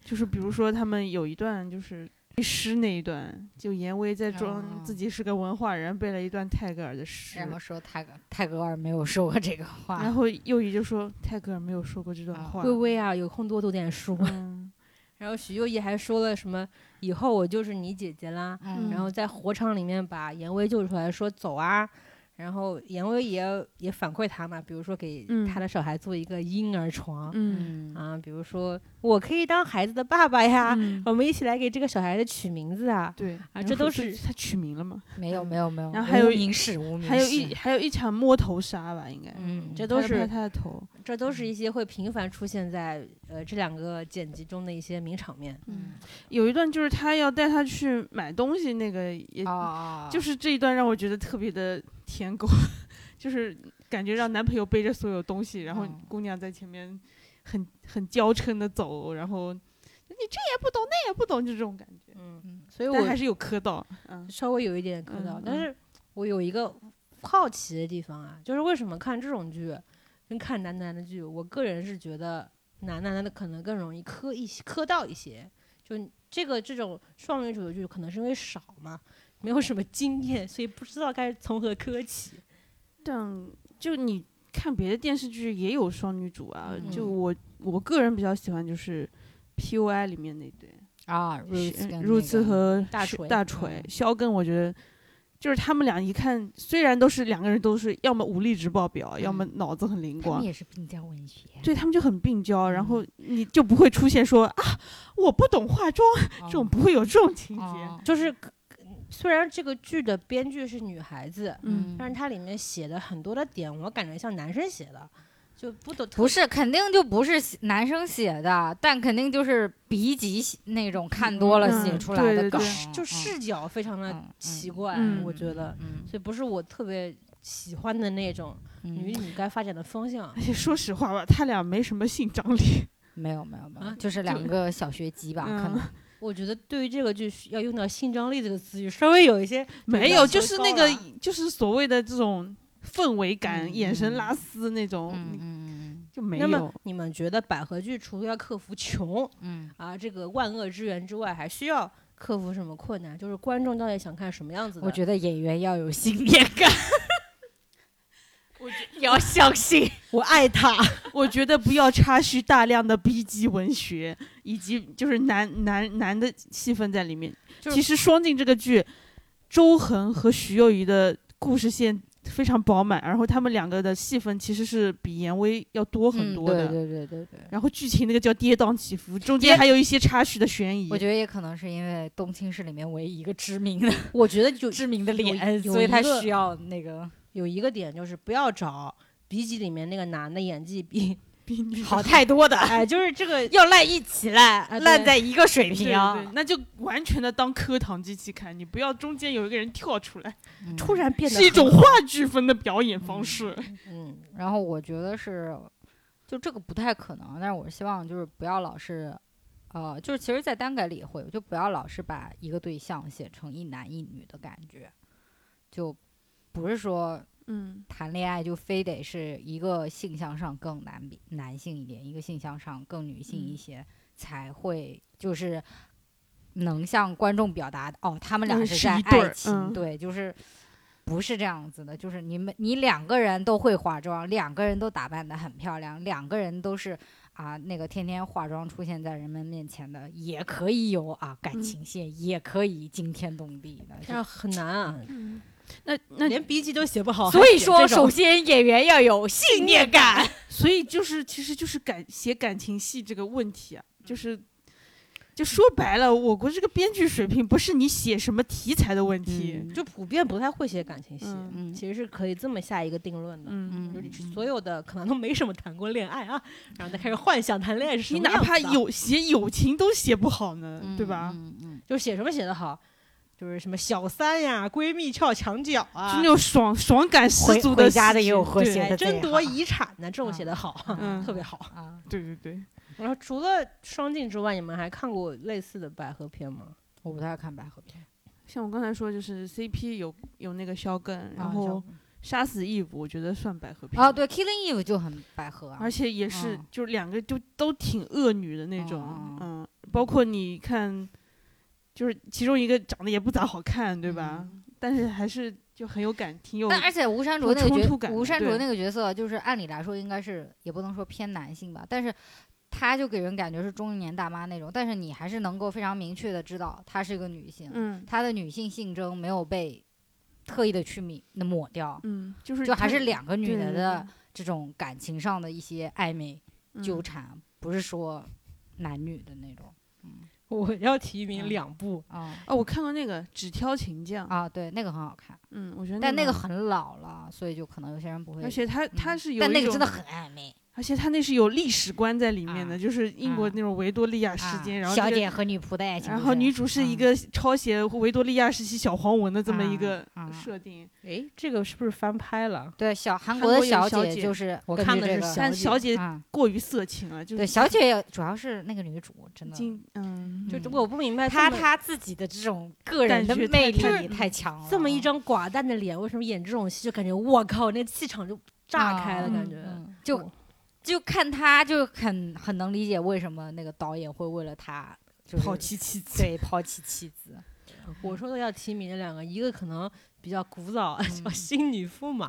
S3: 就是比如说他们有一段就是背诗那一段，就严威在装
S2: 啊
S3: 自己是个文化人，背了一段泰戈尔的诗，
S2: 然后说泰戈泰戈尔没有说过这个话
S3: 然，后幼仪就说泰戈尔没有说过这段
S2: 啊
S3: 话
S1: 微。微啊，有空多读点书。
S3: 嗯，
S1: 然后许攸宜还说了什么“以后我就是你姐姐啦”，
S2: 嗯
S1: 然后在火场里面把严威救出来，说“走啊”，然后严威也也反馈他嘛，比如说给
S3: 嗯
S1: 他的小孩做一个婴儿床、
S3: 嗯
S2: 嗯
S1: 啊，比如说我可以当孩子的爸爸呀，
S3: 嗯，
S1: 我们一起来给这个小孩子取名字啊。
S3: 对
S1: 啊这都是
S3: 他取名了嘛？
S2: 没有没有没有，
S3: 然后还有
S2: 无
S3: 一
S2: 名氏无名氏，
S3: 还有一还有一场摸头杀吧，应该。
S2: 嗯，
S1: 这
S2: 这
S1: 都
S3: 嗯拍了拍嗯
S1: 是
S3: 他的头，
S1: 这都是一些会频繁出现在呃这两个剪辑中的一些名场面。
S7: 嗯，
S3: 有一段就是他要带他去买东西，那个也
S2: 啊，
S3: 就是这一段让我觉得特别的舔狗， 就是感觉让男朋友背着所有东西，然后
S2: 嗯
S3: 姑娘在前面很很娇嗔的走，然后你这也不懂那也不懂，就这种感觉。
S1: 嗯
S7: 嗯，
S1: 所以我
S3: 但还是有磕到，嗯
S1: 稍微有一点磕
S3: 嗯
S1: 到，
S3: 嗯
S1: 但是我有一个好奇的地方啊，就是为什么看这种剧跟看男男的剧，我个人是觉得男男的可能更容易磕一些磕到一些，就这个这种双女主的剧，可能是因为少嘛，没有什么经验，所以不知道该从何磕起。
S3: 但就你看别的电视剧也有双女主啊，
S2: 嗯
S3: 就我我个人比较喜欢就是 P O I 里面那对
S2: 啊
S3: 是
S2: ，Roots 跟
S3: 入次
S2: 那个
S3: 和
S1: 大
S3: 是
S1: 锤
S3: 大锤肖根，我觉得就是他们俩一看，虽然都是两个人都是要么武力值爆表，要么脑子很灵
S7: 他们
S3: 光，
S7: 也是滨江文学，
S3: 对他们就很病娇，然后你就不会出现说啊我不懂化妆这
S2: 哦
S3: 种，不会有这种情节。
S7: 哦
S1: 就是虽然这个剧的编剧是女孩子，
S3: 嗯，
S1: 但是它里面写的很多的点，我感觉像男生写的，就不懂
S2: 不是，肯定就不是写男生写的，但肯定就是笔记写那种看多了
S3: 嗯
S2: 写出来的
S3: 对对
S2: 梗，
S3: 对
S1: 就视角非常的
S2: 嗯
S1: 奇怪，
S3: 嗯
S1: 我觉得，
S2: 嗯
S1: 所以不是我特别喜欢的那种女
S2: 嗯，
S1: 女该发展的方向。
S3: 而且说实话吧，他俩没什么性张力。
S2: 没有没有没有
S1: 啊，
S2: 就是两个小学鸡吧，可
S3: 嗯
S2: 能
S1: 我觉得对于这个剧需要用到“性张力”这个词语，稍微有一些
S3: 没
S1: 对
S3: 有，
S1: 要
S3: 就
S1: 求
S3: 是
S1: 高
S3: 那个
S1: 了，啊
S3: 就是所谓的这种氛围感、
S2: 嗯
S3: 眼
S2: 嗯
S3: 神拉丝那种，
S2: 嗯
S3: 你
S2: 嗯
S3: 就没
S1: 那么
S3: 有。
S1: 你们觉得百合剧除了要克服穷
S2: 嗯
S1: 啊这个万恶之源之外，还需要克服什么困难？就是观众到底想看什么样子的？
S7: 我觉得演员要有信念感，你要相信。
S1: 我爱他，
S3: 我觉得不要插叙大量的 B 级文学，以及就是男男男的戏份在里面。
S1: 就是
S3: 其实《双镜》这个剧，周恒和徐幼仪的故事线非常饱满，然后他们两个的戏份其实是比严威要多很
S2: 嗯，
S3: 多的。
S2: 对对对对对。
S3: 然后剧情那个叫跌宕起伏，中
S2: 也
S3: 间还有一些插叙的悬疑。
S2: 我觉得也可能是因为东青是里面唯一一个知名的
S1: 我觉得就
S2: 知名的脸，
S1: 有
S2: 所以
S1: 一
S2: 他
S1: 个
S2: 需要那个
S1: 有一个点就是不要找笔记里面那个男的演技比
S3: 比女
S7: 好太多的，
S1: 哎，就是这个
S7: 要烂一起烂，
S1: 啊对
S7: 烂在一个水
S3: 对
S7: 平。
S3: 对，那就完全的当磕糖机器看，你不要中间有一个人跳出来，
S1: 突。然变得
S3: 是一
S1: 很
S3: 种
S1: 好
S3: 话剧风的表演方式。
S1: 嗯，
S2: 然后我觉得是，就这个不太可能，但是我希望就是不要老是，呃，就是其实，在耽改里也会，就不要老是把一个对象写成一男一女的感觉，就不是说
S3: 嗯，
S2: 谈恋爱就非得是一个性向上更男比男性一点，一个性向上更女性一
S3: 嗯
S2: 些，才会就是能向观众表达哦，他们俩
S3: 嗯
S2: 是
S3: 是
S2: 在
S3: 一对
S2: 爱
S3: 儿
S2: 情，
S3: 嗯
S2: 对，就是不是这样子的，就是你们你两个人都会化妆，两个人都打扮的很漂亮，两个人都是。啊，那个天天化妆出现在人们面前的，也可以有啊感
S3: 嗯
S2: 情线，也可以惊天动地的。就
S1: 但是很难啊，
S3: 那那
S1: 连笔记都写不好。
S7: 嗯所
S1: 还
S7: 以
S1: 写
S7: 说，
S1: 这种
S7: 首先演员要有信念感。
S3: 所以就是，其实就是感写感情戏这个问题啊，就是就说白了，我国这个编剧水平不是你写什么题材的问题。
S1: 就普遍不太会写感情戏，
S3: 嗯
S2: 嗯
S1: 其实是可以这么下一个定论的。
S3: 嗯，
S1: 就是
S2: 嗯嗯
S1: 所有的可能都没什么谈过恋爱啊，然后再开始幻想谈恋爱是什
S3: 你
S1: 么
S3: 哪
S1: 样子
S3: 怕
S1: 的，
S3: 有写友情都写不好呢，对吧？
S2: 嗯嗯嗯
S1: 就是写什么写的好，就是什么小三呀、闺蜜翘墙角
S3: 就
S1: 啊
S3: 那，种爽爽感十
S7: 回
S3: 足
S7: 回
S3: 的
S7: 家
S3: 戏
S7: 的也有和
S3: 对
S7: 谐的
S1: 争夺遗产呢，这种写的好，
S3: 嗯
S1: 特别好。
S2: 啊，
S3: 对对对，
S1: 然后除了双镜之外，你们还看过类似的百合片吗？
S2: 我不太看百合片，
S3: 像我刚才说，就是 CP 有有那个肖梗，
S2: 啊
S3: 然
S2: 小
S3: 后杀死 Eve 我觉得算百合片
S2: 啊，，对，Killing Eve 就很百合啊，
S3: 而且也是、
S2: 嗯
S3: 就两个就都挺恶女的那种，
S2: 嗯
S3: 嗯，包括你看，就是其中一个长得也不咋好看，对吧？但是还是就很有感，挺有
S2: 嗯但而且吴山
S3: 有
S2: 卓那个
S3: 冲
S2: 角
S3: 突，感
S2: 吴
S3: 的
S2: 山卓
S3: 对
S2: 那个角色就是按理来说应该是也不能说偏男性吧，但是他就给人感觉是中年大妈那种，但是你还是能够非常明确的知道她是一个女性，
S3: 嗯
S2: 她的女性性征没有被特意的去泯抹掉，
S3: 嗯，就是
S2: 就还
S3: 她
S2: 是两个女
S3: 对
S2: 的
S3: 对
S2: 的这种感情上的一些暧昧
S3: 对
S2: 纠
S3: 嗯
S2: 缠，不是说男女的那种
S1: 我要提名
S2: 嗯
S1: 两部，
S2: 啊
S3: 哦，我看过那个《只挑情将》，
S2: 啊，对，那个很好看。
S3: 嗯，我觉得
S2: 但那
S3: 那
S2: 个
S3: 好，
S2: 很老了，所以就可能有些人不会。
S3: 而且他
S2: 嗯
S3: 他是有
S2: 但
S3: 一
S2: 那个
S3: 种
S2: 真的，很暧昧。
S3: 而且他那是有历史观在里面的，
S2: 啊
S3: 就是英国
S2: 啊
S3: 那种维多利亚呃时
S2: 啊
S3: 间，然后
S2: 小
S3: 这个
S2: 姐和女仆的爱情故事，
S3: 然后女主是一
S2: 嗯
S3: 个抄写维多利亚时期小黄文的这么一个
S2: 啊啊
S3: 设定，
S1: 诶，这个是不是翻拍了？
S2: 对小韩
S3: 韩
S2: 国的
S3: 国有小
S2: 姐，
S3: 姐
S2: 就是
S1: 我
S2: 根
S1: 看
S2: 据
S1: 的
S2: 这
S1: 是
S2: 个
S1: 小
S3: 但小姐
S2: 嗯，
S3: 过于色情了，就是
S2: 对小姐也主要是那个女主真的，
S3: 经嗯，
S1: 就
S2: 嗯
S1: 我不明白
S7: 他
S1: 这么
S7: 他自己的这种个
S3: 感
S7: 人的
S3: 觉
S7: 魅力
S3: 太
S7: 也
S2: 嗯
S7: 太强了，
S1: 这么一张寡淡的脸，为什么演这种戏就感觉我靠，那气场就炸开了，
S2: 啊
S1: 感觉、
S2: 嗯就
S1: 我
S2: 就看她就很很能理解为什么那个导演会为了她就是
S3: 抛妻妻子，
S2: 对抛弃妻子，
S1: 我说的要提名的两个，一个可能比较古早，
S2: 嗯
S1: 叫《新女驸马》，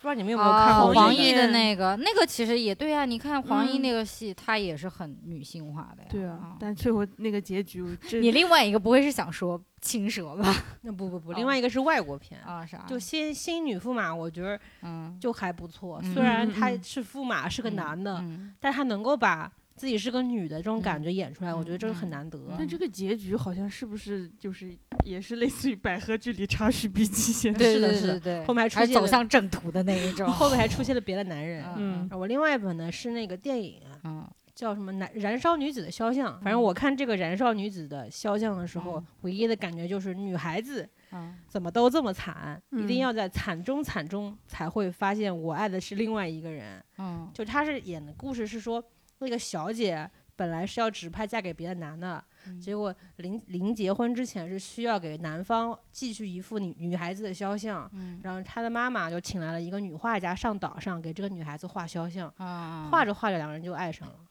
S1: 知道你们有没有看
S2: 啊，
S1: 过
S2: 黄
S1: 奕
S2: 奕
S3: 奕
S2: 的
S3: 的
S2: 那个，那个其实也对啊。你看黄奕
S3: 嗯
S2: 那个戏，她也是很女性化的呀。
S3: 对啊，但最后那个结局，我真
S2: 你另外一个不会是想说青 蛇吧？
S1: 那不不不，
S2: 哦
S1: 另外一个是外国片，
S2: 啊，啥？
S1: 就新新女驸马，我觉得
S2: 嗯，
S1: 就还不错。
S2: 嗯
S1: 虽然他
S3: 嗯嗯
S1: 是驸马，是个
S2: 嗯
S1: 男的，
S2: 嗯
S1: 但他能够把自己是个女的这种感觉演出来，我觉得这个
S2: 嗯
S1: 很难得。
S2: 嗯
S3: 但这个结局好像是不是就是也是类似于百合剧里插叙笔记写的？
S2: 对
S1: 是的
S2: 对
S1: 是
S2: 对
S1: 的
S2: 对，
S1: 后面还出
S2: 而
S1: 现
S2: 走
S1: 了
S2: 向正途的那一种。
S1: 后面还出现了别的男人。
S2: 嗯
S1: 我另外一本呢是那个电影啊
S2: 嗯
S1: 叫什么《燃燃烧女子的肖像》，反正我看这个《燃烧女子的肖像》的时候
S2: 嗯，
S1: 唯一的感觉就是女孩子
S2: 嗯
S1: 怎么都这么惨，一定
S3: 嗯
S1: 要在惨中惨中才会发现我爱的是另外一个人。
S2: 嗯
S1: 就他是演的故事是说，那个小姐本来是要指派嫁给别的男的，
S2: 嗯
S1: 结果临临结婚之前是需要给男方寄去一副女女孩子的肖像，
S2: 嗯
S1: 然后她的妈妈就请来了一个女画家上岛上给这个女孩子画肖像，
S2: 啊，
S1: 画着画着两个人就爱上了，
S2: 哦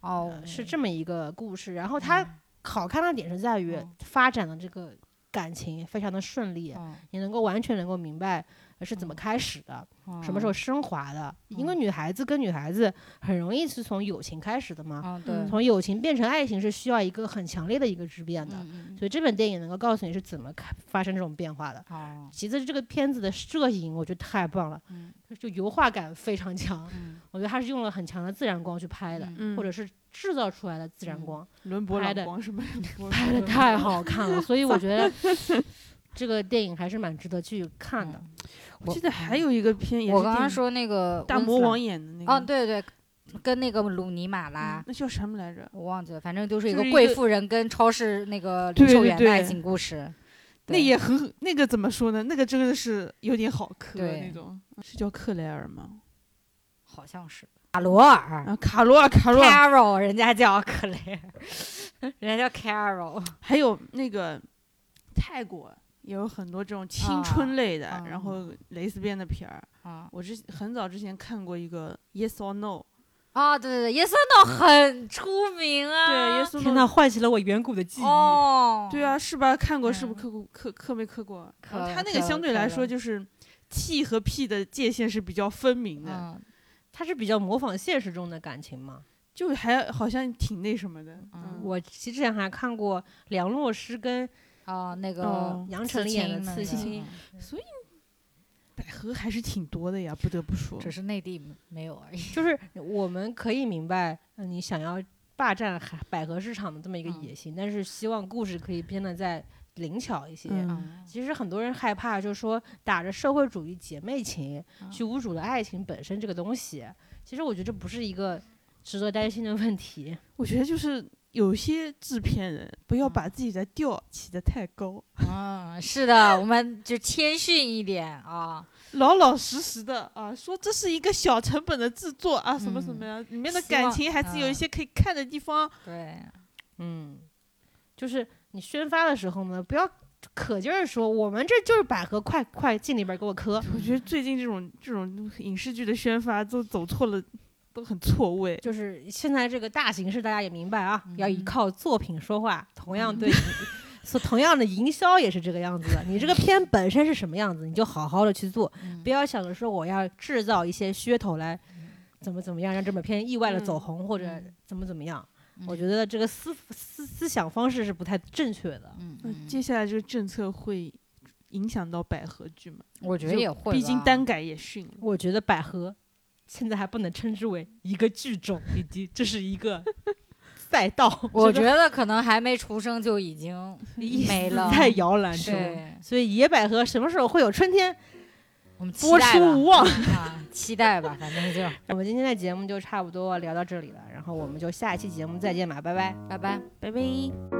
S1: 呃是这么一个故事。然后它好看的点是在于
S2: 嗯
S1: 发展的这个感情非常的顺利，
S2: 嗯
S1: 你能够完全能够明白呃是怎么
S2: 嗯
S1: 开始的，
S2: 嗯
S1: 什么时候升华的。因为
S2: 嗯
S1: 女孩子跟女孩子很容易是从友情开始的嘛，
S2: 嗯对
S3: 嗯
S1: 从友情变成爱情是需要一个很强烈的一个质变的。
S2: 嗯嗯
S1: 所以这本电影能够告诉你是怎么开发生这种变化的。
S2: 哦
S1: 其次，这个片子的摄影我觉得太棒了，
S2: 嗯
S1: 就油画感非常强。
S2: 嗯
S1: 我觉得它是用了很强的自然光去拍的，
S2: 嗯
S3: 嗯
S1: 或者是制造出来的自然
S2: 嗯
S1: 光，
S3: 伦勃
S1: 拍
S3: 朗
S1: 的
S3: 光 什么的
S1: 拍的太好看了。所以我觉 得这个电影还是蛮值得去看的。
S3: 我记得还有一个片也是
S2: 嗯我刚刚
S3: 电影
S2: 说那个
S3: 大
S2: 温
S3: 魔
S2: 斯
S3: 王演的那个，
S2: 哦，对啊对，跟那个鲁尼马拉
S3: 嗯，，那叫什么来着？
S2: 我忘记了，反正就是一
S3: 就
S2: 个
S3: 是一
S2: 贵
S3: 个
S2: 妇人跟超市那个
S3: 对
S2: 零售
S3: 对
S2: 员的爱
S3: 对
S2: 情故事。
S3: 那
S2: 对
S3: 也很那个怎么说呢？那个真的是有点好磕
S2: 对
S3: 那种，是叫克莱尔吗？
S2: 好像是卡罗尔
S3: 啊，卡罗尔，卡罗尔，啊
S2: ，Carol，人家叫克雷尔，人家叫 Carol。
S3: 还有那个泰国也有很多这种青春类的，
S2: 啊
S3: 然后蕾丝边的片儿。
S2: 啊
S3: 我之很早之前看过一个 Yes or No，
S2: 啊，对对对，耶森诺很出名
S3: 对
S2: 啊。
S3: Yes or
S8: 天
S3: No，
S8: 呐，唤起了我远古的记忆。
S2: 哦，
S3: 对，啊，是吧？看过是不
S2: 嗯
S3: 是磕过磕磕没磕过？
S2: 磕
S3: 然后他那
S2: 磕
S3: 个相对来
S2: 磕了
S3: 说就是 T 和 P 的界限是比较分明的，
S2: 嗯，
S1: 它是比较模仿现实中的感情嘛。
S3: 就还好像挺那什么的。
S2: 嗯
S1: 我其实之前还看过梁洛施跟
S2: 哦，那个
S3: 哦
S1: 杨丞琳演的
S2: 那
S1: 刺
S2: 个
S1: 青，
S3: 百合还是挺多的呀，不得不说。
S2: 只是内地没有而已。
S1: 就是我们可以明白呃你想要霸占海百合市场的这么一个
S2: 嗯
S1: 野心，但是希望故事可以编得再灵巧一些。
S3: 嗯，
S2: 嗯
S1: 其实很多人害怕，就是说打着社会主义姐妹情
S2: 嗯
S1: 去侮辱了爱情本身这个东西。其实我觉得这不是一个值得担心的问题。
S3: 我觉得就是有些制片人不要把自己的调起得太高，
S2: 嗯，是的，我们就谦逊一点啊。
S3: 老老实实的啊，说这是一个小成本的制作啊，什么什么呀，里面的
S2: 希望
S3: 感情还是有一些可以看的地方。
S2: 对，
S1: 嗯，就是你宣发的时候呢，不要可劲儿说我们这就是百合，快快进里边儿给我磕。
S3: 我觉得最近这种这种影视剧的宣发都走错了，都很错位。
S1: 就是现在这个大形势，大家也明白啊，要依
S2: 嗯
S1: 靠作品说话。同样对，所同样的营销也是这个样子的。你这个片本身是什么样子，你就好好的去做，
S2: 嗯
S1: 不要想着说我要制造一些噱头来怎么怎么样，让这本片意外的走
S3: 嗯
S1: 红或者
S2: 嗯
S1: 怎么怎么样。我觉
S2: 得，
S1: 得这个思思思想方式是不太正确的。
S2: 嗯，
S3: 那
S2: 嗯
S3: 接下来这个政策会影响到百合剧吗？
S2: 我觉得
S3: 就
S2: 也会吧，
S3: 毕竟单改也逊了。
S1: 我觉得百合现在还不能称之为一个剧种，以及这是一 个赛道，
S2: 我觉得可能还没出生就已 经
S1: 一
S2: 没
S1: 丝
S2: 了
S1: 在摇篮中。
S2: 对，
S1: 所以野百合什么时候会有春天？
S2: 我们期
S1: 播
S2: 待
S1: 出
S2: 吧
S1: 无望
S2: 啊，期待吧，反正就
S1: 我们今天的节目就差不多聊到这里了，然后我们就下一期节目再见吧，拜拜。
S2: 拜拜。
S3: 拜拜。